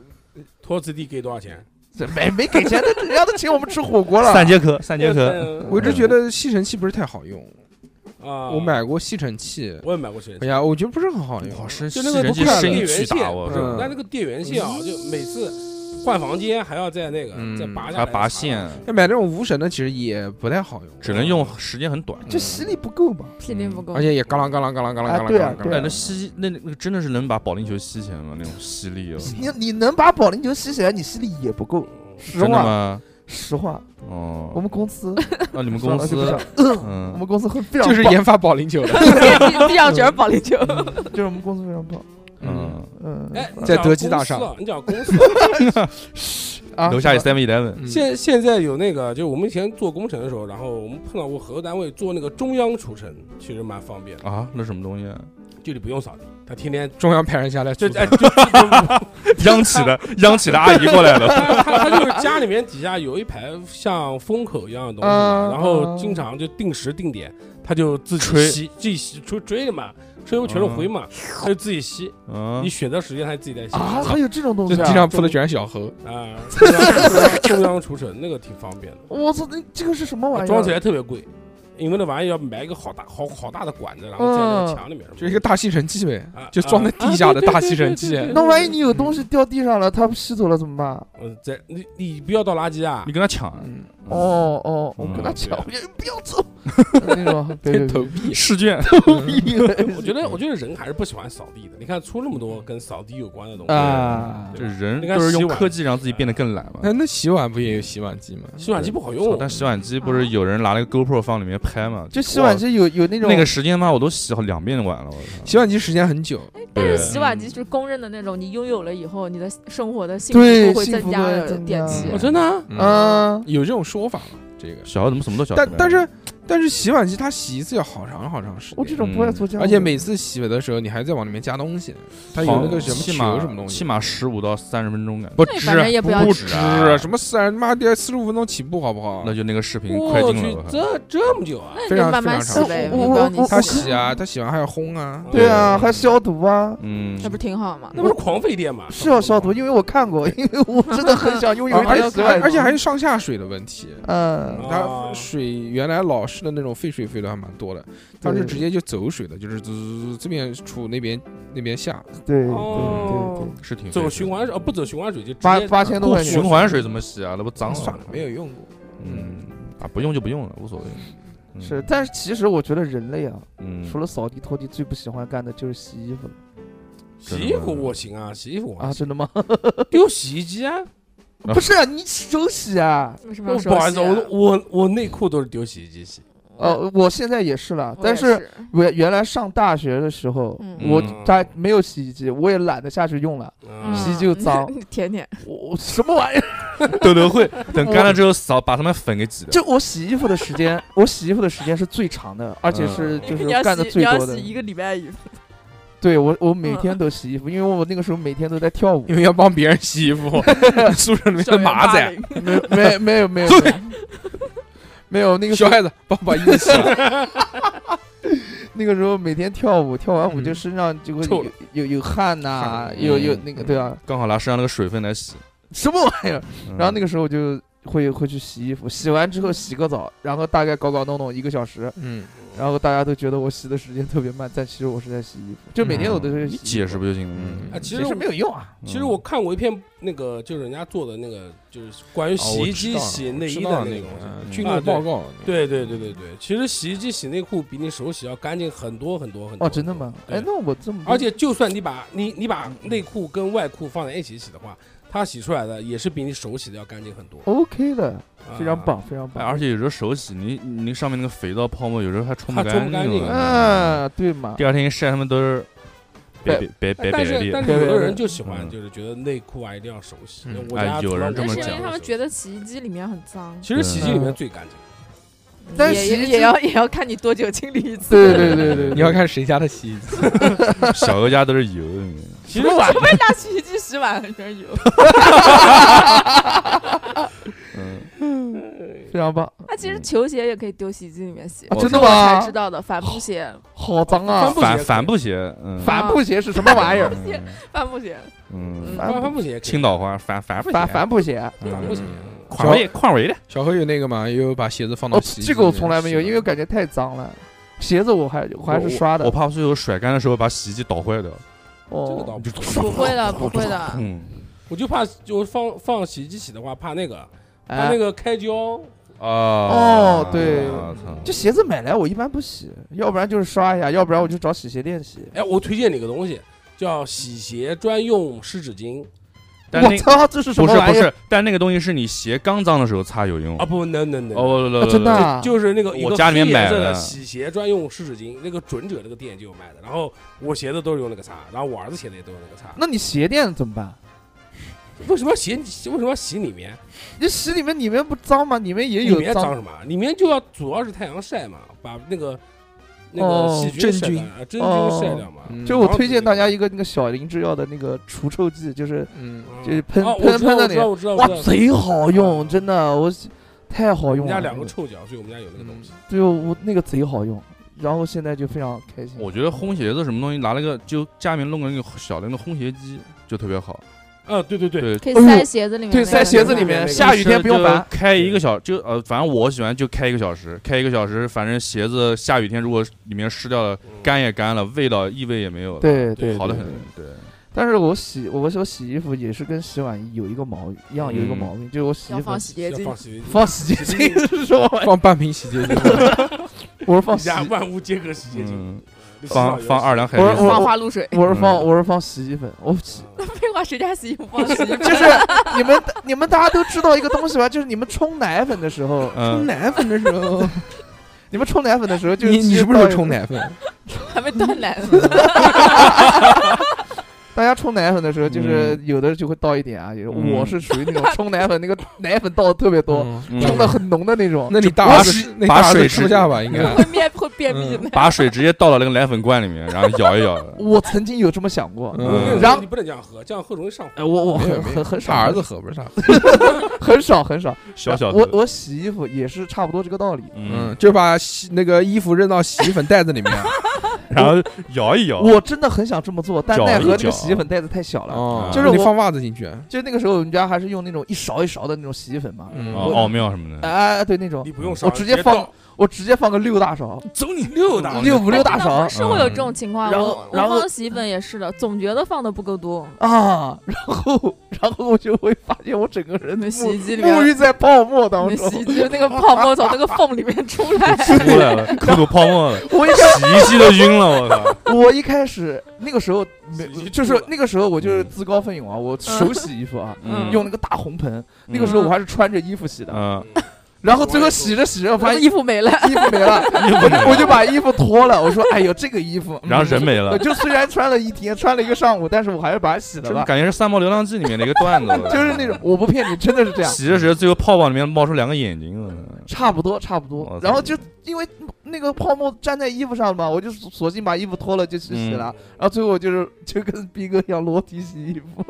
Speaker 4: 托词地给多少钱？
Speaker 3: 这没没给钱，那人家都请我们吃火锅了。
Speaker 5: 节课，三
Speaker 4: 嗯
Speaker 2: 我一直觉得吸尘器不是太好用，
Speaker 4: 啊，
Speaker 2: 我买过吸尘器，
Speaker 4: 我也买过水
Speaker 2: 哎呀，我觉得不是很好用。
Speaker 5: 哇，生
Speaker 4: 就
Speaker 5: 吸
Speaker 4: 那个
Speaker 5: 人
Speaker 4: 不
Speaker 5: 机
Speaker 4: 快
Speaker 5: 声
Speaker 4: 电
Speaker 5: 音
Speaker 4: 源
Speaker 5: 巨
Speaker 4: 线
Speaker 5: 大，我
Speaker 2: 嗯
Speaker 5: 靠
Speaker 4: 但那个电源线啊，就每次换房间还要在那个
Speaker 2: 嗯
Speaker 4: 再拔下
Speaker 5: 还
Speaker 4: 来，嗯
Speaker 5: 拔线，
Speaker 2: 那买那种无绳的其实也不太好用，
Speaker 5: 只能用时间很短。
Speaker 3: 这吸力不够嘛？
Speaker 6: 屁力不够
Speaker 2: 而。 且也嘎啷嘎啷嘎啷嘎啷嘎啷
Speaker 3: 啊对
Speaker 2: 嘎
Speaker 3: 啊
Speaker 2: 啷嘎
Speaker 3: 对
Speaker 5: 哎，
Speaker 3: 啊
Speaker 5: 那
Speaker 2: 啷。
Speaker 5: 吸那那个真的是能把保龄球吸起来吗？那种吸力哦，
Speaker 4: 嗯
Speaker 3: 你你能把保龄球吸起来，你吸力也不够。实
Speaker 5: 真的
Speaker 3: 话，
Speaker 5: 吗？
Speaker 3: 实话，
Speaker 5: 哦，
Speaker 3: 我们公司，
Speaker 5: 啊，你们
Speaker 3: 算
Speaker 5: 公
Speaker 3: 了就不
Speaker 5: 司
Speaker 3: 讲， 我
Speaker 5: 嗯，
Speaker 3: 们公司会非常
Speaker 2: 就是
Speaker 3: 棒
Speaker 2: 研发保龄球的，
Speaker 6: 地地上全是保龄球，
Speaker 3: 就是我们公司非常棒。
Speaker 5: 嗯，
Speaker 3: 嗯，
Speaker 4: 哎，你
Speaker 2: 在
Speaker 4: 讲
Speaker 2: 德基大
Speaker 4: 公司
Speaker 2: 厦
Speaker 4: 啊你讲公 司啊，
Speaker 3: 啊，
Speaker 5: 楼下有
Speaker 3: 什么
Speaker 5: Seven Eleven，
Speaker 2: 嗯
Speaker 4: 现现在有那个，就我们以前做工程的时候，然后我们碰到过合作单位做那个中央除尘，其实蛮方便的，
Speaker 5: 啊，那什么东西啊？
Speaker 4: 就你不用扫地，他天天
Speaker 2: 中央派人下来
Speaker 4: 就
Speaker 2: 组织，
Speaker 4: 哎就就
Speaker 5: 央企的央企的阿姨过来了，
Speaker 4: 他他就是家里面底下有一排像风口一样的东西嘛，
Speaker 3: 嗯
Speaker 4: 然后经常就定时定点，他就自己
Speaker 5: 吹
Speaker 4: 吸，自己吸吹吹的嘛，吹不全是灰嘛，他就自己吸，
Speaker 5: 嗯
Speaker 4: 你，选择时间他自己再吸
Speaker 3: 啊，还有这种东
Speaker 2: 这
Speaker 3: 西
Speaker 2: 地
Speaker 3: 啊！
Speaker 2: 上铺的全是小猴，
Speaker 4: 啊，中央中央除尘那个挺方便的，
Speaker 3: 我操，那这个是什么玩意儿？
Speaker 4: 装起来特别贵，因为那玩意儿要买一个好大好好大的管子，然后在那个
Speaker 3: 嗯
Speaker 4: 墙里面，
Speaker 2: 就一个大吸尘器呗
Speaker 4: 啊，
Speaker 2: 就装在地下的大吸尘器
Speaker 4: 啊。对对对对对
Speaker 3: 那万一你有东西掉地上了，它吸走了怎么办？啊
Speaker 4: 嗯，在你你不要倒垃圾啊
Speaker 5: 你，跟他抢，
Speaker 2: 嗯，
Speaker 3: 哦哦，我跟他
Speaker 4: 嗯
Speaker 3: 讲，
Speaker 4: 对
Speaker 3: 我说不要走， 那种别 别
Speaker 2: 投
Speaker 3: 别
Speaker 2: 币，
Speaker 5: 试卷，
Speaker 4: 我觉得我觉得人还是不喜欢扫地的，你看出那么多跟扫地有关的东西，
Speaker 3: 啊
Speaker 4: 对
Speaker 5: 这人
Speaker 4: 你看
Speaker 5: 都是
Speaker 4: 洗
Speaker 5: 用
Speaker 4: 碗
Speaker 5: 科技让自己变得更懒嘛。
Speaker 2: 哎那那洗碗不也有洗碗机吗？
Speaker 4: 洗碗机不好用
Speaker 5: 操，但洗碗机不是有人拿那个 GoPro 放里面拍嘛？
Speaker 3: 就洗碗
Speaker 5: 哇
Speaker 3: 机有有那种
Speaker 5: 那个时间嘛，我都洗好两遍碗了，我操！
Speaker 2: 洗碗机时间很久，
Speaker 6: 但是
Speaker 5: 对
Speaker 6: 洗碗机是公认的那种，你拥有了以后，你的生活的幸
Speaker 3: 对
Speaker 6: 福度会
Speaker 3: 幸
Speaker 6: 增
Speaker 3: 福
Speaker 6: 加
Speaker 3: 会
Speaker 6: 的
Speaker 3: 增
Speaker 6: 点
Speaker 3: 加
Speaker 6: 击
Speaker 2: 我。
Speaker 4: 真的啊
Speaker 2: 嗯，
Speaker 3: 嗯，
Speaker 2: 有这种说法吗？这个，
Speaker 5: 小孩怎么什么都晓得
Speaker 2: 但但是但是洗碗机它洗一次要好长好长时
Speaker 3: 我这
Speaker 2: 间。
Speaker 3: 种不爱做家务，
Speaker 2: 而且每次洗的时候，你还在往里面加东西，它有那个什么
Speaker 5: 起
Speaker 2: 球
Speaker 5: 码
Speaker 2: 什么东西，
Speaker 5: 起码十五到三十分钟感觉。
Speaker 2: 不
Speaker 6: 那反正也不要啊
Speaker 5: 不
Speaker 6: 紧
Speaker 5: 止
Speaker 2: 是什么四十，妈的四十五分钟起步好不好？
Speaker 5: 那就那个视频快
Speaker 4: 我
Speaker 5: 进
Speaker 4: 去
Speaker 5: 了，我，靠
Speaker 4: 这这么久啊！
Speaker 3: 哎
Speaker 6: 那你
Speaker 2: 非
Speaker 6: 就
Speaker 2: 常
Speaker 6: 慢
Speaker 2: 非
Speaker 6: 慢
Speaker 2: 常
Speaker 6: 洗
Speaker 2: 长
Speaker 6: 呗，
Speaker 3: 我
Speaker 6: 我帮你
Speaker 3: 我
Speaker 2: 他
Speaker 3: 我
Speaker 6: 洗
Speaker 2: 洗啊，他洗完还要烘啊，
Speaker 3: 对啊，还消毒啊，
Speaker 5: 嗯
Speaker 6: 那，不是挺好吗？
Speaker 4: 那不是狂费电吗？
Speaker 3: 是要啊消毒，因为我 看过，因为我真的很想拥有
Speaker 2: 啊
Speaker 3: 一
Speaker 2: 而
Speaker 3: 台
Speaker 2: 而
Speaker 3: 洗
Speaker 2: 且
Speaker 3: 碗机，
Speaker 2: 而且还有上下水的问题。
Speaker 3: 嗯
Speaker 4: 哦
Speaker 2: 它水原来老式的那种废水废的还蛮多的，它是
Speaker 3: 对
Speaker 2: 直接就走水的，就是滋这边出那边那边下，
Speaker 3: 对对对
Speaker 4: 哦
Speaker 3: 对，
Speaker 5: 是挺
Speaker 4: 走循环水哦，不走循环水就直
Speaker 3: 八
Speaker 4: 接
Speaker 3: 八千多
Speaker 5: 不
Speaker 3: 块钱
Speaker 5: 循环水怎么洗啊？那不脏
Speaker 2: 算了，没有用过。
Speaker 5: 嗯啊，不用就不用了，无所谓。嗯
Speaker 3: 是，，但是其实我觉得人类啊，
Speaker 5: 嗯，
Speaker 3: 除了扫地拖地，最不喜欢干的就是洗衣服了
Speaker 4: 洗衣服我行啊，洗衣服我
Speaker 3: 啊！
Speaker 4: 还行
Speaker 3: 真的吗？
Speaker 4: 丢洗衣机啊！
Speaker 3: 不是啊，你手洗啊？
Speaker 6: 为什么
Speaker 4: 我
Speaker 6: 要
Speaker 4: 不
Speaker 6: 手
Speaker 4: 好意
Speaker 6: 洗
Speaker 4: 思，我
Speaker 6: 啊
Speaker 4: 我我内裤都是丢洗衣机洗。
Speaker 3: 啊、呃，我现在也是了，
Speaker 6: 我
Speaker 3: 但
Speaker 6: 也
Speaker 3: 是我原来上大学的时候，
Speaker 6: 嗯
Speaker 3: 我
Speaker 4: 嗯
Speaker 3: 家没有洗衣机，我也懒得下去用了。
Speaker 6: 嗯
Speaker 3: 洗衣机又 脏
Speaker 6: 舔舔，
Speaker 3: 我我什么玩意儿？
Speaker 5: 豆豆会等 干了之后扫，把他们粉给挤的。
Speaker 3: 就我洗衣服的时 间，我洗衣服的时间是最长的，而
Speaker 5: 嗯
Speaker 3: 且是就是
Speaker 6: 你要
Speaker 3: 干的
Speaker 6: 洗
Speaker 3: 最
Speaker 6: 你要
Speaker 3: 多的
Speaker 6: 洗。一个礼 拜衣服，
Speaker 3: 对我，我每天都洗衣服，因为我那个时候每天都在跳舞
Speaker 5: 嗯
Speaker 2: 因。为要帮别人洗 衣服，宿舍里面
Speaker 6: 校
Speaker 2: 的
Speaker 6: 园
Speaker 2: 马
Speaker 6: 霸
Speaker 2: 仔，
Speaker 6: 凌，
Speaker 3: 没 没没有没有 没有没有那个时
Speaker 2: 小
Speaker 3: 候
Speaker 2: 孩子帮我把衣服洗 了。
Speaker 3: 那个时候每天跳舞，跳完舞
Speaker 2: 嗯
Speaker 3: 就身上就会
Speaker 4: 臭
Speaker 3: 有
Speaker 4: 了
Speaker 3: 有有汗呐，
Speaker 5: 汗
Speaker 3: 有有
Speaker 5: 嗯
Speaker 3: 那个对啊，
Speaker 5: 刚好拿身上那个水分来洗。
Speaker 3: 什么玩意儿？
Speaker 5: 嗯
Speaker 3: 然后那个时候就会会去洗衣服，洗完之后洗个澡，然后大概搞搞弄弄一个小时，
Speaker 2: 嗯，
Speaker 3: 然后大家都觉得我洗的时间特别慢，但其实我是在洗衣服，就每天我都是
Speaker 5: 嗯
Speaker 3: 洗嗯
Speaker 5: 你
Speaker 3: 衣服
Speaker 5: 解释不就行了嗯吗？
Speaker 4: 啊，其
Speaker 3: 解
Speaker 4: 实
Speaker 3: 释
Speaker 4: 我
Speaker 3: 没有用啊。
Speaker 5: 嗯
Speaker 4: 其实我看过一篇那个，就是人家做的那个，就是关于
Speaker 2: 哦
Speaker 4: 洗
Speaker 2: 我
Speaker 4: 衣
Speaker 2: 知
Speaker 4: 机
Speaker 2: 道
Speaker 4: 洗
Speaker 2: 我
Speaker 4: 内
Speaker 2: 知
Speaker 4: 衣
Speaker 2: 道
Speaker 4: 的
Speaker 2: 那
Speaker 4: 个东西。
Speaker 2: 嗯
Speaker 5: 嗯
Speaker 2: 军
Speaker 4: 啊
Speaker 2: 购
Speaker 4: 对
Speaker 2: 报告，
Speaker 4: 对对对对对，其实洗衣机洗内裤比你手洗要干净很多很多很多。
Speaker 3: 哦，真的？吗？
Speaker 4: 对
Speaker 3: 哎，那我这么
Speaker 4: 嗯而且就算你把你你把内裤跟外裤放在一起洗的话，它洗出来的也是比你手洗的要干净很多，
Speaker 3: OK 的，
Speaker 4: 啊
Speaker 3: 哦非常。棒，非常
Speaker 5: 哎，
Speaker 3: 棒。
Speaker 5: 而且有时候手洗，你你那上面那个肥皂泡沫，有时候还冲
Speaker 4: 还冲不干
Speaker 5: 净
Speaker 4: 净
Speaker 5: 了。
Speaker 3: 啊，对嘛？
Speaker 5: 第二天一晒，他们都是
Speaker 3: 白
Speaker 5: 白白
Speaker 4: 哎
Speaker 5: 白白
Speaker 4: 但是
Speaker 5: 的。
Speaker 4: 但是有
Speaker 3: 对对
Speaker 4: 的
Speaker 3: 对
Speaker 4: 人就喜欢，
Speaker 5: 嗯
Speaker 4: 就是觉得内裤啊一定要手洗
Speaker 2: 嗯。
Speaker 4: 我
Speaker 5: 哎
Speaker 4: 家
Speaker 5: 有
Speaker 4: 除了
Speaker 5: 人这
Speaker 6: 那
Speaker 4: 我
Speaker 5: 么
Speaker 6: 是因
Speaker 4: 家
Speaker 5: 讲
Speaker 6: 为他们
Speaker 4: 手
Speaker 6: 觉得洗衣机里面很脏，
Speaker 4: 其实洗衣机里面最干净。
Speaker 3: 但是
Speaker 6: 也
Speaker 3: 洗衣
Speaker 6: 也
Speaker 3: 机
Speaker 6: 也要也要看你多久清理一次，
Speaker 3: 对对对对，对
Speaker 2: 你要看谁家的洗衣机，
Speaker 5: 小何家都是油。嗯
Speaker 4: 其实
Speaker 6: 除非拿洗衣机洗碗里 面有。
Speaker 5: 嗯，
Speaker 3: 非常棒，啊
Speaker 6: 那其实球鞋也可以丢洗衣机里面洗，
Speaker 5: 哦
Speaker 3: 真
Speaker 6: 这
Speaker 3: 的
Speaker 6: 我才
Speaker 3: 吗
Speaker 6: 知？道的。帆布鞋，
Speaker 3: 好脏啊
Speaker 4: 帆！布
Speaker 5: 帆
Speaker 4: 鞋
Speaker 5: 帆布鞋，嗯，
Speaker 3: 帆布鞋是什么 玩意儿？
Speaker 5: 嗯
Speaker 6: 鞋帆布鞋，
Speaker 5: 嗯，
Speaker 3: 帆
Speaker 4: 翻
Speaker 3: 布
Speaker 4: 帆布鞋也可以，
Speaker 5: 青岛话，帆帆布鞋，
Speaker 3: 帆帆布鞋。
Speaker 5: 嗯
Speaker 4: 帆布鞋，
Speaker 5: 匡威匡威的，
Speaker 2: 小何有那个嘛，也有把鞋子放到
Speaker 3: 哦，
Speaker 2: 洗衣机里面洗
Speaker 3: 这
Speaker 2: 的。
Speaker 3: 个我从来没有，因为感觉太脏了。鞋子我还我还是刷的啊
Speaker 5: 我，怕最后甩干的时候把洗衣机倒坏掉。
Speaker 4: 哦这个
Speaker 3: 哦，
Speaker 4: 倒不
Speaker 6: 不会 的，不会的。
Speaker 5: 嗯，
Speaker 4: 我就怕就放放洗衣机洗的话，怕那个怕那
Speaker 3: 哎，
Speaker 4: 个开胶，
Speaker 5: 啊，
Speaker 3: 哦对
Speaker 5: 我操，
Speaker 3: 这鞋子买来我一般不洗，要不然就是刷一下，要不然我就找洗鞋店洗。
Speaker 4: 哎，我推荐你个东西，叫洗鞋专用湿纸巾
Speaker 5: 但那
Speaker 3: 我操，这是什
Speaker 5: 不
Speaker 3: 么
Speaker 5: 是不
Speaker 3: 玩意儿？
Speaker 5: 是，但那个能是你鞋刚脏的时候擦有用
Speaker 4: 啊！。不能能能，
Speaker 5: 哦，不不不
Speaker 3: 啊真的
Speaker 5: 不
Speaker 3: 啊
Speaker 4: 就是那个一
Speaker 5: 我
Speaker 4: 个
Speaker 5: 家里面
Speaker 4: 黑
Speaker 5: 买
Speaker 4: 颜色
Speaker 5: 的
Speaker 4: 的洗鞋专用湿纸巾，那个准者那个店就有卖的。然后我鞋子都是用那个擦，然后我儿子鞋子也都用那个擦。
Speaker 3: 那你鞋店怎么办？
Speaker 4: 为什么要洗？为什么要洗里面？
Speaker 3: 你洗里面，里面不脏吗？里面也
Speaker 4: 里
Speaker 3: 有
Speaker 4: 面脏什么？啊里面就要主要是太阳晒嘛，把那个那个
Speaker 3: 哦
Speaker 4: 细菌
Speaker 2: 真
Speaker 4: 晒
Speaker 2: 菌
Speaker 4: 掉啊真
Speaker 3: 哦
Speaker 4: 菌晒掉嘛。
Speaker 2: 嗯
Speaker 3: 就我推荐大家一个那个小林制药的那个除臭剂，就是
Speaker 2: 嗯，
Speaker 4: 嗯
Speaker 3: 就是喷
Speaker 4: 啊
Speaker 3: 喷喷的那个
Speaker 4: 我知道，我
Speaker 3: 哇
Speaker 4: 知道，我知道，我知道。
Speaker 3: 贼好用，真的，我太好
Speaker 4: 我
Speaker 3: 用
Speaker 4: 哦
Speaker 3: 啊了。
Speaker 4: 们家两
Speaker 3: 那
Speaker 4: 个臭脚，所以我们家有那个东西。
Speaker 3: 对我那个贼好用，然后现在就非常开心。
Speaker 5: 我觉得烘鞋子什么东西，拿了个就家里面弄个那个小的那个烘鞋机就特别好。
Speaker 4: 啊，对对对，
Speaker 5: 对，
Speaker 6: 可以
Speaker 3: 哎呦
Speaker 6: 塞鞋子里面那
Speaker 3: 对，
Speaker 6: 个，
Speaker 3: 塞鞋子里
Speaker 4: 那
Speaker 3: 面，
Speaker 4: 个
Speaker 3: 下雨天不用
Speaker 5: 就
Speaker 3: 烦。
Speaker 5: 开一个小就呃，反正我喜欢就开一个小时，开一个小时，反正鞋子下雨天如果里面湿掉了，干也干了，味道异味也没有了，
Speaker 3: 对
Speaker 4: 对
Speaker 3: 对，
Speaker 5: 好的
Speaker 3: 对
Speaker 5: 很
Speaker 3: 对。
Speaker 5: 对，
Speaker 3: 但是我洗，我我洗衣服也是跟洗碗有一个毛一样，有一个
Speaker 5: 嗯
Speaker 3: 毛病，就是我洗
Speaker 6: 要
Speaker 3: 衣服
Speaker 6: 放洗
Speaker 4: 要
Speaker 6: 洁精
Speaker 4: 放，洗衣机，
Speaker 3: 放洗洁精是什么玩意儿？
Speaker 2: 放半瓶洗洁精，
Speaker 3: 我是放
Speaker 4: 一
Speaker 3: 洗，
Speaker 4: 家万物皆可洗洁精，
Speaker 5: 嗯，
Speaker 4: 那洗
Speaker 5: 放
Speaker 4: 澡
Speaker 5: 放二两海
Speaker 3: 我
Speaker 5: 鲜
Speaker 3: 我
Speaker 5: 饭
Speaker 6: 放花露水。
Speaker 3: 我是放
Speaker 5: 嗯
Speaker 3: 我是放洗衣粉，我洗
Speaker 6: 废话，谁家洗衣服放洗 衣服？
Speaker 3: 就是你们你们大家都知道一个东西吧，就是你们冲奶粉的时候，
Speaker 5: 嗯，
Speaker 2: 奶粉的时候，
Speaker 3: 你们冲奶粉的时候就
Speaker 2: 你你什么时候冲
Speaker 3: 奶？
Speaker 2: 奶粉？
Speaker 6: 还没断奶呢。
Speaker 3: 大家冲奶粉的时候，就是有的就会倒一点啊，有
Speaker 5: 嗯
Speaker 3: 我是属于那种冲奶粉那个奶粉倒的特别多，
Speaker 2: 嗯
Speaker 5: 嗯
Speaker 3: 冲的很浓的那种。
Speaker 2: 那你大
Speaker 5: 把
Speaker 2: 儿子，那你大
Speaker 5: 把
Speaker 2: 儿子
Speaker 5: 水
Speaker 2: 吃
Speaker 5: 吃
Speaker 2: 下吧，应
Speaker 3: 嗯
Speaker 2: 该。
Speaker 6: 会便会便秘的。
Speaker 5: 把水直接倒到那个奶粉罐里面，然后摇一摇。
Speaker 3: 我曾经有这么想过，
Speaker 2: 嗯
Speaker 4: 我跟你
Speaker 3: 然
Speaker 4: 说，
Speaker 3: 后
Speaker 4: 你不能这样喝，这样喝容易上火。
Speaker 3: 哎，我我
Speaker 2: 没有
Speaker 3: 很
Speaker 2: 没有
Speaker 3: 很很少
Speaker 2: 他儿子，喝不是他，
Speaker 3: 很少很少。
Speaker 5: 小小的，
Speaker 3: 我我洗衣服也是差不多这个道理。
Speaker 5: 嗯
Speaker 2: 嗯，，就把洗那个衣服扔到洗衣粉袋子里面。
Speaker 5: 然后摇一摇，
Speaker 3: 我真的很想这么做，但
Speaker 5: 搅
Speaker 3: 奈何
Speaker 5: 一
Speaker 3: 这个
Speaker 5: 搅
Speaker 3: 洗衣粉袋子太小了。
Speaker 2: 哦，
Speaker 5: 就是
Speaker 2: 那你
Speaker 3: 我
Speaker 2: 放袜子进去。
Speaker 3: 就那个时候，我们家还是用那种一勺一勺的那种洗衣粉嘛。
Speaker 2: 嗯
Speaker 5: 啊
Speaker 3: 我
Speaker 5: 奥妙什 么的，
Speaker 3: 哎，对那种
Speaker 4: 你，不用上，
Speaker 3: 我直接放，我直接放个六大勺，
Speaker 4: 走你六大
Speaker 3: 六五六大勺
Speaker 6: 哎
Speaker 3: 嗯
Speaker 6: 是会有这种情况。
Speaker 3: 然后
Speaker 6: 我我
Speaker 3: 然后
Speaker 6: 放洗衣粉也是的，总觉得放的不够多。
Speaker 3: 啊，然后然后我就会发现我整个人
Speaker 6: 那洗衣机里面
Speaker 3: 沐浴在泡沫
Speaker 6: 你
Speaker 3: 当
Speaker 6: 们洗
Speaker 3: 中
Speaker 6: 衣，机那个泡沫从那 个缝里面出来，
Speaker 5: 出来了，口吐泡 沫了，
Speaker 3: 我一
Speaker 5: 洗衣机都晕了，我操！
Speaker 3: 我一开始那个时候没
Speaker 4: 洗衣机，
Speaker 3: 就是
Speaker 4: 住了
Speaker 3: 那个时候我就是自告奋勇
Speaker 6: 嗯
Speaker 3: 啊，我手洗衣服啊，
Speaker 5: 嗯
Speaker 3: 用那个大红盆，那个时候我还是穿着衣服洗的，
Speaker 5: 嗯，
Speaker 3: 然后最后洗着洗着发
Speaker 6: 我的
Speaker 3: 现
Speaker 6: 衣服没了，
Speaker 3: 衣服没了， 我就我就把衣服脱了，我说哎呦这个衣服，嗯
Speaker 5: 嗯然后人没
Speaker 3: 我
Speaker 5: 了，
Speaker 3: 就虽然穿了一天，穿了一个上午，但是我还是把它洗了
Speaker 5: 这
Speaker 3: 吧，，
Speaker 5: 感觉是《三毛流浪记》里面的一个段子
Speaker 3: 就是那种我不骗你，真的是这样，
Speaker 5: 洗着洗着，最后泡泡里面冒出两个眼睛了。
Speaker 3: 差不多差不
Speaker 5: 我
Speaker 3: 多。
Speaker 5: 操
Speaker 3: 然后就因为那个泡沫粘在衣服上嘛，我就索性把衣服脱了就去洗了，
Speaker 2: 嗯
Speaker 3: 然后最后我就是 就跟逼哥一样裸体洗 衣服，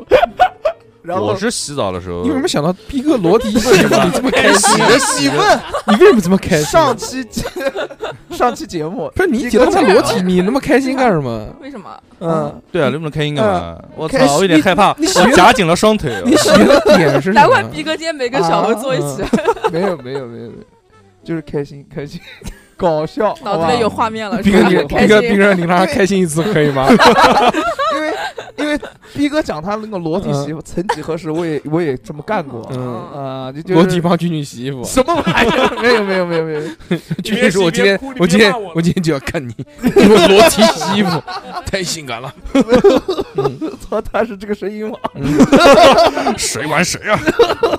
Speaker 3: 然后
Speaker 5: 我是洗澡的时候，
Speaker 2: 你为什么想到逼哥裸体？你这么开心？
Speaker 3: 的洗问
Speaker 2: 你为什么这么开心？
Speaker 3: 上期节上期节目
Speaker 2: 不是你提到他裸体，你那么开心干什么？
Speaker 6: 为什么？
Speaker 3: 嗯，
Speaker 5: 对啊，能不能开心干嘛？我
Speaker 3: 开心
Speaker 5: 操，我有点害怕，
Speaker 2: 你洗
Speaker 5: 我夹紧了双腿啊。
Speaker 2: 你喜欢的点是什么？
Speaker 6: 难怪逼哥今天没跟小
Speaker 3: 啊
Speaker 6: 何坐一起，
Speaker 3: 没有没有没有没有，就是开心开心，搞笑，
Speaker 6: 脑
Speaker 3: 好
Speaker 6: 子
Speaker 3: 吧
Speaker 6: 里有画面了，
Speaker 2: 逼
Speaker 6: 是
Speaker 2: 哥
Speaker 6: 吧
Speaker 2: 你，？
Speaker 6: 开
Speaker 2: 逼哥，逼
Speaker 6: 心。
Speaker 2: 哥，你让他开心一次可以吗？
Speaker 3: 因为因为逼哥讲他那个裸体洗衣服，曾几何时我也我也这么干过
Speaker 2: 嗯，
Speaker 3: 啊，就就是
Speaker 2: 裸 体帮君君洗衣服，
Speaker 3: 什么玩意儿？没有没有没有没有，
Speaker 2: 君 君说：“我今天
Speaker 4: 你别哭，
Speaker 2: 我今天
Speaker 4: 你别骂，我
Speaker 2: 我今天就要看你， 给我裸体洗衣 服，太性感了，
Speaker 3: 我操，他是这个声音吗？
Speaker 5: 谁玩谁啊？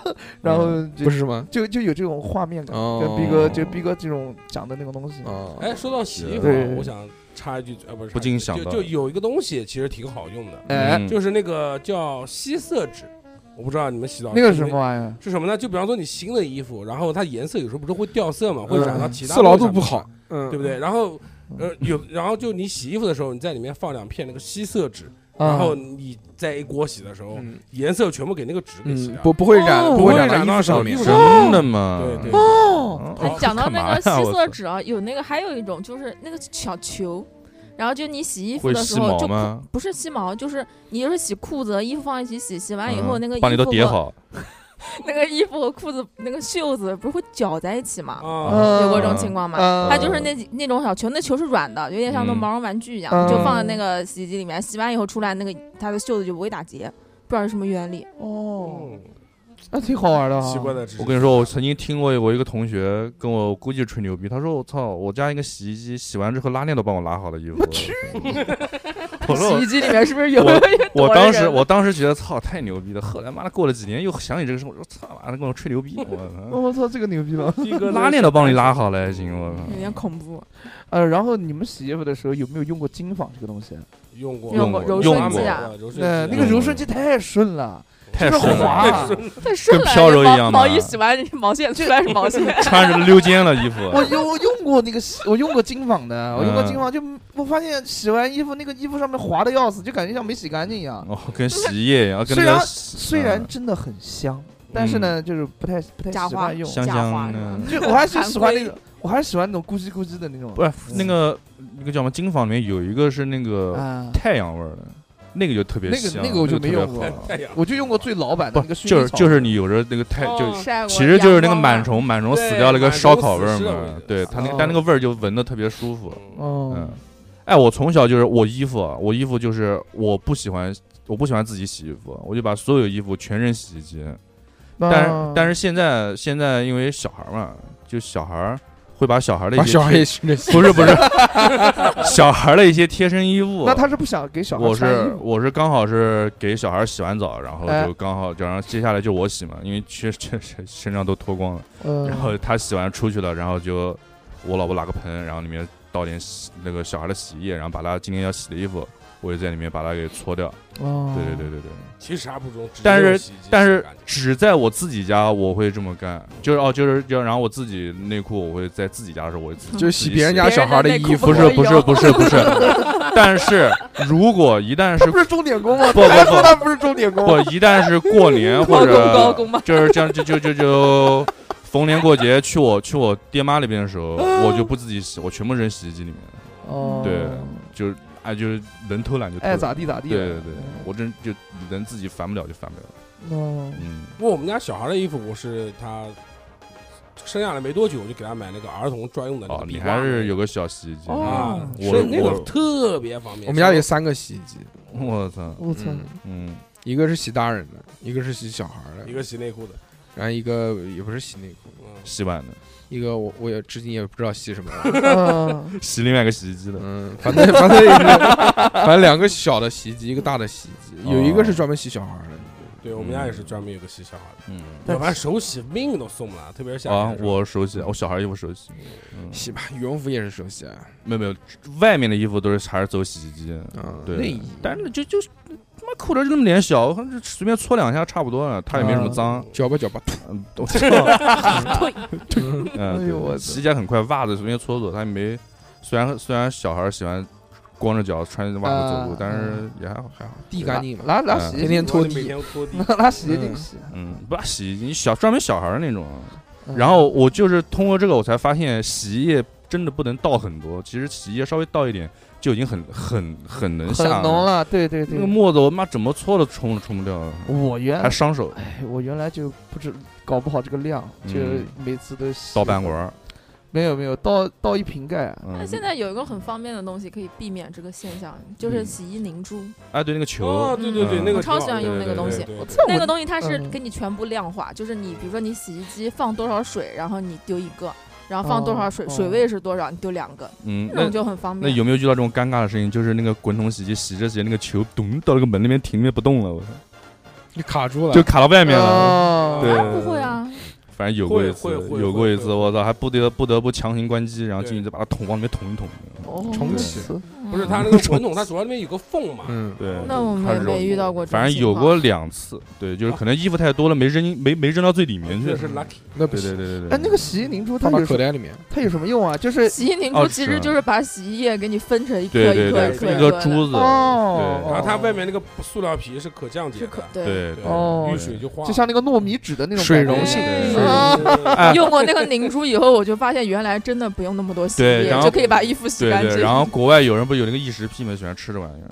Speaker 5: 嗯
Speaker 3: 然后就
Speaker 2: 不是吗？
Speaker 3: 就就有这种画面感，
Speaker 2: 哦
Speaker 3: 跟逼哥就逼哥这种讲的那个东西，
Speaker 2: 哦，
Speaker 4: 哎，说到洗衣服啊
Speaker 3: 对，
Speaker 4: 我想插一句，呃，不是插一句，
Speaker 5: 不禁想
Speaker 4: 就
Speaker 5: 到
Speaker 4: 就有一个东西其实挺好用的，
Speaker 3: 哎，
Speaker 5: 嗯
Speaker 4: 就是那个叫吸色纸，我不知道你们洗澡
Speaker 3: 那个是什么？玩意儿？
Speaker 4: 是什么呢？就比方说你新的衣服，然后它颜色有时候不是会掉色嘛，会染到其他
Speaker 2: 色牢
Speaker 4: 东西
Speaker 2: 度
Speaker 4: 上
Speaker 2: 不
Speaker 4: 面
Speaker 2: 好，，嗯，
Speaker 4: 对不对？然后呃有，然后就你洗衣服的时候，你在里面放两片那个吸色纸，
Speaker 3: 啊
Speaker 4: 然后你在一锅洗的时候，
Speaker 2: 嗯
Speaker 4: 颜色全部给那个纸给洗
Speaker 2: 嗯
Speaker 4: 掉，，
Speaker 2: 不不会染，
Speaker 4: 不
Speaker 2: 不会
Speaker 4: 会
Speaker 2: 到
Speaker 4: 染
Speaker 2: 衣服
Speaker 4: 到
Speaker 2: 上
Speaker 4: 手
Speaker 2: 面
Speaker 4: 衣，服上
Speaker 5: 真的吗？
Speaker 4: 对对
Speaker 3: 啊
Speaker 5: 哦
Speaker 6: 哎 讲到那个吸色，
Speaker 5: 干嘛呀
Speaker 6: 纸啊，有那个还有一种就是那个小球，然后就你洗衣
Speaker 5: 我操
Speaker 6: 服
Speaker 5: 会
Speaker 6: 的时
Speaker 5: 吸
Speaker 6: 候
Speaker 5: 毛
Speaker 6: 就不
Speaker 5: 吗？
Speaker 6: 不是吸毛，就是你就是洗裤子、衣服放一起洗，洗完以后
Speaker 5: 嗯
Speaker 6: 那个衣
Speaker 5: 把你都
Speaker 6: 服
Speaker 5: 叠
Speaker 6: 和
Speaker 5: 好，
Speaker 6: 那个衣服和裤子那个袖子不是会绞在一起嘛？
Speaker 4: 啊，
Speaker 3: 嗯
Speaker 6: 有过这种情况吗？
Speaker 3: 嗯
Speaker 6: 它就是那几那种小球，那球是软的，有点像那种
Speaker 5: 嗯
Speaker 6: 毛绒玩具一样，
Speaker 3: 嗯
Speaker 6: 就放在那个洗衣机里面，洗完以后出来，那个它的袖子就不会打结，不知道是什么原理。
Speaker 3: 哦，
Speaker 4: 嗯
Speaker 3: 那挺好玩的啊，
Speaker 4: 奇怪的知识，
Speaker 5: 我跟你说，我曾经听过我一个同学跟我估计吹牛逼，他说我操，我家一个洗衣机洗完之后拉链都帮我拉好了衣服。我去！我说
Speaker 6: 洗衣机里面是不是有
Speaker 5: 我我我
Speaker 6: 躲着
Speaker 5: 当时
Speaker 6: 人
Speaker 5: 我当时觉得操太牛逼了，后来妈的过了几年又想起这个事，我说操妈的跟我吹 牛逼，我
Speaker 3: 哎我操，这个牛逼了！
Speaker 4: 逼哥
Speaker 5: 操
Speaker 4: 那个
Speaker 5: 拉链都帮你拉好了还行，我操。
Speaker 3: 嗯
Speaker 6: 有点恐怖？
Speaker 3: 呃，然后你们洗衣服的时候有没有用过金纺这个东西？
Speaker 4: 用过
Speaker 6: 用
Speaker 5: 过
Speaker 6: 柔
Speaker 5: 用
Speaker 6: 顺
Speaker 5: 过
Speaker 6: 剂啊，
Speaker 4: 柔顺剂
Speaker 3: 那
Speaker 4: 啊
Speaker 3: 那个
Speaker 5: 嗯
Speaker 3: 柔顺剂太顺了，
Speaker 5: 太
Speaker 3: 就是
Speaker 5: 顺了
Speaker 3: 滑啊，
Speaker 6: 太顺了，
Speaker 5: 跟飘柔一样啊
Speaker 6: 毛毛
Speaker 5: 嘛
Speaker 6: 衣洗完毛线出来是毛线，
Speaker 5: 穿着溜肩了衣服，
Speaker 3: 我有我用过那个 洗，我用过金纺的，我用过
Speaker 5: 嗯
Speaker 3: 金纺，就我发现洗完衣服那个衣服上面滑的要死，就感觉像没洗干净一样。
Speaker 5: 哦，跟洗衣液一样，跟
Speaker 3: 虽
Speaker 5: 那
Speaker 3: 然
Speaker 5: 个
Speaker 3: 啊
Speaker 5: 嗯
Speaker 3: 虽然真的很香，但是呢，就是不太不太
Speaker 6: 假
Speaker 3: 呃喜
Speaker 6: 花
Speaker 3: 欢用。
Speaker 5: 香
Speaker 6: 假花
Speaker 5: 香
Speaker 6: 是吧
Speaker 5: 的，
Speaker 3: 就我还是喜欢那
Speaker 6: 韩
Speaker 3: 个，我还是喜欢那种咕叽咕叽的那种。嗯
Speaker 5: 不是那个那个叫什么金纺里面有一个是那个
Speaker 3: 啊，
Speaker 5: 太阳味儿的，那个就特别
Speaker 3: 那个
Speaker 5: 香，
Speaker 3: 那个我就
Speaker 5: 特别
Speaker 3: 没用过
Speaker 5: 好
Speaker 4: 太阳
Speaker 3: 我就用过最老版的
Speaker 5: 呃不
Speaker 3: 那个薰衣
Speaker 5: 就是
Speaker 3: 草
Speaker 5: 就是你有着那个太就
Speaker 4: 哦
Speaker 6: 晒过
Speaker 5: 其实就是那
Speaker 6: 阳
Speaker 5: 个
Speaker 6: 光
Speaker 5: 螨
Speaker 6: 嘛
Speaker 5: 虫，螨虫
Speaker 4: 对
Speaker 5: 死掉那个
Speaker 4: 螨虫
Speaker 5: 烧烤
Speaker 4: 死
Speaker 5: 味儿
Speaker 4: 是的我
Speaker 5: 嘛
Speaker 4: 觉，得
Speaker 5: 对它那
Speaker 3: 哦
Speaker 5: 个但那个味儿就闻的特别舒服。
Speaker 3: 哦
Speaker 5: 嗯，哎，我从小就是我衣服，啊，我衣服就是我不喜欢，我不喜欢自己洗衣服，我就把所有衣服全扔洗衣机。
Speaker 3: 那
Speaker 5: 但是但是现在现在因为小孩儿嘛，就小孩儿会把小孩儿的一
Speaker 2: 把
Speaker 5: 些
Speaker 2: 小孩
Speaker 5: 贴
Speaker 2: 也熏着洗，
Speaker 5: 不是不是 小孩儿的一些贴身衣物，
Speaker 3: 那他是不想给小孩
Speaker 5: 我
Speaker 3: 穿衣
Speaker 5: 是
Speaker 3: 服
Speaker 5: 我是刚好是给小孩洗完澡，然后
Speaker 3: 哎
Speaker 5: 就刚好，然后接下来就我洗嘛，因为确确实身上都脱光了，
Speaker 3: 嗯
Speaker 5: 然后他洗完出去了，然后就我老婆拿个盆，然后里面倒点洗那个小孩的洗衣液，然后把他今天要洗的衣服，我就在里面把它给搓掉。
Speaker 3: 哦
Speaker 5: 对对对对对，
Speaker 4: 其实还不中，
Speaker 5: 但
Speaker 4: 只
Speaker 5: 是
Speaker 4: 有洗衣机
Speaker 5: 但
Speaker 4: 洗
Speaker 5: 是
Speaker 4: 干净
Speaker 5: 只在我自己家我会这么干，就是哦就是就然后我自己内裤我会在自己家的时候我会自己
Speaker 2: 就是嗯洗别人家
Speaker 6: 别
Speaker 2: 小
Speaker 6: 人
Speaker 2: 孩的
Speaker 6: 的内裤
Speaker 2: 衣服，
Speaker 5: 不是
Speaker 6: 会
Speaker 5: 不是
Speaker 6: 有
Speaker 5: 不是不是，但是如果 一旦
Speaker 3: 他
Speaker 5: 是
Speaker 3: 不是钟点工吗？
Speaker 5: 不不
Speaker 3: 他说
Speaker 5: 不
Speaker 3: 他不是钟点 工
Speaker 5: 不，一旦是过年 或
Speaker 6: 高工高
Speaker 5: 者
Speaker 6: 工吧
Speaker 5: 就是这样，就就就就逢年过节去我去我爹妈那边的时候，我就不自己洗，我全部扔洗衣机里面，
Speaker 3: 哦
Speaker 5: 对就是哎就是能偷懒就偷
Speaker 3: 爱
Speaker 5: 懒。
Speaker 3: 哎咋地咋地。
Speaker 5: 对对对，我真就能自己烦不了就烦不了。
Speaker 3: 哦，
Speaker 5: 嗯，
Speaker 4: 不过我们家小孩的衣服，我是他生下来没多久，我就给他买那个儿童专用的那
Speaker 5: 哦
Speaker 4: 个，
Speaker 5: 你
Speaker 4: 壁挂
Speaker 5: 还
Speaker 4: 那个。
Speaker 5: 是有个小洗衣机。
Speaker 3: 哦
Speaker 4: 啊，
Speaker 5: 我
Speaker 4: 所以那
Speaker 5: 我
Speaker 4: 个特别方便。
Speaker 2: 我们家里有三个洗衣机，
Speaker 5: 我操，
Speaker 3: 我操，
Speaker 2: 嗯
Speaker 5: 嗯，
Speaker 2: 一个是洗大人的，一个是洗小孩的
Speaker 4: 一，个洗内裤的，
Speaker 2: 然后一个也不是洗内裤，
Speaker 4: 嗯，
Speaker 5: 洗碗的，
Speaker 2: 一个我我也至今也不知道洗什么了。
Speaker 3: 嗯
Speaker 5: 洗另外一个洗衣机的。
Speaker 2: 嗯，反正
Speaker 5: 哦
Speaker 2: 反正也是，反正两个小的洗衣机，一个大的洗衣机，有一个是专门洗小孩的，
Speaker 4: 对我们家也是专门有个洗小孩的，
Speaker 5: 嗯，
Speaker 3: 但
Speaker 4: 要不然手洗命都送不了，特别是夏
Speaker 5: 啊
Speaker 4: 天，的时候。
Speaker 5: 我手洗，我小孩衣服手洗，嗯
Speaker 2: 洗吧，羽绒服也是手洗啊。
Speaker 5: 没有没有，外面的衣服都是还是走洗衣机，
Speaker 2: 嗯，
Speaker 5: 对
Speaker 2: 内衣
Speaker 5: 但是就就他妈扣着就那么点小，随便搓两下差不多了，它也没什
Speaker 3: 嗯
Speaker 5: 么脏，
Speaker 2: 搅吧搅吧，
Speaker 5: 嗯，我知道，
Speaker 6: 对，
Speaker 5: 嗯，
Speaker 3: 哎
Speaker 5: 对
Speaker 3: 呦我
Speaker 5: 洗起来很快，袜子随便搓搓，他也没，虽然虽然小孩喜欢光着脚穿袜子走路
Speaker 3: 啊，
Speaker 5: 但是也还好还好，
Speaker 2: 地干净嘛。
Speaker 3: 拿拿
Speaker 5: 嗯
Speaker 3: 洗
Speaker 2: 天
Speaker 3: 衣
Speaker 2: 天
Speaker 3: 精，
Speaker 2: 拖
Speaker 4: 你每
Speaker 2: 地，
Speaker 4: 天 拖地，
Speaker 3: 拿拿洗衣精洗。
Speaker 5: 嗯，不洗你小专门小孩儿那种，
Speaker 3: 嗯
Speaker 5: 然后我就是通过这个我才发现洗衣液真的不能倒很多，其实洗衣液稍微倒一点就已经很很很能
Speaker 3: 很
Speaker 5: 下
Speaker 3: 浓。了，对对
Speaker 5: 那个
Speaker 3: 对。
Speaker 5: 沫子我妈怎么搓都冲都冲不掉，
Speaker 3: 我原
Speaker 5: 还伤手，
Speaker 3: 哎我原来就不知搞不好这个量，就
Speaker 5: 嗯
Speaker 3: 每次都洗
Speaker 5: 倒半管儿。
Speaker 3: 没有没有倒倒一瓶盖，啊
Speaker 5: 嗯
Speaker 6: 但，哎现在有一个很方便的东西可以避免这个现象，就是
Speaker 5: 嗯
Speaker 6: 洗衣凝珠。
Speaker 5: 哎对那个球，
Speaker 4: 哦，对对对，
Speaker 5: 嗯
Speaker 4: 那个
Speaker 6: 我超
Speaker 4: 挺好
Speaker 6: 喜欢用
Speaker 4: 的
Speaker 6: 那个东西
Speaker 4: 对对对对
Speaker 3: 这
Speaker 6: 那
Speaker 3: 我
Speaker 6: 个东西它是
Speaker 3: 嗯
Speaker 6: 给你全部量化，就是你比如说你洗衣机放多少水，然后你丢一个，然后放多少水，
Speaker 3: 哦
Speaker 6: 水位是多少，你丢两个，
Speaker 5: 嗯，
Speaker 6: 这
Speaker 5: 那
Speaker 6: 种就很方
Speaker 5: 那
Speaker 6: 便。
Speaker 5: 有没有遇到这种尴尬的事情？就是那个滚筒洗衣机洗着洗着，那个球咚到那个门那边停那边不动了，我操，
Speaker 2: 你卡住了，
Speaker 5: 就卡到外面了。
Speaker 3: 哦
Speaker 5: 对
Speaker 6: 啊，不会啊，
Speaker 5: 反正有过一次，
Speaker 4: 呃会会会
Speaker 5: 有过一
Speaker 4: 会
Speaker 5: 次，
Speaker 4: 会
Speaker 5: 我操，还不得不得不强行关机，然后
Speaker 4: 对
Speaker 5: 进去再把它捅往里面捅一捅。
Speaker 3: 哦
Speaker 2: 重启
Speaker 3: 是
Speaker 4: 不是它
Speaker 6: 嗯
Speaker 4: 那个滚筒，它主要那边有个缝嘛。
Speaker 2: 嗯，
Speaker 5: 对
Speaker 6: 哦那我
Speaker 5: 它是
Speaker 6: 没哦
Speaker 5: 这种
Speaker 6: 没遇到过这种
Speaker 5: 反
Speaker 6: 情况，
Speaker 5: 正有过两次，对，就是可能衣服太多了，没扔进没没扔到最里面去
Speaker 4: 这。是 lucky，
Speaker 2: 那不
Speaker 5: 对对
Speaker 2: 行，
Speaker 5: 对对对。
Speaker 3: 哎，那个洗衣凝珠它
Speaker 2: 放到
Speaker 3: 有
Speaker 2: 口
Speaker 3: 什
Speaker 2: 袋里面。
Speaker 3: 它有什么用啊？就是
Speaker 6: 洗衣凝
Speaker 5: 哦
Speaker 6: 珠其
Speaker 5: 是
Speaker 6: 实就是把洗衣液给你分成一颗
Speaker 5: 对
Speaker 6: 一
Speaker 5: 对
Speaker 6: 颗
Speaker 5: 对
Speaker 6: 一颗
Speaker 5: 对，
Speaker 6: 一
Speaker 5: 一个
Speaker 6: 颗的，
Speaker 5: 珠子，
Speaker 3: 哦
Speaker 5: 对
Speaker 4: 然后它外面那个塑料皮是可降解
Speaker 6: 是可
Speaker 4: 的，
Speaker 6: 对。
Speaker 5: 对
Speaker 4: 对
Speaker 3: 哦
Speaker 4: 遇水就化了，
Speaker 3: 就像那个糯米纸的那种
Speaker 2: 水
Speaker 3: 感觉
Speaker 2: 溶性
Speaker 6: 哎
Speaker 5: 水
Speaker 4: 啊，
Speaker 6: 用过那个凝珠以后，我就发现原来真的不用那么多洗衣
Speaker 5: 对
Speaker 6: 液
Speaker 5: 然，后
Speaker 6: 就可以把衣服洗
Speaker 5: 对
Speaker 6: 干
Speaker 5: 对。
Speaker 6: 净。
Speaker 5: 然后国外有人不是有那个异食癖吗？喜欢吃这玩意儿。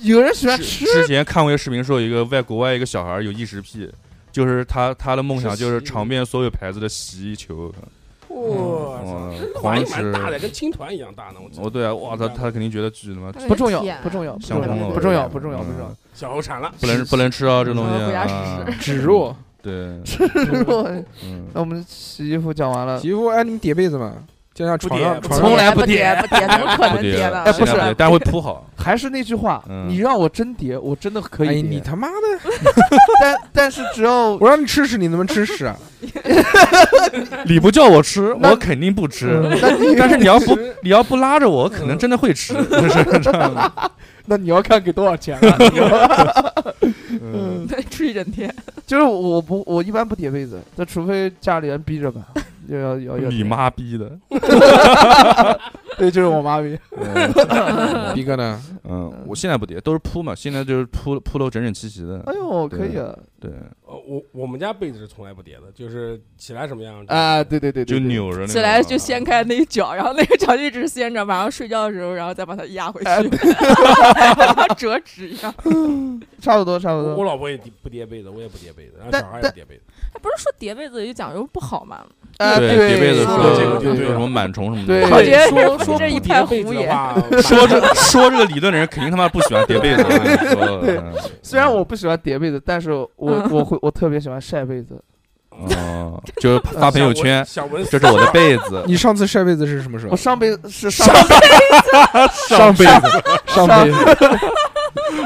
Speaker 3: 有人喜欢吃
Speaker 5: 之之前看过一个视频，说有一个外国外一个小孩儿有异食癖，就是他他的梦想就是
Speaker 4: 吃洗衣
Speaker 5: 尝遍所有牌子的洗衣球，嗯
Speaker 4: 哇操，
Speaker 5: 哇，
Speaker 4: 那玩
Speaker 5: 狂
Speaker 4: 意蛮
Speaker 5: 吃。
Speaker 4: 大的，跟青团一样大呢。我记得
Speaker 5: 哦，对啊，哇，他他肯定觉得巨他妈
Speaker 6: 它有点
Speaker 3: 不重要
Speaker 6: 甜
Speaker 3: 不重要不
Speaker 5: 香
Speaker 3: 重
Speaker 5: 疯
Speaker 3: 要
Speaker 5: 了，
Speaker 3: 不重要不重要不重要嗯
Speaker 5: 嗯，
Speaker 4: 小猴馋了，
Speaker 5: 不能不能吃到这东
Speaker 6: 我
Speaker 5: 西
Speaker 6: 们回家
Speaker 5: 啊
Speaker 6: 试。
Speaker 2: 植入
Speaker 5: 对，嗯，
Speaker 3: 那我们洗衣服讲完了，
Speaker 2: 媳妇，哎，你们叠被子吗？就像床上
Speaker 4: 不叠
Speaker 2: 床
Speaker 3: 从
Speaker 2: 上
Speaker 3: 来
Speaker 6: 不
Speaker 3: 不
Speaker 6: 叠，不叠，怎么可
Speaker 5: 不
Speaker 6: 能
Speaker 5: 叠
Speaker 6: 叠呢？
Speaker 3: 哎不是
Speaker 5: 尽量叠但会铺好。
Speaker 3: 还是那句话，
Speaker 5: 嗯
Speaker 3: 你让我真叠，我真的可
Speaker 2: 哎，
Speaker 3: 以
Speaker 2: 你
Speaker 3: 叠，
Speaker 2: 他妈的！
Speaker 3: 但但是只 要
Speaker 2: 我让你吃屎，你能不能吃屎啊？
Speaker 5: 你不叫我 吃，
Speaker 3: 那嗯
Speaker 5: 我肯定不吃。
Speaker 3: 那你
Speaker 5: 但是 你要不你要不拉着我，可
Speaker 3: 嗯
Speaker 5: 能真的会吃，就是这样的。
Speaker 3: 那你要看给多少钱啊 了，
Speaker 5: 嗯，
Speaker 6: 吃一整天，
Speaker 3: 就是我不我一般不叠被子，那除非家里人逼着 吧，就要要要
Speaker 5: 你
Speaker 3: 叠
Speaker 5: 妈逼的。
Speaker 3: 对，就是我妈逼，
Speaker 5: 嗯
Speaker 2: 逼哥呢？
Speaker 5: 嗯，我现在不叠，都是铺嘛，现在就是铺铺的整整齐齐的
Speaker 3: 哎。呦可以啊，
Speaker 5: 对，
Speaker 4: 呃，我我们家被子是从来不叠的，就是起来什么样
Speaker 3: 啊对对对对，
Speaker 5: 就
Speaker 3: 对，
Speaker 5: 扭着那
Speaker 6: 起来就掀开那一角，然后那个角一直掀着，晚上睡觉的时候，然后再把它压回
Speaker 5: 哎
Speaker 6: 去， 然后折纸一样。
Speaker 3: 差不多差不
Speaker 4: 我我
Speaker 3: 多，
Speaker 4: 老婆也叠不叠被子，我也不叠被子，然后
Speaker 3: 但
Speaker 4: 小孩也
Speaker 3: 但
Speaker 4: 不叠被子。
Speaker 6: 哎不是说叠被子有讲究不好吗？
Speaker 3: 啊
Speaker 5: 对叠被子
Speaker 4: 说
Speaker 3: 对
Speaker 4: 这
Speaker 5: 说
Speaker 4: 个就对
Speaker 5: 什
Speaker 4: 了
Speaker 5: 么螨虫什么
Speaker 3: 对
Speaker 5: 的。
Speaker 6: 我觉得
Speaker 4: 说说
Speaker 6: 这
Speaker 4: 不
Speaker 6: 一
Speaker 4: 叠
Speaker 6: 派
Speaker 4: 被
Speaker 6: 胡
Speaker 4: 子的
Speaker 6: 言
Speaker 4: 话，
Speaker 5: 说这说这个理论的人肯定他妈不喜欢叠被子。我跟你说嗯
Speaker 3: 虽然我不喜欢叠被子，但是 我
Speaker 6: 嗯
Speaker 3: 我会我特别喜欢晒被子，
Speaker 5: 哦，就是发朋友圈，
Speaker 4: 小文
Speaker 5: 这是我的被子，
Speaker 2: 你上次晒被子是什么时
Speaker 3: 我
Speaker 2: 候？
Speaker 3: 上辈子是上
Speaker 2: 上上被子，上被子，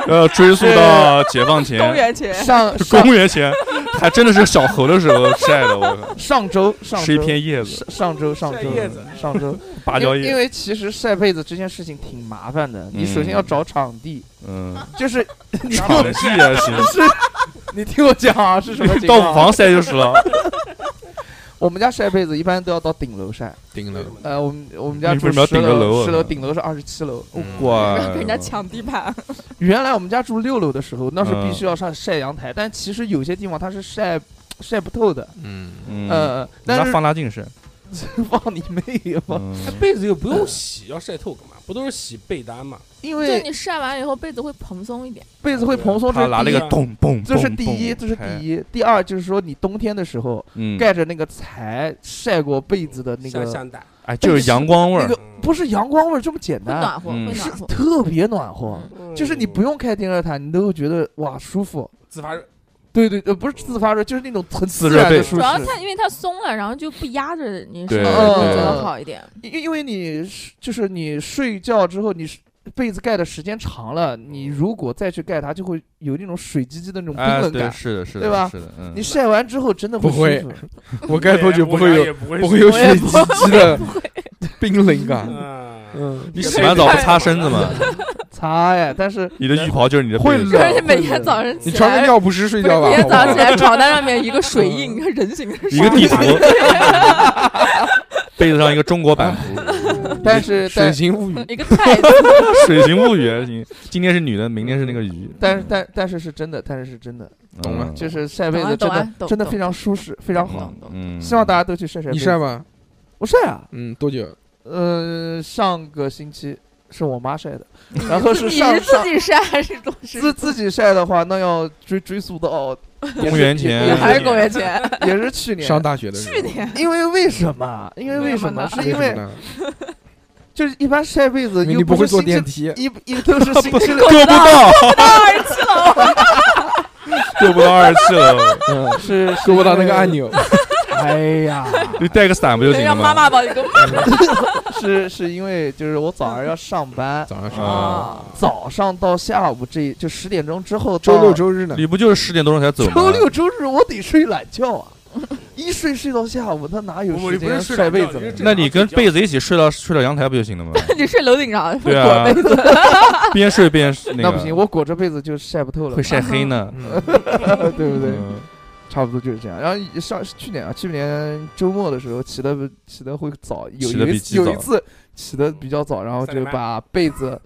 Speaker 5: 呃，追溯到解放
Speaker 6: 公
Speaker 5: 前，
Speaker 6: 元前
Speaker 3: 上上
Speaker 5: 公元前，还真的是小猴的时候晒的，我靠
Speaker 3: 上周上
Speaker 5: 是一
Speaker 3: 周
Speaker 5: 片叶子，
Speaker 3: 上上周上
Speaker 4: 晒
Speaker 3: 周
Speaker 4: 叶子
Speaker 3: 上周
Speaker 5: 芭
Speaker 3: 因
Speaker 5: 蕉
Speaker 3: 为因
Speaker 5: 叶，
Speaker 3: 为其实晒被子这件事情挺麻烦的，你首先要找场地，
Speaker 5: 嗯，
Speaker 3: 就是你听
Speaker 5: 场
Speaker 3: 我
Speaker 5: 地也啊行，
Speaker 3: 是， 你听我讲啊，是什么情
Speaker 5: 到
Speaker 3: 况
Speaker 5: 五
Speaker 3: 啊？
Speaker 5: 房晒就是了。
Speaker 3: 我们家晒被子一般都要到顶楼晒，
Speaker 2: 顶了。
Speaker 3: 呃，我们我们家
Speaker 5: 你
Speaker 3: 住
Speaker 5: 为什么要
Speaker 3: 十
Speaker 5: 顶着楼
Speaker 3: 楼，
Speaker 5: 啊
Speaker 3: 十楼顶楼是二十七楼。
Speaker 2: 嗯
Speaker 5: 哇，
Speaker 6: 跟人家抢地盘，
Speaker 3: 原来我们家住六楼的时候，那是
Speaker 5: 嗯
Speaker 3: 必须要上晒阳台，但其实有些地方它是晒晒不透的，
Speaker 2: 嗯，
Speaker 5: 嗯，
Speaker 3: 呃，但
Speaker 5: 拿
Speaker 3: 是
Speaker 5: 放大镜晒，
Speaker 3: 放你妹呀！放
Speaker 5: 嗯
Speaker 4: 被子又不用洗，要晒透干嘛？不都是洗被单嘛？
Speaker 3: 因
Speaker 6: 就
Speaker 3: 为
Speaker 6: 你晒完以后被子会蓬松一点。
Speaker 3: 被子会蓬松，这
Speaker 5: 他
Speaker 3: 是
Speaker 5: 拿
Speaker 3: 第
Speaker 5: 那
Speaker 3: 一啊
Speaker 5: 个咚嘣，
Speaker 3: 这是第一，这
Speaker 5: 嘣
Speaker 3: 是
Speaker 5: 拍
Speaker 3: 第一。第二就是说，你冬天的时候
Speaker 5: 嗯，
Speaker 3: 盖着那个柴晒过被子的那
Speaker 4: 像
Speaker 3: 个，
Speaker 4: 像蛋，
Speaker 5: 哎，就是阳光味
Speaker 3: 那
Speaker 5: 儿，
Speaker 3: 个
Speaker 4: 嗯
Speaker 3: 不是阳光味儿这么简
Speaker 6: 会
Speaker 3: 单，
Speaker 6: 暖和，
Speaker 5: 嗯
Speaker 6: 会
Speaker 3: 是
Speaker 6: 暖和。
Speaker 3: 特别暖和。
Speaker 4: 嗯
Speaker 3: 就是你不用开电热毯，你都会觉得哇舒服。
Speaker 4: 自发热，
Speaker 3: 对对，呃，不是自发热，就是那种很自
Speaker 5: 自热
Speaker 3: 然
Speaker 5: 被
Speaker 3: 的舒
Speaker 6: 主要
Speaker 3: 适。
Speaker 6: 它因为它松了，然后就不压着你
Speaker 5: 对对
Speaker 6: 身体，会觉
Speaker 3: 对
Speaker 6: 得好一点。
Speaker 3: 因因为你是就是你睡觉之后，你是被子盖的时间长了，你如果再去盖它，就会有那种水唧唧的那种冰
Speaker 5: 哎，
Speaker 3: 冷
Speaker 5: 对，
Speaker 3: 感。
Speaker 5: 是的，是的，
Speaker 3: 对吧
Speaker 5: 是的，嗯
Speaker 3: 你，晒完之后真的
Speaker 2: 不会
Speaker 3: 舒服。
Speaker 2: 我盖多久不会有
Speaker 4: 也不会
Speaker 2: 不会有
Speaker 6: 我也
Speaker 2: 水
Speaker 6: 不
Speaker 2: 唧唧的冰啊冷感？
Speaker 4: 嗯，
Speaker 3: 嗯，
Speaker 5: 你洗完澡不擦身子吗？
Speaker 3: 擦呀，但是
Speaker 5: 你的浴袍就是你的
Speaker 2: 会
Speaker 5: 被子
Speaker 2: 冷
Speaker 6: 可是你每天早上
Speaker 2: 你
Speaker 6: 起
Speaker 2: 穿个
Speaker 6: 来，
Speaker 2: 尿不湿睡
Speaker 6: 不是
Speaker 2: 觉吧
Speaker 6: 每，天
Speaker 2: 好
Speaker 6: 早上
Speaker 2: 吧
Speaker 6: 起？来床单上面一个水印，一个人形的
Speaker 5: 一个地
Speaker 6: 水
Speaker 5: 图， 被子上一个中国版图，
Speaker 3: 但 是
Speaker 2: 水
Speaker 3: 但
Speaker 2: 形物语
Speaker 6: 印，一个太子，
Speaker 5: 《水形物语》还行。今天是女的，明天是那个鱼，
Speaker 3: 嗯但是但但是是真的，但是是真的，
Speaker 2: 懂了
Speaker 5: 嗯
Speaker 3: 就是晒被
Speaker 6: 懂啊
Speaker 3: 子真
Speaker 6: 懂啊
Speaker 3: 的
Speaker 6: 懂
Speaker 3: 真的
Speaker 6: 懂
Speaker 3: 非常舒适，非常好。
Speaker 5: 嗯，
Speaker 3: 希望大家都去晒晒被
Speaker 2: 你
Speaker 3: 子。
Speaker 2: 晒吗？
Speaker 3: 我晒啊，
Speaker 2: 嗯，多久？
Speaker 3: 呃，上个星期是我妈晒的，然后是
Speaker 6: 你
Speaker 3: 上
Speaker 6: 是自
Speaker 3: 上
Speaker 6: 己晒还是多是
Speaker 3: 自自己晒的话，那要追追溯到哦
Speaker 5: 公元
Speaker 6: 也
Speaker 5: 前
Speaker 6: 还是公元前？
Speaker 3: 也是去年
Speaker 2: 上。大学的时候
Speaker 6: 去。 年
Speaker 3: 因为为什么？因为为什么？
Speaker 6: 为什么
Speaker 3: 是
Speaker 6: 呢
Speaker 3: 因
Speaker 2: 为什
Speaker 3: 为
Speaker 2: 么呢？
Speaker 3: 就是一般晒被子
Speaker 2: 因为
Speaker 3: 又
Speaker 2: 你不会
Speaker 3: 是星
Speaker 2: 坐
Speaker 3: 期
Speaker 2: 电梯，
Speaker 3: 一一 都是星期六，
Speaker 5: 够 不到，
Speaker 6: 二十七楼，
Speaker 5: 够不到二十七了，
Speaker 2: 嗯，
Speaker 3: 是
Speaker 2: 够不到那个按。钮。
Speaker 3: 是因为哎呀，
Speaker 5: 你带个伞不就 行了
Speaker 6: 让妈
Speaker 5: 吗？
Speaker 6: 妈帮你给我
Speaker 3: 是是因为就是我早上要上班，
Speaker 2: 早上上班，
Speaker 5: 啊
Speaker 6: 啊，
Speaker 3: 早上到下午这就十点钟之后，
Speaker 2: 周六、周日呢？
Speaker 5: 你不就是十点多钟才走吗？
Speaker 3: 周六周日我得睡懒觉啊，一睡睡到下午，那哪有
Speaker 4: 不
Speaker 3: 时
Speaker 4: 你不是
Speaker 3: 间
Speaker 4: 睡
Speaker 3: 晒
Speaker 4: 懒
Speaker 3: 被
Speaker 4: 觉
Speaker 3: 子
Speaker 4: 你
Speaker 3: 了
Speaker 4: 是
Speaker 3: 呢？
Speaker 4: 正
Speaker 5: 那你跟被
Speaker 4: 子
Speaker 5: 子一起睡到睡到阳台不就行了吗？
Speaker 6: 你睡楼顶上，
Speaker 5: 对
Speaker 6: 裹
Speaker 5: 啊
Speaker 6: 被，子，
Speaker 5: 边睡边那
Speaker 3: 那
Speaker 5: 个，
Speaker 3: 不行，我裹着被子就晒不透了
Speaker 5: 会，晒黑 呢。
Speaker 2: 嗯
Speaker 3: 对不对？
Speaker 5: 嗯
Speaker 3: 差不多就是这样。然后上去年啊，去年周末的时候起的起的会早，有
Speaker 5: 起得
Speaker 3: 有
Speaker 5: 比
Speaker 3: 一次
Speaker 5: 鸡
Speaker 3: 有一
Speaker 5: 早
Speaker 3: 次起的比较早，然后
Speaker 4: 三
Speaker 3: 就
Speaker 4: 点半
Speaker 3: 把被子。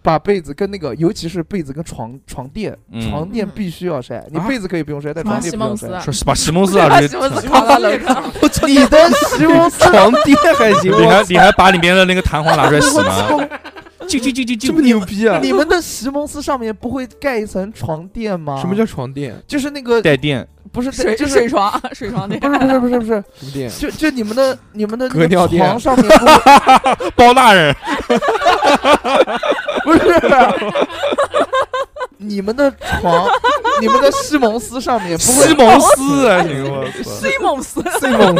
Speaker 3: 把被子跟那个，尤其是被子跟床床垫，
Speaker 5: 嗯
Speaker 3: 床垫
Speaker 6: 嗯
Speaker 3: 必须要晒。你
Speaker 2: 啊
Speaker 3: 被子可以不用晒，但床
Speaker 6: 啊
Speaker 3: 垫
Speaker 6: 西
Speaker 3: 不用
Speaker 6: 蒙
Speaker 3: 晒
Speaker 6: 斯。啊
Speaker 5: 说把席梦 思啊，这
Speaker 6: 什么子扛到楼上？
Speaker 3: 你的西蒙斯
Speaker 2: 床垫还行，
Speaker 5: 你 还哦
Speaker 2: 我
Speaker 5: 你还把里面的那个弹簧拿出来洗吗？
Speaker 2: 就就就就这么牛逼啊！
Speaker 3: 你们的席蒙斯上面不会盖一层床垫吗？
Speaker 2: 什么叫床垫？
Speaker 3: 就是那个
Speaker 5: 带电，
Speaker 3: 不是
Speaker 6: 水
Speaker 3: 就是
Speaker 6: 水床，水床 垫
Speaker 3: 不。是不是不是不是，
Speaker 2: 什么垫？
Speaker 3: 就就你们的你们的那
Speaker 2: 隔
Speaker 3: 个
Speaker 2: 尿垫
Speaker 3: 床上面不会
Speaker 5: 包大人，
Speaker 3: 不是，你们的床你们的西蒙斯上面不
Speaker 5: 西
Speaker 3: 会
Speaker 5: 蒙斯啊，行，我操，
Speaker 6: 西蒙斯，
Speaker 2: 最猛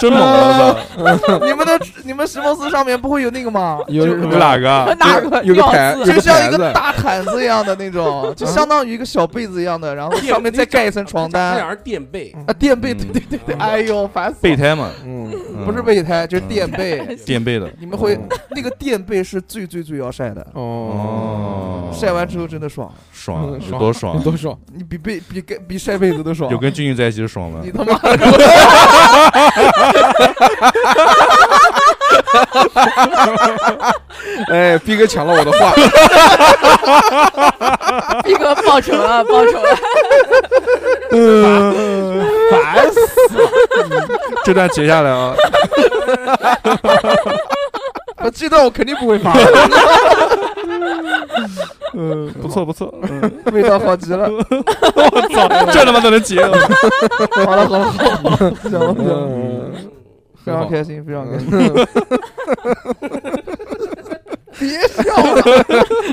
Speaker 5: 真猛啊！我操
Speaker 3: 你们的你们西蒙斯上面不会有那个吗？
Speaker 2: 有
Speaker 3: 就
Speaker 5: 有哪 个啊？
Speaker 6: 哪个
Speaker 2: 有个
Speaker 6: 料
Speaker 2: 牌
Speaker 6: 子
Speaker 2: 有
Speaker 3: 就
Speaker 2: 个
Speaker 3: 像一
Speaker 2: 牌
Speaker 3: 个
Speaker 2: 子
Speaker 3: 大毯子一样的那种，
Speaker 5: 嗯
Speaker 3: 就相当于一个小被子一样的，然
Speaker 5: 啊
Speaker 3: 后上面再盖一层床
Speaker 4: 他
Speaker 3: 单
Speaker 4: 俩是垫被，
Speaker 3: 啊，垫被，对
Speaker 5: 嗯
Speaker 3: 对对对，哎呦，烦死了！
Speaker 5: 备胎嘛，
Speaker 2: 嗯，
Speaker 5: 嗯
Speaker 3: 不是备胎，就是垫被。
Speaker 5: 垫背的。
Speaker 3: 你们会
Speaker 2: 嗯
Speaker 3: 那个垫被是最最最要晒的，
Speaker 2: 哦
Speaker 5: 哦，
Speaker 3: 晒完之后真的爽，
Speaker 5: 爽
Speaker 2: 嗯，
Speaker 5: 有多爽
Speaker 2: 你？多爽！
Speaker 3: 你比被比盖比晒被子都爽
Speaker 5: 有。跟俊俊在一起就爽了
Speaker 3: 你。他妈的！
Speaker 2: 哎，逼哥抢了我的话，
Speaker 6: 逼哥报仇了，报仇了！
Speaker 5: 烦死了！这段截下来啊，
Speaker 3: 我这段我肯定不会发，
Speaker 5: 嗯，不错不错，嗯
Speaker 3: 味道好极了。
Speaker 5: 我操，这他妈都能截！
Speaker 3: 好了好了好了，不讲了不讲了，
Speaker 2: 嗯，
Speaker 3: 非
Speaker 2: 很
Speaker 3: 常
Speaker 2: 好
Speaker 3: 开心，非常开心。
Speaker 2: 嗯
Speaker 3: 别笑了，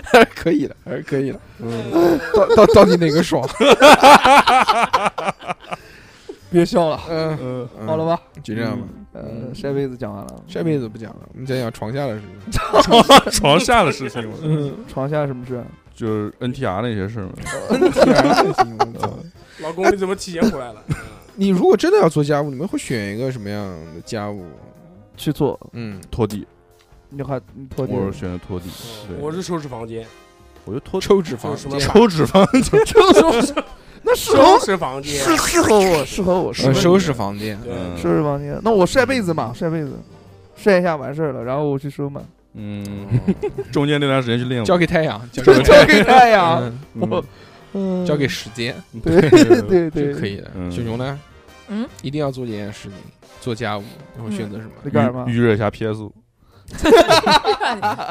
Speaker 2: 还是可以的，还是可以的。嗯，到到到底哪个爽？
Speaker 3: 别笑了，
Speaker 2: 嗯，
Speaker 5: 嗯，
Speaker 3: 好了吧？
Speaker 2: 就这样吧。嗯
Speaker 3: 呃，晒被子讲完了，
Speaker 2: 下辈子不讲了，我们讲讲床下的事情。
Speaker 5: 床下的事情我操
Speaker 3: 床下什么事？
Speaker 5: 就是 NTR 那些事儿嘛。
Speaker 4: 老公你怎么提前回来了？
Speaker 2: 你如果真的要做家务，你们会选一个什么样的家务？
Speaker 3: 去做，
Speaker 2: 嗯，
Speaker 5: 拖地，
Speaker 3: 你还你拖地，
Speaker 5: 我是选择拖地，对
Speaker 4: 我是收拾房间，
Speaker 5: 我就拖地。
Speaker 2: 抽脂肪
Speaker 4: 有什么
Speaker 2: 垫
Speaker 5: 抽脂肪，
Speaker 3: 那适合
Speaker 4: 收拾房间，
Speaker 3: 适适合我，适合我，适合
Speaker 2: 呃，
Speaker 3: 我
Speaker 2: 收拾房间。
Speaker 4: 对，
Speaker 5: 嗯
Speaker 3: 收拾房间。那我晒被子嘛，晒被子，晒一下完事儿了，然后我去收嘛，
Speaker 5: 嗯，中间那段时间去练 舞，
Speaker 2: 交给太阳，交
Speaker 3: 交
Speaker 2: 给
Speaker 3: 给太阳，
Speaker 2: 嗯
Speaker 3: 我嗯，
Speaker 2: 交给时间
Speaker 3: 对 对对，
Speaker 2: 就可以了。
Speaker 5: 嗯
Speaker 2: 熊熊呢？
Speaker 6: 嗯，
Speaker 2: 一定要做这件事情，做家务，然后选择什么？
Speaker 3: 你干什么
Speaker 5: 预？预热一下 PS 五。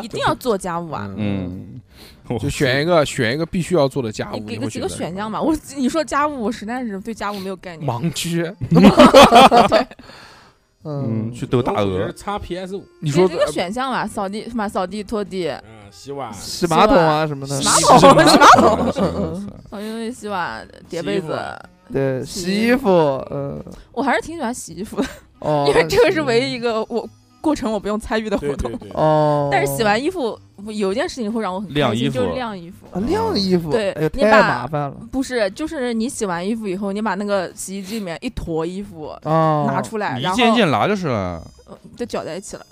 Speaker 6: 一定要做家务啊！
Speaker 5: 嗯，
Speaker 2: 就选一个，选一个必须要做的家务。
Speaker 6: 你给
Speaker 2: 你
Speaker 6: 个
Speaker 2: 啊会
Speaker 6: 几
Speaker 2: 选择什么
Speaker 6: 个选项吧。我你说家务，我实在是对家务没有概 念。
Speaker 2: 盲区，
Speaker 5: 嗯，
Speaker 3: 嗯，
Speaker 5: 去斗大
Speaker 4: 我觉得
Speaker 5: 鹅
Speaker 4: 是，擦 PS 五，
Speaker 2: 你说
Speaker 6: 给个选项吧，扫地什么扫地拖地，
Speaker 4: 嗯，洗碗、
Speaker 3: 洗马桶啊什么的，
Speaker 6: 洗马桶
Speaker 4: 洗
Speaker 5: 嗯
Speaker 4: 马桶
Speaker 6: 扫地拖地洗碗叠被子。
Speaker 3: 对，
Speaker 6: 洗
Speaker 3: 洗衣服，嗯，
Speaker 6: 我还是挺喜欢洗衣服的，
Speaker 3: 哦，
Speaker 6: 因为这个是唯一一个我过程我不用参与的活
Speaker 4: 对
Speaker 6: 动
Speaker 4: 对。对，
Speaker 3: 哦，
Speaker 6: 但是洗完衣服，我有一件事情会让我很
Speaker 5: 晾
Speaker 6: 开心
Speaker 5: 衣
Speaker 6: 就是
Speaker 5: 服
Speaker 6: 晾衣服。
Speaker 3: 啊晾衣服，
Speaker 6: 对
Speaker 3: 哎呦
Speaker 6: 你
Speaker 3: 太
Speaker 6: 把
Speaker 3: 麻烦了
Speaker 6: 不是，就是你洗完衣服以后，你把那个洗衣机里面一坨衣服
Speaker 3: 啊，
Speaker 6: 拿出来，
Speaker 5: 你
Speaker 6: 哎然
Speaker 5: 一
Speaker 6: 后
Speaker 5: 件一件拿就是了。
Speaker 6: 呃就搅在一起了，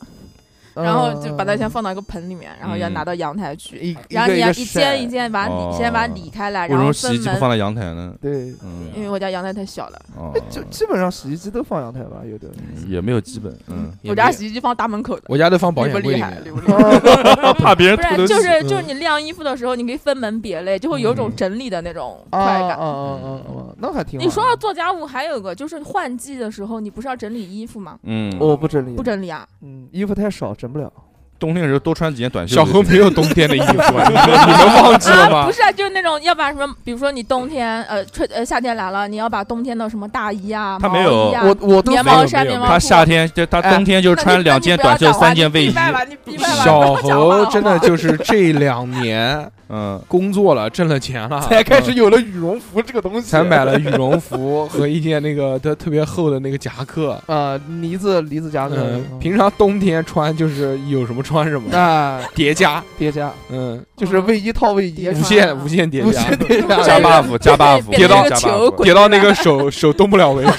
Speaker 3: 嗯，
Speaker 6: 然后就把它先放到一个盆里面，然后要
Speaker 5: 嗯
Speaker 6: 拿到阳台去，
Speaker 3: 嗯一，
Speaker 6: 然后你要
Speaker 3: 个
Speaker 6: 一件
Speaker 3: 个
Speaker 6: 一，
Speaker 3: 晒
Speaker 6: 件把它理先把它
Speaker 5: 哦
Speaker 6: 理开来，
Speaker 5: 为什
Speaker 6: 哎然
Speaker 5: 么
Speaker 6: 后
Speaker 5: 洗衣
Speaker 6: 分
Speaker 5: 机不放
Speaker 6: 门，
Speaker 5: 在阳台呢？
Speaker 3: 对，
Speaker 5: 嗯，
Speaker 6: 因为我家阳台太小了，
Speaker 5: 哦
Speaker 3: 哎，就基本上洗衣机都放阳台吧，有的。
Speaker 5: 也没有基本，嗯，
Speaker 6: 我家洗衣机放大门口的，
Speaker 2: 我家都放保
Speaker 6: 厉不
Speaker 2: 险柜
Speaker 6: 厉
Speaker 2: 里
Speaker 6: 害？
Speaker 2: 面
Speaker 6: 厉。
Speaker 3: 哦
Speaker 6: 不厉害？
Speaker 5: 怕 别人
Speaker 6: 不然
Speaker 5: 吐
Speaker 6: 就
Speaker 5: 都
Speaker 6: 是
Speaker 2: 嗯
Speaker 6: 就是你晾衣服的时候，你可以分门别类，就会有
Speaker 5: 嗯
Speaker 6: 种整理的那种
Speaker 5: 哦
Speaker 3: 啊
Speaker 6: 快
Speaker 3: 啊啊
Speaker 6: 感。嗯
Speaker 3: 啊啊啊！那还挺好。
Speaker 6: 你说到做家务，还有个就是换季的时候，你不是要整理衣服吗？
Speaker 5: 嗯，
Speaker 3: 哦我不整理，
Speaker 6: 不，整理啊，
Speaker 3: 嗯，衣服太少，整不了。
Speaker 5: 冬天的时候多穿几件短袖
Speaker 2: 小
Speaker 5: 就行。
Speaker 2: 何没
Speaker 6: 哦
Speaker 2: 有冬天的衣服，啊你们你们忘记了
Speaker 6: 啊，
Speaker 2: 吗
Speaker 6: 不？是啊，就是那种，要不然什么，比如说你冬天，呃，春呃夏天来了，你要把冬天的什么大衣啊、
Speaker 5: 他
Speaker 6: 毛
Speaker 5: 没有
Speaker 6: 衣啊、
Speaker 3: 我我都
Speaker 6: 棉
Speaker 5: 没有
Speaker 6: 毛衫、
Speaker 5: 没有
Speaker 6: 棉毛裤，啊
Speaker 5: 他夏天就他
Speaker 3: 哎
Speaker 5: 冬天就
Speaker 6: 那你
Speaker 5: 穿两件短袖、三件卫衣。
Speaker 6: 那你不要讲话你闭麦吧，你闭麦吧，
Speaker 2: 小
Speaker 6: 不要讲话
Speaker 2: 何真的
Speaker 6: 好不好
Speaker 2: 就是这两年
Speaker 5: 嗯，
Speaker 2: 工作了，挣了钱了，
Speaker 3: 才开始有了羽绒服这个东西，
Speaker 2: 嗯才买了羽绒服和一件那个特特别厚的那个夹克。
Speaker 3: 啊，呢子呢子夹克，
Speaker 2: 嗯，平常冬天穿就是有什么穿什么，
Speaker 3: 啊
Speaker 2: 叠加，
Speaker 3: 叠加
Speaker 2: 嗯，
Speaker 3: 就是卫衣套卫衣
Speaker 6: 叠，
Speaker 2: 无
Speaker 6: 穿
Speaker 2: 限
Speaker 6: 啊
Speaker 2: 无限叠
Speaker 3: 无
Speaker 2: 加，
Speaker 3: 限叠
Speaker 6: 不
Speaker 3: 加
Speaker 6: 是
Speaker 5: 加 buff 加 buff，
Speaker 2: 叠
Speaker 5: 加
Speaker 6: 变成一个
Speaker 5: buff
Speaker 6: 球滚
Speaker 2: 叠到那个手手动不了为止。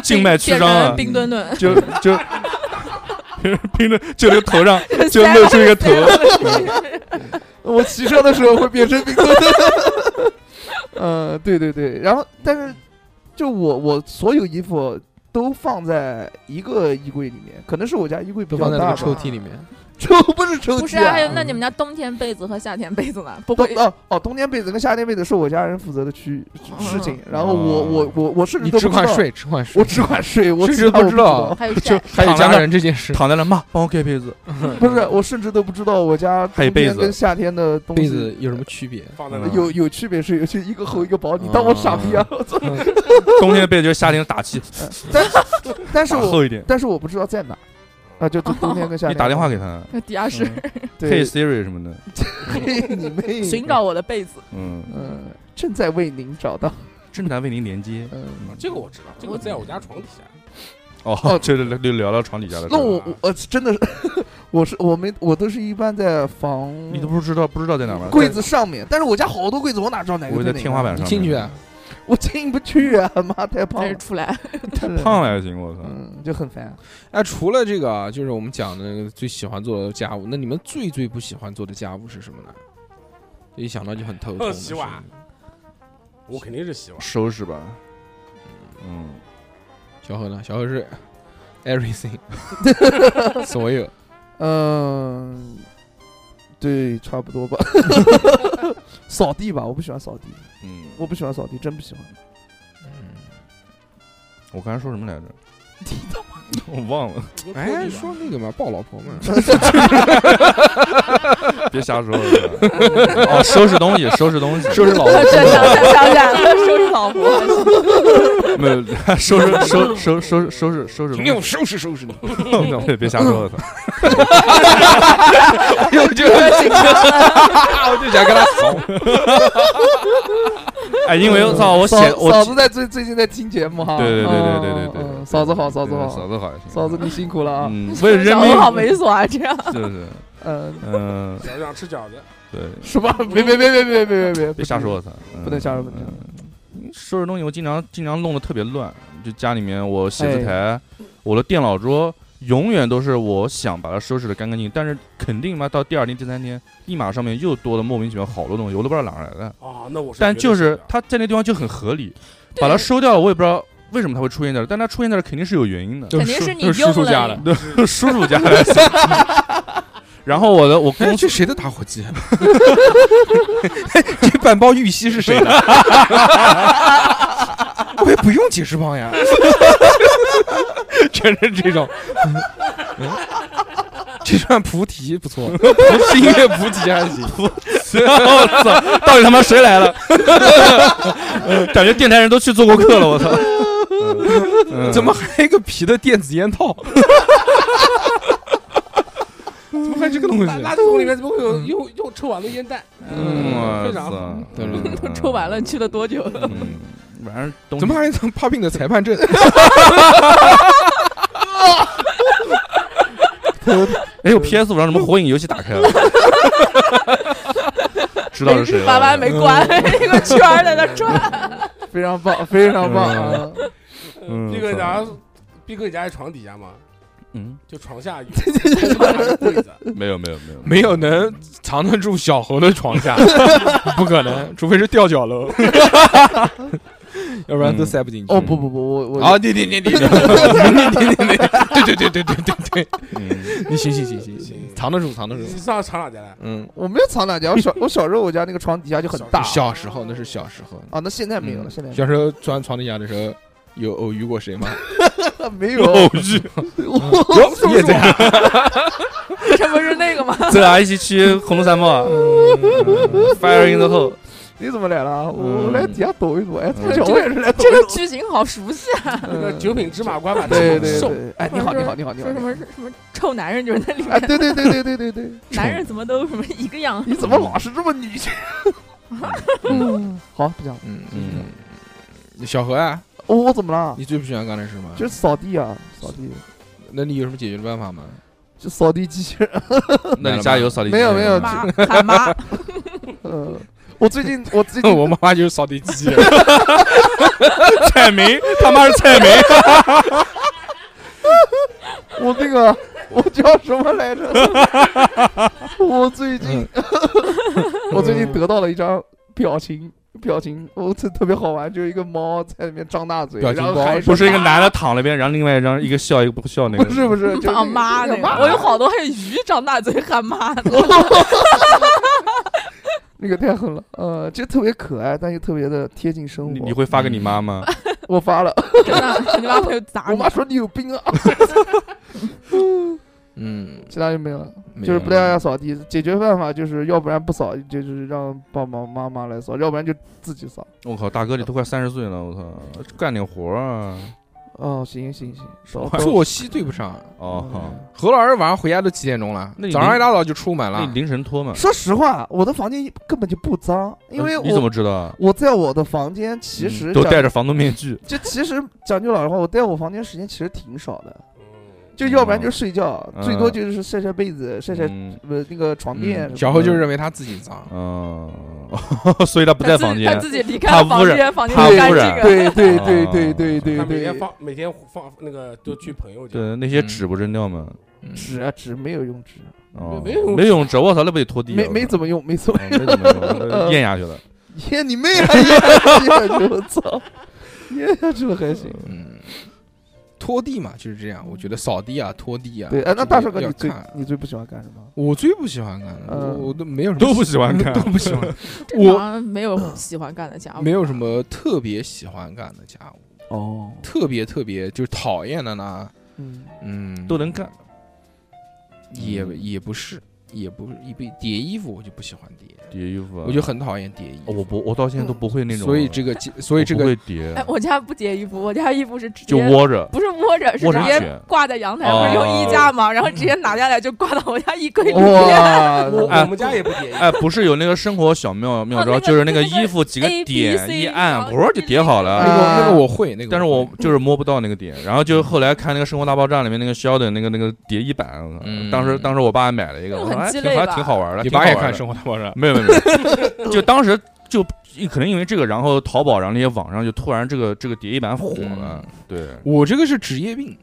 Speaker 5: 静脉曲
Speaker 6: 变
Speaker 5: 张啊
Speaker 6: 成
Speaker 5: 了，
Speaker 6: 冰 墩墩，
Speaker 5: 就 就冰着就那个头上啊 就 露出一个头，
Speaker 3: 我骑车的时候会变成 冰棍。嗯，对对对，然后但是就我我所有衣服都放在一个衣柜里面，可能是我家衣柜比
Speaker 2: 都
Speaker 3: 较
Speaker 2: 放在那
Speaker 3: 大
Speaker 2: 个抽
Speaker 3: 吧，
Speaker 2: 屉里面，
Speaker 3: 抽不是抽屉、啊，
Speaker 6: 不是啊？还有那
Speaker 2: 嗯
Speaker 6: 你们家冬天被子和夏天被子呢？不
Speaker 3: 冬
Speaker 6: 会
Speaker 3: 哦哦，冬天被子跟夏天被子是我家人负责的区
Speaker 6: 嗯
Speaker 3: 事情，然后我我我我甚
Speaker 2: 哦
Speaker 3: 至
Speaker 2: 你
Speaker 3: 都
Speaker 2: 只
Speaker 3: 不知道
Speaker 2: 管，睡，只管睡
Speaker 3: 我。只管睡，我
Speaker 2: 甚
Speaker 3: 其
Speaker 2: 至
Speaker 3: 他
Speaker 2: 不
Speaker 3: 我
Speaker 2: 知
Speaker 3: 不
Speaker 2: 道啊
Speaker 3: 道，
Speaker 6: 还有
Speaker 2: 就
Speaker 6: 晒，
Speaker 2: 还有家人这件事，
Speaker 5: 躺在那骂，帮我盖被子。
Speaker 3: 不是我甚至都不知道我家
Speaker 5: 还有
Speaker 3: 冬
Speaker 5: 被
Speaker 3: 天
Speaker 5: 子
Speaker 3: 跟夏天的东
Speaker 2: 被
Speaker 3: 西
Speaker 2: 子有什么区别？
Speaker 4: 放在那
Speaker 5: 嗯
Speaker 4: 个
Speaker 3: 有有区别是有区，一个厚一个薄，你当我傻逼啊！
Speaker 5: 哦
Speaker 3: 我操！
Speaker 5: 冬天的被子就是夏天的打气，
Speaker 3: 但是
Speaker 5: 打
Speaker 3: 我
Speaker 5: 厚一点。
Speaker 3: 但是我不知道在哪。啊，就就冬天跟夏
Speaker 5: 你
Speaker 3: 天。
Speaker 5: 打电话给，他，
Speaker 6: 那地下室
Speaker 5: 配
Speaker 3: 对，
Speaker 5: Siri 什么的，
Speaker 3: 嘿你妹！
Speaker 6: 寻找我的被子，
Speaker 5: 嗯，
Speaker 3: 嗯，正在为您找到。
Speaker 5: 正在为您连接。
Speaker 3: 嗯，
Speaker 4: 这个我知道，这个在我家床底下。
Speaker 5: 哦，这就就聊到床底下了。
Speaker 3: 那我我呃真的是，我是我没我都是一般在房
Speaker 5: 你都不知道不知道在哪吗？
Speaker 3: 柜子上面，但是我家好多柜子，我哪知道哪个？
Speaker 5: 我在天花，板
Speaker 2: 你
Speaker 5: 上。
Speaker 2: 进去啊，
Speaker 3: 我进不去啊！妈，太胖
Speaker 6: 但是
Speaker 3: 了，
Speaker 6: 出来
Speaker 3: 太
Speaker 5: 胖，了还行，我操！
Speaker 3: 嗯，就很烦。
Speaker 2: 哎，除了这个啊，就是我们讲的那个最喜欢做的家务，那你们最最不喜欢做的家务是什么呢？一想到就很头痛的事
Speaker 4: 洗
Speaker 2: 情。
Speaker 4: 碗我肯定是洗碗，
Speaker 5: 收拾吧，嗯，
Speaker 2: 小何呢？小何 是 everything，所 有。
Speaker 3: 嗯，对，差不多吧。 扫地吧，我不喜欢扫地，
Speaker 5: 嗯，
Speaker 3: 我不喜欢扫地，真不喜欢。
Speaker 5: 我刚才说什么来着？我忘了，
Speaker 2: 哎，说那个嘛，抱老 婆嘛。
Speaker 5: 别瞎说了。哦，收拾东西，收拾东西，
Speaker 2: 收 拾老婆
Speaker 6: 再想再想起 来了，收拾老婆，
Speaker 5: 没有 收拾收收收拾收拾收拾东西。
Speaker 2: 收拾收拾你。
Speaker 5: 别别瞎说了，
Speaker 2: 我就 我就想跟他怂。
Speaker 5: 哎，因为我操，我写
Speaker 3: 嫂
Speaker 5: 我
Speaker 3: 嫂子在最最近在听节目哈。
Speaker 5: 对对对对对对
Speaker 3: 嗯嗯
Speaker 5: 对，
Speaker 3: 嫂子好，嫂子
Speaker 5: 对
Speaker 3: 好
Speaker 5: 嫂，子好也行，
Speaker 3: 嫂子你辛苦了啊。
Speaker 5: 嗯，为了人民
Speaker 6: 小，好猥琐啊，这样
Speaker 5: 就是
Speaker 3: 嗯，
Speaker 5: 嗯，
Speaker 4: 小想吃饺子，
Speaker 5: 对，
Speaker 3: 什么？别别别别别别别别，
Speaker 5: 别瞎说，我操，嗯
Speaker 3: 不能瞎说，不能瞎说。
Speaker 5: 收拾东西，我经常经常弄得特别乱，就家里面我写字台、我的电脑桌，永远都是我想把它收拾的干干净净，但是肯定嘛，到第二天、第三天，立马上面又多了莫名其妙好多东西，我都不知道哪儿来的。
Speaker 4: 哦，那我是
Speaker 5: 但
Speaker 4: 绝对
Speaker 5: 就
Speaker 4: 受不
Speaker 5: 是
Speaker 4: 了
Speaker 5: 它在那地方就很合理， 把它收掉了，我也不知道为什么它会出现在这儿，但它出现在这儿肯定是有原因的，
Speaker 6: 肯定是你
Speaker 2: 都是叔叔
Speaker 6: 用
Speaker 2: 家
Speaker 6: 了
Speaker 2: 的
Speaker 6: 你。
Speaker 5: 对， 叔叔家来的。然后我的我
Speaker 2: 哎，
Speaker 5: 公
Speaker 2: 这谁的打火 机？这半包玉溪是谁的？ 我也不用解释棒呀， 全是这种。 嗯嗯这串菩提不错，是音乐菩提还行。
Speaker 5: 我操，到底他妈谁来了？ 嗯感觉电台人都去做过客了，我操！嗯
Speaker 2: 怎么还有一个皮的电子烟 套？怎么还这个东西？
Speaker 4: 垃垃圾桶里面怎么会有又又抽完了烟弹？
Speaker 5: 嗯，
Speaker 4: 非常好。
Speaker 5: 好，
Speaker 2: 对对对
Speaker 6: 都抽完了，去了多久？
Speaker 5: 嗯，晚上东
Speaker 2: 怎么还有一张帕病的裁判证？
Speaker 5: 哎呦，PS 五上什么火影游戏打开 了，知道是谁了？嗯
Speaker 6: 慢慢没关， 一个圈儿在那转。
Speaker 3: 非常棒，非常棒啊！
Speaker 5: 嗯
Speaker 4: 毕哥家，毕哥家在床底下嘛，
Speaker 5: 嗯，
Speaker 4: 就床下有床下是柜子，
Speaker 5: 没有没有没有
Speaker 2: 没有能藏得住小猴的床下，不可能，除非是吊脚楼，要不然都塞不进去。
Speaker 3: 哦不不不，我我
Speaker 2: 啊，你你你你你你你你你，对对对对对对对，
Speaker 5: 嗯
Speaker 2: 你行行行行行，藏得住藏得住
Speaker 4: 你。上床哪去了？
Speaker 2: 嗯，
Speaker 3: 我没有藏哪家，我小我小时候我家那个床底下就很大
Speaker 2: 小时候那是小时候，
Speaker 3: 啊，那现在没有了，
Speaker 2: 嗯
Speaker 3: 现在没有
Speaker 2: 小时候钻床底下的时候，有偶遇过谁吗？
Speaker 3: 了没有
Speaker 5: 偶遇，
Speaker 2: 有，你也在啊？
Speaker 6: 这不是那个吗？
Speaker 5: 咱俩一起去红龙山嘛，Fire in the hole，
Speaker 3: 你怎么来了？我我
Speaker 5: 嗯
Speaker 3: 来底下抖一抖，哎，
Speaker 5: 嗯
Speaker 3: 这我也是来抖
Speaker 6: 这
Speaker 3: 一
Speaker 6: 个
Speaker 3: 抖。
Speaker 6: 剧情好熟悉啊！
Speaker 4: 那个九品芝麻官把
Speaker 3: 嗯对
Speaker 4: 这
Speaker 3: 对
Speaker 4: 兽
Speaker 3: 对，哎，你好你好你好你好
Speaker 6: 说什，么什么臭男人，就是那里
Speaker 3: 哎，
Speaker 6: 面
Speaker 3: 对对对对对对对，
Speaker 6: 男人怎么都什么一个 样。
Speaker 3: 你怎么老是这么女 性？好，不讲了，
Speaker 2: 嗯嗯，小何啊，
Speaker 3: 我哦我怎么了？
Speaker 2: 你最不喜欢干的事吗？
Speaker 3: 就是扫地啊，扫地，
Speaker 2: 那你有什么解决的办法吗？
Speaker 3: 就扫地机器人。
Speaker 5: 那你家嗯有扫地机
Speaker 3: 没有没有
Speaker 6: 妈 喊妈，
Speaker 3: 呃，我最近我最近
Speaker 2: 我妈妈就是扫地机器人，
Speaker 5: 蔡明，他妈是蔡明，
Speaker 3: 我那个我叫什么来着？ 我最近
Speaker 5: 嗯
Speaker 3: 我最近得到了一张表情表情，我这特别好玩，就是一个猫在里面张大嘴，
Speaker 2: 表情
Speaker 3: 然后
Speaker 2: 包
Speaker 3: 还
Speaker 5: 不是一个男的躺那边，然后另外一张一个笑一个不笑那个，
Speaker 3: 不是不 是，就是
Speaker 6: 喊妈
Speaker 3: 那
Speaker 6: 那
Speaker 3: 个
Speaker 6: 个。我有好多还有鱼张大嘴喊妈 的，
Speaker 3: 那个太狠了，呃，就特别可爱，但又特别的贴近生
Speaker 5: 你
Speaker 3: 活。
Speaker 5: 你会发给你妈吗？
Speaker 3: 我发了，
Speaker 6: 真的，你妈朋友砸
Speaker 3: 我
Speaker 6: 你
Speaker 3: 妈。说你有病啊，
Speaker 2: 嗯，
Speaker 3: 其他就没有了，
Speaker 2: 没
Speaker 3: 就是
Speaker 2: 有
Speaker 3: 不太爱扫地。解决办法就是要不然不扫，就是让爸爸妈妈来扫，要不然就自己扫。
Speaker 5: 我靠，大哥你都快三十岁了，我操，干点活啊！
Speaker 3: 哦，行行行，扫
Speaker 5: 快
Speaker 2: 作息对不上。
Speaker 5: 哦，
Speaker 2: 何老师晚上回家都几点钟了
Speaker 5: 那？你
Speaker 2: 早上一大早就出门
Speaker 5: 那
Speaker 2: 了
Speaker 5: 你。凌晨拖嘛？
Speaker 3: 说实话，我的房间根本就不脏，因为
Speaker 5: 呃你怎
Speaker 3: 我
Speaker 5: 么知道啊？
Speaker 3: 我在我的房间其实
Speaker 5: 嗯都
Speaker 3: 讲
Speaker 5: 戴着防毒面具，
Speaker 3: 就其实讲句老实话，我在我房间时间其实挺少的，
Speaker 4: 嗯
Speaker 3: 就要不然就睡觉，
Speaker 5: 嗯
Speaker 3: 最多就是晒晒被子，晒晒
Speaker 5: 嗯
Speaker 3: 呃那个床垫什么
Speaker 2: 嗯
Speaker 3: 的。
Speaker 2: 小何就认为他自己脏，
Speaker 5: 嗯， 所以他不在
Speaker 6: 他自
Speaker 5: 房
Speaker 6: 己他
Speaker 5: 间，
Speaker 6: 自己离开
Speaker 5: 怕
Speaker 6: 了
Speaker 5: 污
Speaker 6: 房
Speaker 5: 染
Speaker 6: 间，房间
Speaker 5: 怕
Speaker 6: 干
Speaker 5: 污
Speaker 6: 净
Speaker 5: 染
Speaker 6: 了。
Speaker 3: 对对
Speaker 5: 哦
Speaker 3: 对对对对
Speaker 4: 他每天
Speaker 3: 对，
Speaker 4: 放每天放那个都去朋友家，
Speaker 5: 对那些纸不扔掉吗？
Speaker 2: 嗯
Speaker 3: 纸啊纸没有用纸，
Speaker 5: 哦，
Speaker 4: 没有
Speaker 5: 没用纸，我操，那不得拖地啊？
Speaker 3: 没没
Speaker 5: 么
Speaker 3: 怎么用，没怎么
Speaker 5: 没 怎么用那咽下去了。
Speaker 3: 用。耶，你妹啊！耶下去，我操！耶下去了还行。
Speaker 2: 嗯，拖地嘛就是这样。我觉得扫地啊、拖地啊，
Speaker 3: 对，哎，那大帅哥，
Speaker 2: 要
Speaker 3: 你最
Speaker 2: 看
Speaker 3: 你最不喜欢干什么？
Speaker 2: 我最不喜欢干的，
Speaker 3: 嗯
Speaker 2: 我我都没有什么
Speaker 5: 都不喜欢干
Speaker 2: 都不喜欢，
Speaker 6: 我
Speaker 2: 我
Speaker 6: 没有喜欢干的家务，
Speaker 2: 没有什么特别喜欢干的家务，
Speaker 3: 哦，
Speaker 2: 特别特别就是讨厌的呢，
Speaker 3: 嗯，
Speaker 2: 嗯，
Speaker 5: 都能干，
Speaker 2: 也
Speaker 5: 嗯
Speaker 2: 也不是，也不也不叠衣服，我就不喜欢叠，
Speaker 5: 叠衣服啊，
Speaker 2: 我就很讨厌叠衣
Speaker 5: 哦
Speaker 2: 服。
Speaker 5: 我不，我到现在都不会那种，
Speaker 2: 所以这个结，所以这
Speaker 5: 我不
Speaker 2: 个
Speaker 5: 会叠，
Speaker 6: 哎，我家不叠衣服，我家衣服是直
Speaker 5: 就
Speaker 6: 接
Speaker 5: 窝着。
Speaker 6: 不是摸着，是
Speaker 5: 窝
Speaker 6: 直
Speaker 5: 着
Speaker 6: 接
Speaker 5: 卷
Speaker 6: 挂在阳台，不是用衣架吗？然后直接拿下来就挂到我家衣柜里面。
Speaker 4: 我
Speaker 3: 哇，
Speaker 5: 哎
Speaker 4: 我们家也不 叠衣服，
Speaker 5: 哎，不是有那个生活小妙妙招，
Speaker 6: 哦那个
Speaker 5: 就是那个
Speaker 6: 那个
Speaker 5: 衣服几个
Speaker 6: A B
Speaker 5: 点
Speaker 6: C，
Speaker 5: 一
Speaker 6: 然
Speaker 5: 按，
Speaker 6: 后
Speaker 5: 我就叠好
Speaker 2: 那
Speaker 5: 了。
Speaker 2: 个
Speaker 3: 啊
Speaker 2: 那个我会那个会，嗯
Speaker 5: 但是我就是摸不到那个点，然后就后来看那个《生活大爆炸》里面那个 Sheldon 那个那个叠衣板，我操
Speaker 2: 嗯
Speaker 5: 当时当时我爸还买了一个，
Speaker 6: 那
Speaker 5: 我
Speaker 6: 个
Speaker 5: 说
Speaker 6: 很
Speaker 5: 哎
Speaker 6: 鸡
Speaker 5: 挺
Speaker 6: 肋
Speaker 5: 还
Speaker 6: 吧
Speaker 5: 挺好玩的。
Speaker 2: 你
Speaker 5: 挺
Speaker 2: 爸也
Speaker 5: 好玩
Speaker 2: 看《
Speaker 5: 的
Speaker 2: 生活大爆炸》，
Speaker 5: 没有没有没有， 就当时就可能因为这个，然后淘宝然后那些网上就突然这个这个叠衣板火了，对，
Speaker 2: 我这个是职业病。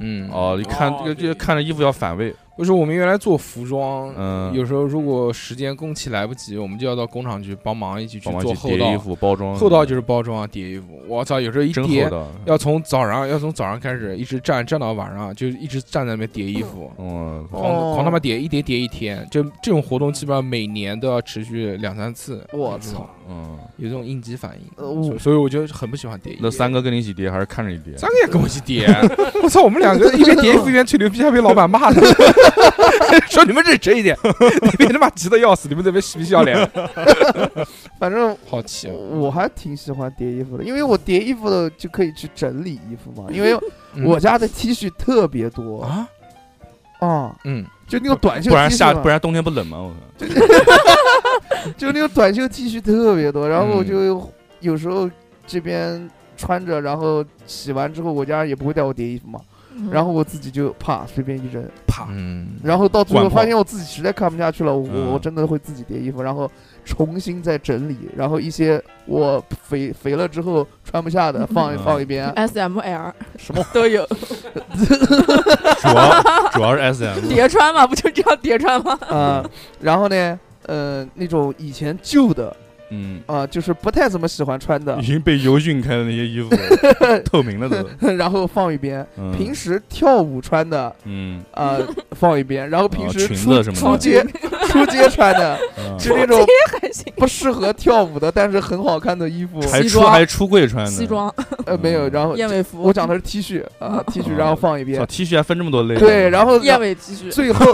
Speaker 2: 嗯，
Speaker 5: 哦，一看
Speaker 4: 哦
Speaker 5: 这个
Speaker 4: 对
Speaker 5: 就看着衣服要反胃，
Speaker 2: 就是我们原来做服装，
Speaker 5: 嗯，
Speaker 2: 有时候如果时间工期来不及，我们就要到工厂去帮忙，一起去
Speaker 5: 帮忙
Speaker 2: 做
Speaker 5: 去
Speaker 2: 后
Speaker 5: 叠衣
Speaker 2: 道。
Speaker 5: 服包装，
Speaker 2: 后道就是包装啊，叠衣服。我操，有时候一
Speaker 5: 真厚
Speaker 2: 叠
Speaker 5: 道，
Speaker 2: 要从早上，要从早上开始一直站站到晚上，就一直站在那边叠衣服，
Speaker 5: 嗯，
Speaker 2: 狂
Speaker 3: 哦
Speaker 2: 狂他妈叠，一叠叠一天。就这种活动基本上每年都要持续两三次。
Speaker 3: 我操！
Speaker 5: 嗯，
Speaker 2: 有这种应激反应，
Speaker 3: 呃我
Speaker 2: 所所以我就很不喜欢叠衣服。
Speaker 5: 那三哥跟你一起叠还是看着你叠？
Speaker 2: 三个也跟我一起叠， 我操！我们两个一边叠衣服一边吹牛逼，还被老板骂的，说你们认真一点， 你别他妈急得要死，你们这边 嬉皮笑脸，
Speaker 3: 反正
Speaker 2: 好气哦！
Speaker 3: 我还挺喜欢叠衣服的，因为我叠衣服的就可以去整理衣服嘛。因为我家的 T 恤特别多
Speaker 2: 啊，
Speaker 3: 啊，
Speaker 2: 嗯，
Speaker 3: 就那个短袖
Speaker 5: 不
Speaker 3: T
Speaker 5: 然夏
Speaker 3: 恤
Speaker 5: 不
Speaker 3: 嘛，
Speaker 5: 然冬天不冷吗？我靠，
Speaker 3: 就那个短袖 T 恤特别多。然后我
Speaker 2: 嗯
Speaker 3: 就有时候这边穿着，然后洗完之后，我家也不会带我叠衣服嘛，然后我自己就啪随便一扔，
Speaker 4: 啪，
Speaker 5: 嗯，
Speaker 3: 然后到最后
Speaker 5: 灌泡
Speaker 3: 发现我自己实在看不下去了，我、
Speaker 5: 嗯
Speaker 3: 我真的会自己叠衣服，然后重新再整理，然后一些我肥肥了之后穿不 下的放一
Speaker 5: 嗯
Speaker 3: 放一边，
Speaker 6: S M L
Speaker 3: 什么
Speaker 6: 都有
Speaker 5: 主要主要是 S M，
Speaker 6: 叠穿嘛，不就这样叠穿吗？
Speaker 3: 啊、然后呢，呃，那种以前旧的
Speaker 5: 嗯，
Speaker 3: 啊、就是不太怎么喜欢穿 的
Speaker 5: 已，经被油晕开的那些 衣服透明了都，
Speaker 3: 然后放一边。
Speaker 5: 嗯
Speaker 3: 平时跳舞穿的
Speaker 5: 嗯，
Speaker 3: 啊、 放一边，然后平
Speaker 5: 哦
Speaker 3: 时
Speaker 5: 裙
Speaker 3: 出、
Speaker 5: 子什么
Speaker 3: 出
Speaker 5: 的
Speaker 3: 街出街穿的
Speaker 5: 嗯
Speaker 3: 是那种
Speaker 6: 还行，
Speaker 3: 不适合跳舞的，但是很好看的衣 服，
Speaker 5: 还
Speaker 6: 西
Speaker 5: 出
Speaker 6: 装
Speaker 5: 还出柜穿的哦
Speaker 6: 西，装、
Speaker 3: 呃，没
Speaker 5: 嗯
Speaker 3: 有，然后
Speaker 6: 燕尾服，
Speaker 3: 我讲的是 T 恤啊，T 恤，然后放一
Speaker 5: 操
Speaker 3: 边，
Speaker 5: T 恤还分这么多类，
Speaker 3: 对，然后
Speaker 6: 燕尾 T 恤，
Speaker 3: 最后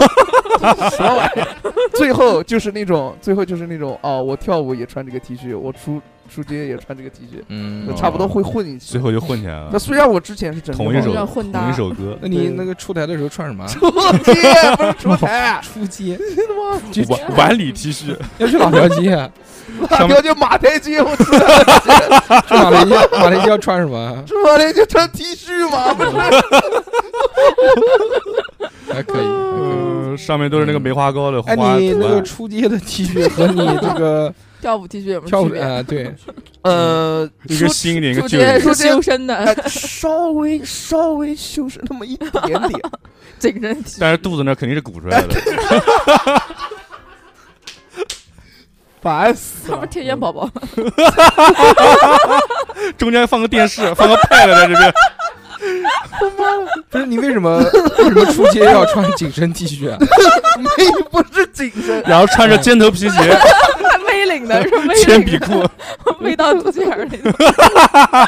Speaker 3: 什么玩意儿？最后就是那种，最后就是那种，哦，我跳舞也穿这个 T 恤，我出出街也穿这个 T 恤，
Speaker 5: 嗯
Speaker 3: 就差不多会混一起
Speaker 5: 最。后就混起来了
Speaker 3: 那，虽然我之前是整
Speaker 5: 同
Speaker 3: 的
Speaker 5: 一
Speaker 3: 嘛
Speaker 5: 首
Speaker 6: 有点混搭
Speaker 5: 同一首 歌，
Speaker 2: 那你
Speaker 3: 对
Speaker 2: 那个出台的时候穿什么？啊
Speaker 3: 出街不是 出台，啊
Speaker 2: 出街
Speaker 5: 晚晚礼 T 恤，
Speaker 2: 要去哪条街啊？
Speaker 3: 大条就马台街，我出
Speaker 2: 去哪条街？哪条街要穿什么？啊
Speaker 3: 出来就穿 T 恤嘛，不是？
Speaker 2: 还可以，还可以。
Speaker 5: 嗯，上面都是那个梅花糕的花啊
Speaker 2: 哎，你
Speaker 5: 图
Speaker 2: 那个
Speaker 5: 案，
Speaker 2: 出街的 T 恤和你这个
Speaker 6: 跳舞 T 恤有什
Speaker 2: 跳
Speaker 6: 么
Speaker 2: 舞
Speaker 6: 区别？
Speaker 2: 啊，对，
Speaker 3: 呃，
Speaker 5: 嗯一个新一点，一个
Speaker 6: 出
Speaker 5: 旧一点
Speaker 6: 街
Speaker 3: 出
Speaker 6: 是
Speaker 3: 街
Speaker 6: 修身的，
Speaker 3: 哎稍微稍微修饰那么一点点，
Speaker 6: 紧身 T
Speaker 5: 但
Speaker 6: 恤，
Speaker 5: 是肚子那儿肯定是鼓出来的。
Speaker 3: 烦死
Speaker 6: 他不
Speaker 3: 了
Speaker 6: 是。天线宝宝吗？
Speaker 5: 中间放个电视，放个 pad 在这边，
Speaker 2: 不是你为什么 为什么出街要穿紧身 T 恤啊？
Speaker 3: 你哎不是紧身，
Speaker 5: 然后穿着尖头皮鞋、
Speaker 6: 还 V 领的，是 V
Speaker 5: 铅
Speaker 6: 领
Speaker 5: 笔
Speaker 6: 的，
Speaker 5: 裤、
Speaker 6: V 到肚脐眼儿那种。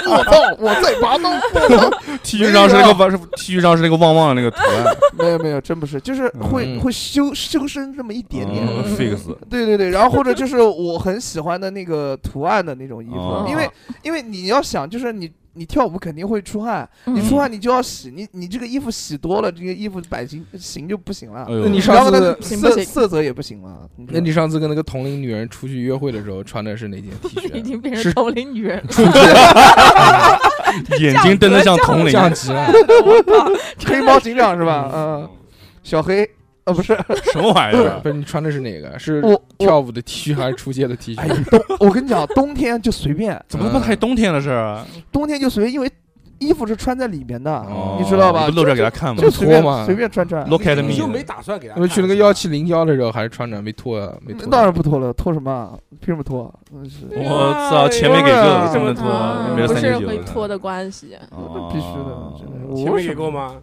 Speaker 3: 我操，我在拔刀，我操！
Speaker 5: T 恤上是那个汪，T 恤上是那个旺旺的那个图案，
Speaker 3: 没有没有，真不是，就是会
Speaker 2: 嗯
Speaker 3: 会修修身这么一点点。
Speaker 5: 嗯 fix
Speaker 3: 对对对，然后或者就是我很喜欢的那个图案的那种衣服
Speaker 5: 哦，
Speaker 3: 因为因为你要想，就是你你跳舞肯定会出汗，
Speaker 6: 嗯
Speaker 3: 你出汗你就要洗，你你这个衣服洗多了，这个衣服版型型就不行了
Speaker 5: 哎，呦
Speaker 2: 那你
Speaker 3: 然
Speaker 2: 上
Speaker 3: 后呢
Speaker 2: 次
Speaker 6: 行不
Speaker 3: 色
Speaker 6: 行
Speaker 3: 色泽也不行了。嗯
Speaker 2: 那你上次跟那个同龄女人出去约会的时候穿的是哪 件 T
Speaker 6: 已经变
Speaker 2: 恤？啊
Speaker 6: 成
Speaker 2: 是
Speaker 6: 同龄女人了，
Speaker 5: 眼睛瞪得像铜铃，
Speaker 2: 降级了，
Speaker 6: 我靠！
Speaker 3: 黑猫警长是吧？嗯，小黑。呃，不是，
Speaker 5: 什么玩意儿？
Speaker 2: 不是你穿的是哪个？啊是
Speaker 3: 我我
Speaker 2: 跳舞的 T 恤还是出街的 T
Speaker 3: 哎
Speaker 2: 恤？啊
Speaker 3: 我跟你讲，冬天就随便，
Speaker 5: 怎么他妈还冬天的事儿
Speaker 3: 哦
Speaker 5: 啊？
Speaker 3: 冬天就随便，因为衣服是穿在里面的，
Speaker 5: 哦
Speaker 3: 你知道吧
Speaker 5: 你不露出来给他看吗
Speaker 3: 就随便
Speaker 2: 脱嘛
Speaker 3: 随便穿穿。
Speaker 5: ？Look at
Speaker 4: 你就
Speaker 5: me，
Speaker 4: 没打算给他
Speaker 2: 因为去那
Speaker 4: 看
Speaker 2: 个
Speaker 4: 是吧
Speaker 2: 幺七零幺的时候还是穿着没脱啊，没脱。
Speaker 3: 当嗯然不脱了，脱什么啊？凭什么脱啊？真是
Speaker 5: 我操，钱没给够，啊不能脱，没有
Speaker 6: 不
Speaker 5: 三
Speaker 6: 是
Speaker 5: 九
Speaker 6: 会
Speaker 5: 九，
Speaker 6: 脱的关系，
Speaker 5: 哦
Speaker 3: 必须的，真的。
Speaker 4: 钱
Speaker 3: 我
Speaker 4: 没给够吗？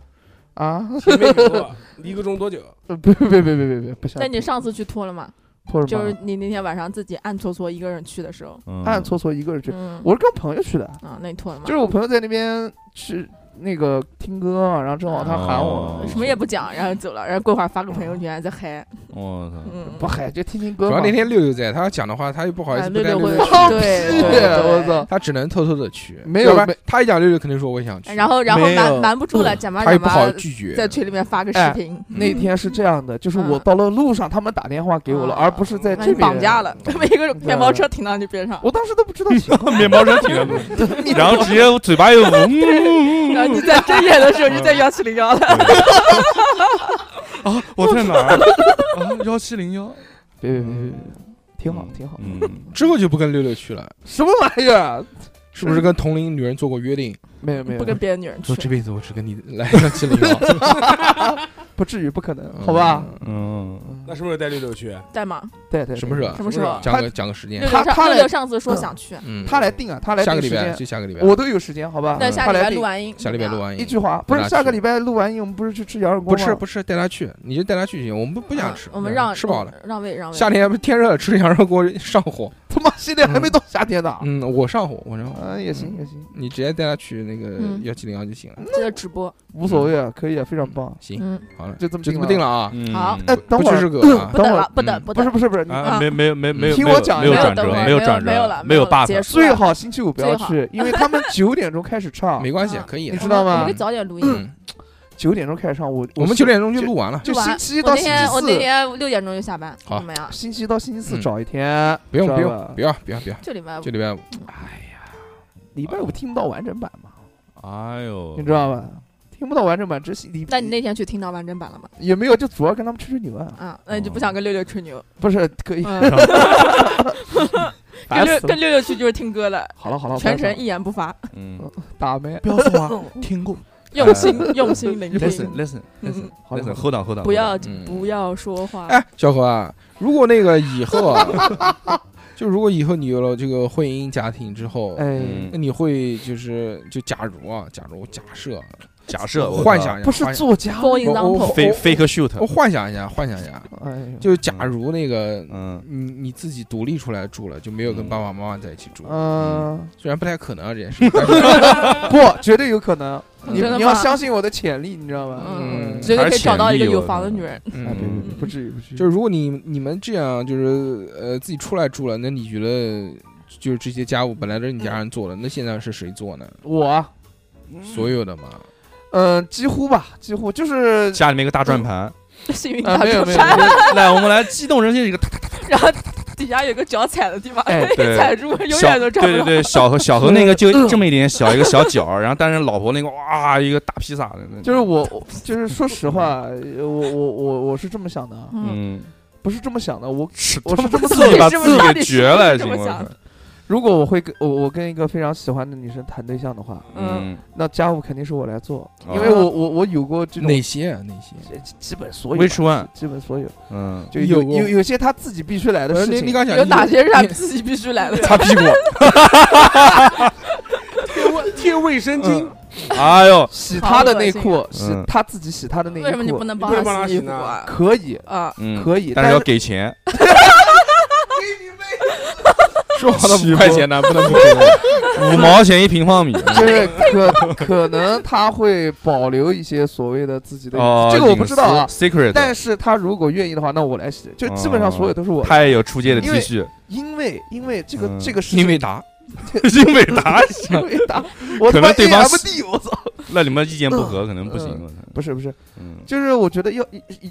Speaker 3: 啊？
Speaker 4: 钱没给够，一个钟多久？
Speaker 3: 别别别别别别不行
Speaker 6: 那！你上次去脱了吗？
Speaker 3: 脱什
Speaker 6: 就
Speaker 3: 么
Speaker 6: 是
Speaker 3: 啊？
Speaker 6: 你那天晚上自己暗搓搓一个人去的时候，
Speaker 5: 嗯
Speaker 3: 暗搓搓一个人去，
Speaker 6: 嗯，
Speaker 3: 我是跟朋友去的，
Speaker 6: 啊，那你脱了吗？
Speaker 3: 就是我朋友在那边去那个听歌嘛，然后正好他喊我
Speaker 5: 哦，
Speaker 6: 什么也不讲，然后走了，然后过会儿发个朋友圈还在嗨，
Speaker 5: 我操，
Speaker 6: 嗯，
Speaker 3: 不嗨就听听歌
Speaker 2: 主
Speaker 3: 嘛
Speaker 2: 要。那天六六在，他要讲的话他又不好意
Speaker 6: 哎
Speaker 2: 思不
Speaker 6: 六
Speaker 2: 带
Speaker 6: 六
Speaker 2: 六
Speaker 6: 会
Speaker 2: 六去，
Speaker 6: 对
Speaker 3: 屁
Speaker 6: 对
Speaker 3: 我
Speaker 6: 对。
Speaker 3: 操！
Speaker 2: 他只能偷偷的去，
Speaker 3: 没有
Speaker 2: 要不
Speaker 3: 没
Speaker 2: 然他一讲六六肯定说我也想去，
Speaker 6: 然后然后
Speaker 5: 没有
Speaker 6: 瞒瞒不住了，假吧
Speaker 2: 他
Speaker 6: 假
Speaker 2: 又不好
Speaker 6: 吧，
Speaker 2: 拒绝，
Speaker 6: 在群里面发个视
Speaker 3: 哎
Speaker 6: 频，
Speaker 3: 那天是这样的，就是我
Speaker 6: 嗯
Speaker 3: 到了路上，他们打电话给我了，
Speaker 6: 啊
Speaker 3: 而不是在
Speaker 6: 把
Speaker 3: 这
Speaker 6: 你
Speaker 3: 边
Speaker 6: 绑架了， 他们一个面包车停到你边上，
Speaker 3: 我当时都不知道情况，
Speaker 5: 面包车挺了，然后直接嘴巴又嗡，
Speaker 6: 然后你在睁眼的时候就在幺七零幺了，
Speaker 5: 啊，我在哪儿？啊，幺七零幺，
Speaker 3: 别别别别别，挺好挺好。
Speaker 5: 嗯，
Speaker 2: 之后就不跟六六去了，
Speaker 3: 什么玩意儿啊？
Speaker 2: 是不是跟同龄女人做过约定？
Speaker 3: 没有没有，
Speaker 6: 不跟别的女人去
Speaker 2: 说。这辈子我只跟你 来幺七零幺，
Speaker 3: 不至于，不可能，
Speaker 2: 嗯
Speaker 3: 好吧？？
Speaker 5: 嗯，
Speaker 4: 那什么时候带六六去？
Speaker 6: 在吗？
Speaker 3: 对对，
Speaker 2: 什么时候
Speaker 6: 什么时候？
Speaker 2: 讲个讲个时间
Speaker 6: 六，
Speaker 3: 他
Speaker 6: 六上
Speaker 3: 他
Speaker 6: 六
Speaker 3: 来
Speaker 6: 六上次说想去，
Speaker 2: 嗯，
Speaker 3: 他来定啊，他来
Speaker 2: 下
Speaker 3: 定
Speaker 2: 个
Speaker 3: 时
Speaker 2: 礼拜
Speaker 3: 间，
Speaker 2: 就下个礼拜，
Speaker 3: 我都有时间，好吧？
Speaker 6: 那下
Speaker 3: 他
Speaker 6: 礼
Speaker 3: 来
Speaker 6: 拜录
Speaker 3: 定
Speaker 6: 完音，嗯
Speaker 2: 下礼拜录完
Speaker 3: 一
Speaker 2: 音。
Speaker 3: 句话，不
Speaker 2: 带
Speaker 3: 是
Speaker 2: 他
Speaker 3: 下
Speaker 2: 去
Speaker 3: 个礼拜录完音，我们不是去吃羊肉
Speaker 2: 不
Speaker 3: 锅吗？啊
Speaker 2: 吃不吃，带他去，你就带他去就行。我们不不想吃，
Speaker 6: 我们
Speaker 2: 嗯
Speaker 6: 让
Speaker 2: 吃饱了。，
Speaker 6: 让位让位。
Speaker 2: 夏天不天热了，吃羊肉 锅上火。
Speaker 3: 他妈现在还没到夏天呢。
Speaker 2: 嗯，我上火，我上火。
Speaker 3: 嗯，也行也行，
Speaker 2: 你直接带他去那个
Speaker 6: 嗯
Speaker 2: 幺七零幺就行了。
Speaker 6: 记得直播，
Speaker 3: 无所谓啊，可以啊，非常棒，
Speaker 2: 行，
Speaker 6: 嗯，
Speaker 2: 好了，
Speaker 3: 就这么
Speaker 2: 嗯就这么定
Speaker 3: 定
Speaker 2: 了。啊，
Speaker 6: 好
Speaker 3: 哎，
Speaker 2: 不
Speaker 3: 等会
Speaker 2: 吃这，
Speaker 3: 儿
Speaker 2: 个啊
Speaker 6: 不等
Speaker 3: 等会
Speaker 6: 了
Speaker 3: 儿，
Speaker 6: 不等
Speaker 2: 嗯
Speaker 6: 不
Speaker 3: 不
Speaker 6: 等
Speaker 3: 是，不是不是，你
Speaker 5: 嗯啊，没没没没有，
Speaker 3: 听
Speaker 5: 没有
Speaker 3: 我讲
Speaker 5: 没有
Speaker 3: 一下
Speaker 5: 转
Speaker 6: 没有
Speaker 5: 折，有
Speaker 6: 等会儿
Speaker 5: 转折，
Speaker 6: 没有了
Speaker 5: 没
Speaker 6: 没有
Speaker 5: 有
Speaker 6: 了
Speaker 5: bug，
Speaker 6: 结束
Speaker 3: 最好星期五不要
Speaker 6: 最好
Speaker 3: 去，因为他们九点钟开始唱
Speaker 2: 没，关系
Speaker 6: 啊，
Speaker 2: 可以
Speaker 3: 你
Speaker 2: 的
Speaker 3: 知。道
Speaker 6: 我们
Speaker 3: 吗
Speaker 6: 可以？早点录音。
Speaker 2: 嗯，
Speaker 3: 九点钟开始唱，我
Speaker 2: 我们九点钟就录完了，
Speaker 3: 就
Speaker 6: 录完
Speaker 3: 星期一
Speaker 6: 我
Speaker 3: 到
Speaker 6: 那
Speaker 3: 星
Speaker 6: 天
Speaker 3: 期
Speaker 6: 我那
Speaker 3: 四，
Speaker 6: 天六点钟就下班，
Speaker 2: 好
Speaker 6: 怎么样？
Speaker 3: 星期一到星期四
Speaker 2: 嗯
Speaker 3: 找一天，
Speaker 2: 不用
Speaker 3: 知道啊
Speaker 2: 不
Speaker 3: 吧
Speaker 2: 用，不要不要不要，
Speaker 6: 这礼拜
Speaker 2: 就礼拜五。
Speaker 3: 礼拜五听不到完整版嘛，
Speaker 5: 哎呦，
Speaker 2: 哦
Speaker 3: 你知道吧？听听不到完整版，只是你
Speaker 6: 但你那天去听到完整版了吗？
Speaker 3: 也没有，就主要跟他们吹吹牛啊，
Speaker 6: 啊，那你就不想跟六六吹牛？
Speaker 3: 不是可以
Speaker 6: 嗯，
Speaker 3: 烦
Speaker 6: 跟六
Speaker 3: 死了
Speaker 6: 跟。六六去就是听歌的，
Speaker 3: 好了好了，
Speaker 6: 全
Speaker 3: 不要
Speaker 6: 程一言不发，
Speaker 5: 嗯，
Speaker 3: 打没？
Speaker 5: 不要说话，听过
Speaker 6: 用心用心聆
Speaker 5: ，listen
Speaker 6: 听，
Speaker 5: listen
Speaker 6: 嗯
Speaker 5: listen
Speaker 3: 好了
Speaker 5: listen，，后挡后挡，
Speaker 6: 不要
Speaker 2: 嗯
Speaker 6: 不要说话。
Speaker 2: 哎，小何啊，如果那个以后啊， 就如果以后你有了这个婚姻家庭之后，
Speaker 3: 哎，
Speaker 5: 嗯
Speaker 2: 那你会就是就假如啊，假如假设
Speaker 5: 假设我
Speaker 2: 幻想一下，
Speaker 3: 不是
Speaker 2: 幻想
Speaker 3: 作家，
Speaker 6: For
Speaker 2: 我我
Speaker 6: example，
Speaker 3: 哦
Speaker 5: fake
Speaker 2: 我
Speaker 5: fake shoot，
Speaker 2: 我幻想一下，幻想一下，
Speaker 3: 哎呦，
Speaker 2: 就假如那个
Speaker 5: 嗯，
Speaker 2: 你你自己独立出来住了，就没有跟爸爸妈妈在一起住，
Speaker 3: 嗯，
Speaker 2: 虽然不太可能啊这件事，但是
Speaker 3: 不，绝对有可能。你
Speaker 6: 嗯真的
Speaker 3: 你要
Speaker 6: 吗
Speaker 3: 相信我的潜力，你知道吗？
Speaker 6: 嗯，
Speaker 2: 嗯
Speaker 6: 绝对可以找到
Speaker 5: 还是
Speaker 6: 一个
Speaker 5: 潜力
Speaker 6: 有
Speaker 5: 我
Speaker 6: 房的
Speaker 5: 觉得
Speaker 6: 女人。
Speaker 3: 哎，别别
Speaker 2: 嗯，
Speaker 3: 别，不至于不至于。
Speaker 2: 就是如果你你们这样就是呃自己出来住了，那你觉得就是这些家务本来都是你家人做的，那现在是谁做呢？
Speaker 3: 我啊，
Speaker 2: 所有的嘛，
Speaker 3: 嗯、几乎吧，几乎就是
Speaker 5: 家里面一个大转盘，
Speaker 6: 幸运
Speaker 3: 啊、
Speaker 6: 大
Speaker 3: 没有
Speaker 6: 众
Speaker 3: 没有，
Speaker 6: 山，
Speaker 3: 没有
Speaker 5: 来，我们来激动人心一个
Speaker 6: 然后底下有个脚踩的地方，
Speaker 3: 哎
Speaker 6: 可以
Speaker 5: 对
Speaker 6: 踩住， 永
Speaker 5: 小
Speaker 6: 远都站
Speaker 5: 对
Speaker 6: 不嗯
Speaker 5: 对对，
Speaker 6: 了。
Speaker 5: 小和小和那 个就这么一点小一个小脚儿，然后但是老婆那个哇一个大披萨的，
Speaker 3: 就是我，我就是说实话，呃我我我我是这么想的，啊，
Speaker 6: 嗯，
Speaker 5: 嗯，
Speaker 3: 不是这么想的。我
Speaker 5: 吃
Speaker 3: 我是这么
Speaker 5: 自己把
Speaker 6: 是不
Speaker 5: 自
Speaker 6: 是到
Speaker 5: 己
Speaker 6: 底
Speaker 5: 给
Speaker 6: 是
Speaker 5: 绝
Speaker 6: 不是
Speaker 5: 了，
Speaker 6: 这
Speaker 5: 行
Speaker 6: 么
Speaker 5: 我
Speaker 6: 想
Speaker 5: 靠
Speaker 6: 的
Speaker 3: 如果我会跟我我跟一个非常喜欢的女生谈对象的话，
Speaker 6: 嗯
Speaker 5: 嗯，
Speaker 3: 那家务肯定是我来做，
Speaker 5: 哦
Speaker 3: 因为我我我有过这种
Speaker 2: 哪些啊哪些？
Speaker 3: 基基本所有吧
Speaker 5: which one？
Speaker 3: 基本所有，
Speaker 5: 嗯，
Speaker 3: 就
Speaker 2: 有
Speaker 3: 有
Speaker 2: 过
Speaker 3: 有有些她自己必须来的
Speaker 2: 呃
Speaker 3: 事
Speaker 2: 你
Speaker 3: 情
Speaker 2: 你。刚想
Speaker 6: 有
Speaker 2: 你
Speaker 6: 哪些是他
Speaker 2: 你
Speaker 6: 自己必须来的？
Speaker 5: 擦屁股，
Speaker 4: 贴卫贴卫生巾，
Speaker 1: 嗯
Speaker 5: 哎呦，
Speaker 3: 洗她的内
Speaker 6: 好啊
Speaker 3: 裤，洗
Speaker 5: 嗯
Speaker 3: 她自己洗她的内裤，
Speaker 6: 为什么你不能帮
Speaker 4: 不能帮
Speaker 6: 他
Speaker 4: 他
Speaker 6: 洗衣
Speaker 4: 洗
Speaker 6: 服
Speaker 4: 呢
Speaker 6: 啊？
Speaker 3: 可以
Speaker 6: 啊，
Speaker 5: 嗯，
Speaker 3: 可以但
Speaker 5: 但是要
Speaker 3: 是
Speaker 5: 给钱，
Speaker 2: 说好的
Speaker 5: 洗
Speaker 2: 五块
Speaker 5: 过
Speaker 2: 钱呢，不 能不给的。
Speaker 5: 五毛钱一平方米，
Speaker 3: 就是可 可能他会保留一些所谓的自己的隐私，
Speaker 5: 哦，
Speaker 3: 这个我不知道啊
Speaker 5: 隐。私，secret，
Speaker 3: 但是他如果愿意的话，那我来洗，就基本上所有都是我。
Speaker 5: 他也有出街的 T
Speaker 3: 因 为
Speaker 5: 恤，
Speaker 3: 因为因为这个、
Speaker 5: 嗯
Speaker 3: 这个事情，
Speaker 2: 因为答，
Speaker 5: 英伟 达，
Speaker 3: 因为 他，我
Speaker 5: 可
Speaker 3: 他妈
Speaker 5: 能对方
Speaker 3: AMD，我操！
Speaker 5: 那你们意见不合可能不行
Speaker 3: 嗯
Speaker 5: 我操，
Speaker 3: 不是不是，
Speaker 5: 嗯，
Speaker 3: 就是我觉得要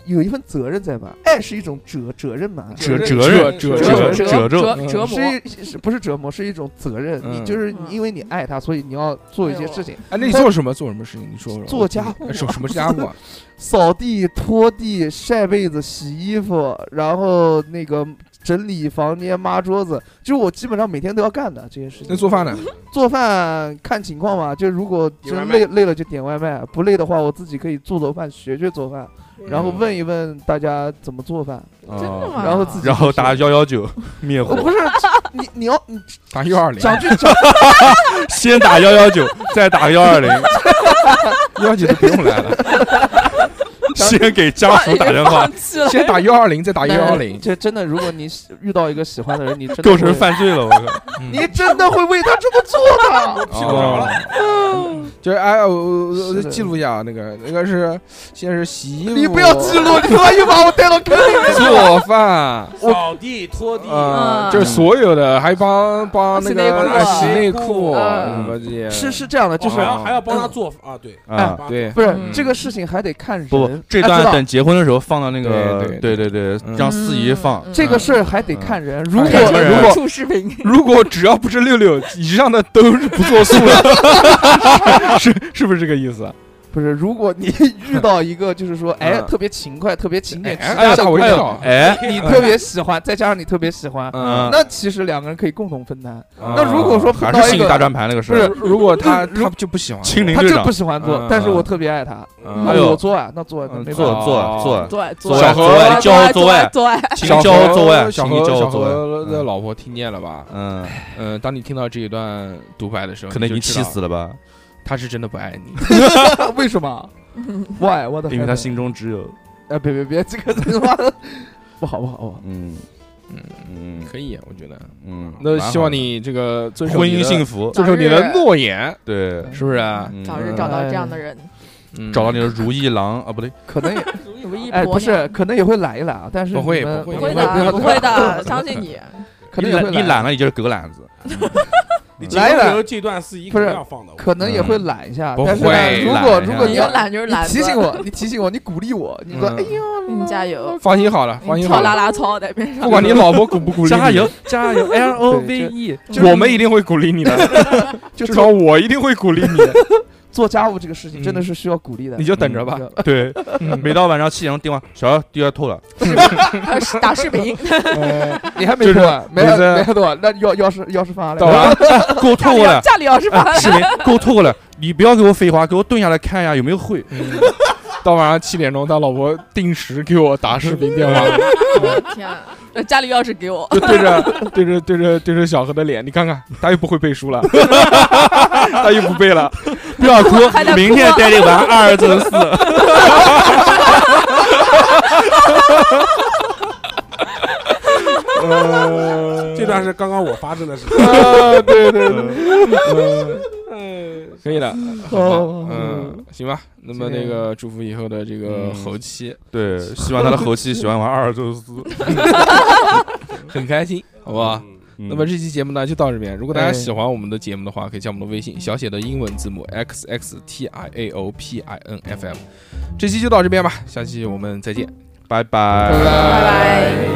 Speaker 3: 有一份责任在吧？爱是一种责责任嘛，
Speaker 5: 折
Speaker 4: 折
Speaker 5: 折
Speaker 4: 折
Speaker 5: 任折
Speaker 4: 折
Speaker 6: 折
Speaker 5: 褶皱
Speaker 6: 折折磨，
Speaker 3: 是一是不是折磨？是一种责任。
Speaker 5: 嗯
Speaker 3: 你就是
Speaker 6: 嗯
Speaker 3: 因为你爱他，所以你要做一些事情，
Speaker 2: 哎，那你做什么？做什么事情？你说说。哎
Speaker 3: 做家务
Speaker 2: 什什么家务啊？
Speaker 3: 扫地、拖地、晒被子、洗衣服，然后那个整理房间、抹桌子，就是我基本上每天都要干的这些事
Speaker 2: 那
Speaker 3: 情。
Speaker 2: 做饭呢？
Speaker 3: 做饭看情况吧，就如果真累
Speaker 4: 点
Speaker 3: 累了就点外卖，不累的话我自己可以做做饭，学学做饭，然
Speaker 2: 嗯
Speaker 3: 后问一问大家怎么做饭。
Speaker 5: 哦
Speaker 6: 真的吗？
Speaker 3: 然后自己
Speaker 5: 然后打幺 幺九灭
Speaker 3: 我
Speaker 5: 火，
Speaker 3: 不是你，你要你
Speaker 2: 打幺二零，
Speaker 3: 讲句讲。
Speaker 5: 先打幺幺九， 再打 幺二零，
Speaker 2: 幺二九都不用来 了，
Speaker 5: 先给家属打 电 话
Speaker 2: 哎
Speaker 6: 放，弃了，
Speaker 2: 先打幺二零，再打幺幺零
Speaker 3: 这真的，如果你喜遇到一个喜欢的人，你真的
Speaker 5: 构成
Speaker 3: 会
Speaker 5: 犯 罪了，我靠，
Speaker 3: 你真的会为他这么 做的。
Speaker 4: 屁股着了，
Speaker 2: 就是哎，我我我
Speaker 3: 是的
Speaker 2: 记录一下啊，那个那个是先是洗衣服，
Speaker 3: 你不要记录，你他妈又把我带到坑里面。
Speaker 2: 做饭，
Speaker 4: 扫地拖地，
Speaker 2: 呃，
Speaker 6: 嗯
Speaker 2: 就是所有的，还
Speaker 3: 啊
Speaker 2: 帮帮那个哎洗
Speaker 6: 洗
Speaker 2: 内
Speaker 4: 内
Speaker 2: 裤
Speaker 4: 裤
Speaker 6: 啊
Speaker 2: 什么这些，
Speaker 3: 嗯是是这样的，就是
Speaker 4: 还要还要帮他做啊，对，
Speaker 5: 啊。
Speaker 4: 帮他
Speaker 2: 对，
Speaker 3: 不是、
Speaker 6: 嗯
Speaker 3: 这个事情还得看人。
Speaker 5: 不不，这
Speaker 3: 哎知
Speaker 5: 段
Speaker 3: 道
Speaker 5: 等结婚的时候放到那个，
Speaker 2: 对对
Speaker 5: 对对对
Speaker 2: 嗯，
Speaker 5: 让司仪放。
Speaker 3: 这个事儿还得看人。 如果
Speaker 2: 看人
Speaker 3: 如果
Speaker 6: 出视 频，
Speaker 2: 如果只要不是六六以上的都是不作数的， 是是不是这个意思？啊
Speaker 3: 不是，如果你遇到一个就是说，哎，
Speaker 2: 嗯
Speaker 3: 特别勤快、特别勤
Speaker 2: 哎
Speaker 3: 俭持
Speaker 2: 哎呀，吓
Speaker 3: 家的
Speaker 2: 我
Speaker 3: 姑
Speaker 2: 一
Speaker 3: 娘，
Speaker 2: 跳！
Speaker 5: 哎，
Speaker 3: 你特别喜欢，再加上你特别喜欢，
Speaker 2: 嗯，
Speaker 3: 那其实两个人可以共同分担。
Speaker 2: 啊
Speaker 3: 那如果说碰
Speaker 5: 还
Speaker 3: 到一
Speaker 5: 是心理
Speaker 3: 个
Speaker 5: 大转盘那个事
Speaker 2: 不是
Speaker 5: 儿，，
Speaker 2: 如果他他就不喜欢我，
Speaker 5: 清零
Speaker 3: 他
Speaker 5: 队
Speaker 3: 就
Speaker 5: 长
Speaker 3: 不，喜欢做
Speaker 2: 嗯，
Speaker 3: 但是
Speaker 2: 嗯
Speaker 3: 我特别爱他，
Speaker 2: 嗯
Speaker 5: 哎
Speaker 3: 那
Speaker 5: 呦
Speaker 3: 我做啊，那做啊，那
Speaker 5: 嗯
Speaker 3: 没
Speaker 5: 做
Speaker 3: 办法。
Speaker 5: 做做，
Speaker 6: 做爱
Speaker 5: 左
Speaker 6: 做
Speaker 5: 左左
Speaker 6: 爱
Speaker 5: 左
Speaker 6: 做爱
Speaker 5: 左
Speaker 6: 做爱
Speaker 5: 左
Speaker 6: 做爱，
Speaker 5: 请
Speaker 2: 小
Speaker 5: 教
Speaker 2: 何
Speaker 5: 我做呀，
Speaker 2: 小
Speaker 5: 请你
Speaker 2: 何
Speaker 5: 教我
Speaker 2: 小
Speaker 5: 做呀。
Speaker 2: 何的
Speaker 5: 嗯
Speaker 2: 老婆听见了吧？
Speaker 5: 嗯，
Speaker 2: 嗯，当你听到这一段独白的时候，
Speaker 5: 可能已经
Speaker 2: 你就知道
Speaker 5: 气死了吧，
Speaker 2: 他是真的不爱 你。
Speaker 3: 为什么
Speaker 6: 嗯
Speaker 3: ？Why？我的
Speaker 5: 因为他心中只有，
Speaker 3: 哎，别别别，这个他妈的 不好不好不好。
Speaker 5: 嗯
Speaker 2: 嗯，
Speaker 5: 嗯
Speaker 2: 可以，我觉得。
Speaker 5: 嗯，
Speaker 2: 那
Speaker 5: 蛮好
Speaker 2: 希望
Speaker 5: 的
Speaker 2: 你这个遵守
Speaker 5: 婚
Speaker 2: 你
Speaker 5: 姻
Speaker 2: 的
Speaker 5: 幸福，
Speaker 2: 遵守你的诺言，
Speaker 5: 对，
Speaker 2: 是不是啊？
Speaker 5: 嗯
Speaker 6: 早日找到这样的人，
Speaker 2: 嗯
Speaker 5: 找到你的如意郎啊，不对，
Speaker 3: 可能也
Speaker 6: 如意
Speaker 3: 哎，
Speaker 6: 婆
Speaker 3: 不是，
Speaker 6: 娘。
Speaker 3: 可能也会懒一懒啊，但是
Speaker 2: 不会
Speaker 3: 你们
Speaker 2: 不
Speaker 6: 不
Speaker 2: 会
Speaker 6: 会
Speaker 2: 你们
Speaker 6: 的，不会，
Speaker 3: 你
Speaker 6: 的，
Speaker 3: 们
Speaker 6: 相信你。
Speaker 3: 可
Speaker 5: 你
Speaker 3: 能也
Speaker 5: 懒
Speaker 3: 会
Speaker 5: 你懒，了，你就是狗懒子，
Speaker 4: 你结婚
Speaker 3: 来了
Speaker 4: 的时候这段司仪肯定要放的，
Speaker 3: 可能也会懒一下，
Speaker 2: 不
Speaker 3: 但是呢，
Speaker 2: 会
Speaker 3: 如
Speaker 5: 嗯懒
Speaker 3: 果
Speaker 5: 一
Speaker 3: 如
Speaker 5: 下
Speaker 3: 果
Speaker 6: 你
Speaker 3: 你
Speaker 6: 要
Speaker 3: 要
Speaker 6: 懒就是
Speaker 3: 你
Speaker 6: 懒，
Speaker 3: 提醒，我，你提醒我，你鼓励我，你说
Speaker 2: 嗯
Speaker 3: 哎呦，
Speaker 6: 你加油，
Speaker 2: 放心好了，放
Speaker 6: 你
Speaker 2: 心
Speaker 6: 跳
Speaker 2: 好
Speaker 6: 啦
Speaker 2: 了，
Speaker 6: 啦操在边上
Speaker 2: 不。管你老婆鼓不 鼓励，
Speaker 5: 加油，加 油，L O V E，
Speaker 2: 我们一定会鼓励你的，
Speaker 3: 就
Speaker 2: 至少我一定会鼓励你。
Speaker 3: 做家务这个事情真的
Speaker 2: 嗯
Speaker 3: 是需要鼓励的。
Speaker 5: 你就等着吧
Speaker 3: 嗯。
Speaker 5: 对，
Speaker 2: 嗯
Speaker 5: 每到晚上七点钟电话，小妖地要透 了，
Speaker 6: 还有打视频，
Speaker 3: 哎你还没
Speaker 5: 就是啊
Speaker 3: 脱啊，没
Speaker 5: 每
Speaker 3: 还
Speaker 5: 次
Speaker 3: 没还脱啊，那钥钥匙钥匙发来
Speaker 5: 到了，给我透过来，
Speaker 6: 家里要是把
Speaker 5: 哎，视频给我透过来，你不要给我废话，给我蹲下来看一下有没有会。
Speaker 2: 嗯到晚上七点钟，他老婆定时给我打视频电话，
Speaker 6: 天啊， 家里钥匙给我，
Speaker 2: 就对着对着对着对着小何的脸，你看看，他又不会背书了，他又不背了，
Speaker 5: 不要哭
Speaker 6: 还在，哭
Speaker 5: 明天 带你玩二乘四。
Speaker 4: 这段是刚刚我发生的事情。
Speaker 2: 啊，对对对，
Speaker 4: 嗯，
Speaker 2: 可以的，
Speaker 3: 哦
Speaker 2: 嗯，行吧，那么那个祝福以后的这个
Speaker 5: 嗯
Speaker 2: 猴妻
Speaker 5: 对，希望他的后期喜欢玩二周四。
Speaker 2: 很开心，好不好？
Speaker 4: 嗯
Speaker 2: 那么这期节目呢就到这边。如果大家
Speaker 3: 哎
Speaker 2: 喜欢我们的节目的话，可以加我们的微信，小写的英文字母 x x t i a o p i n f m。这期就到这边吧，下期我们再见。
Speaker 5: 拜拜
Speaker 3: 拜拜
Speaker 6: 拜拜。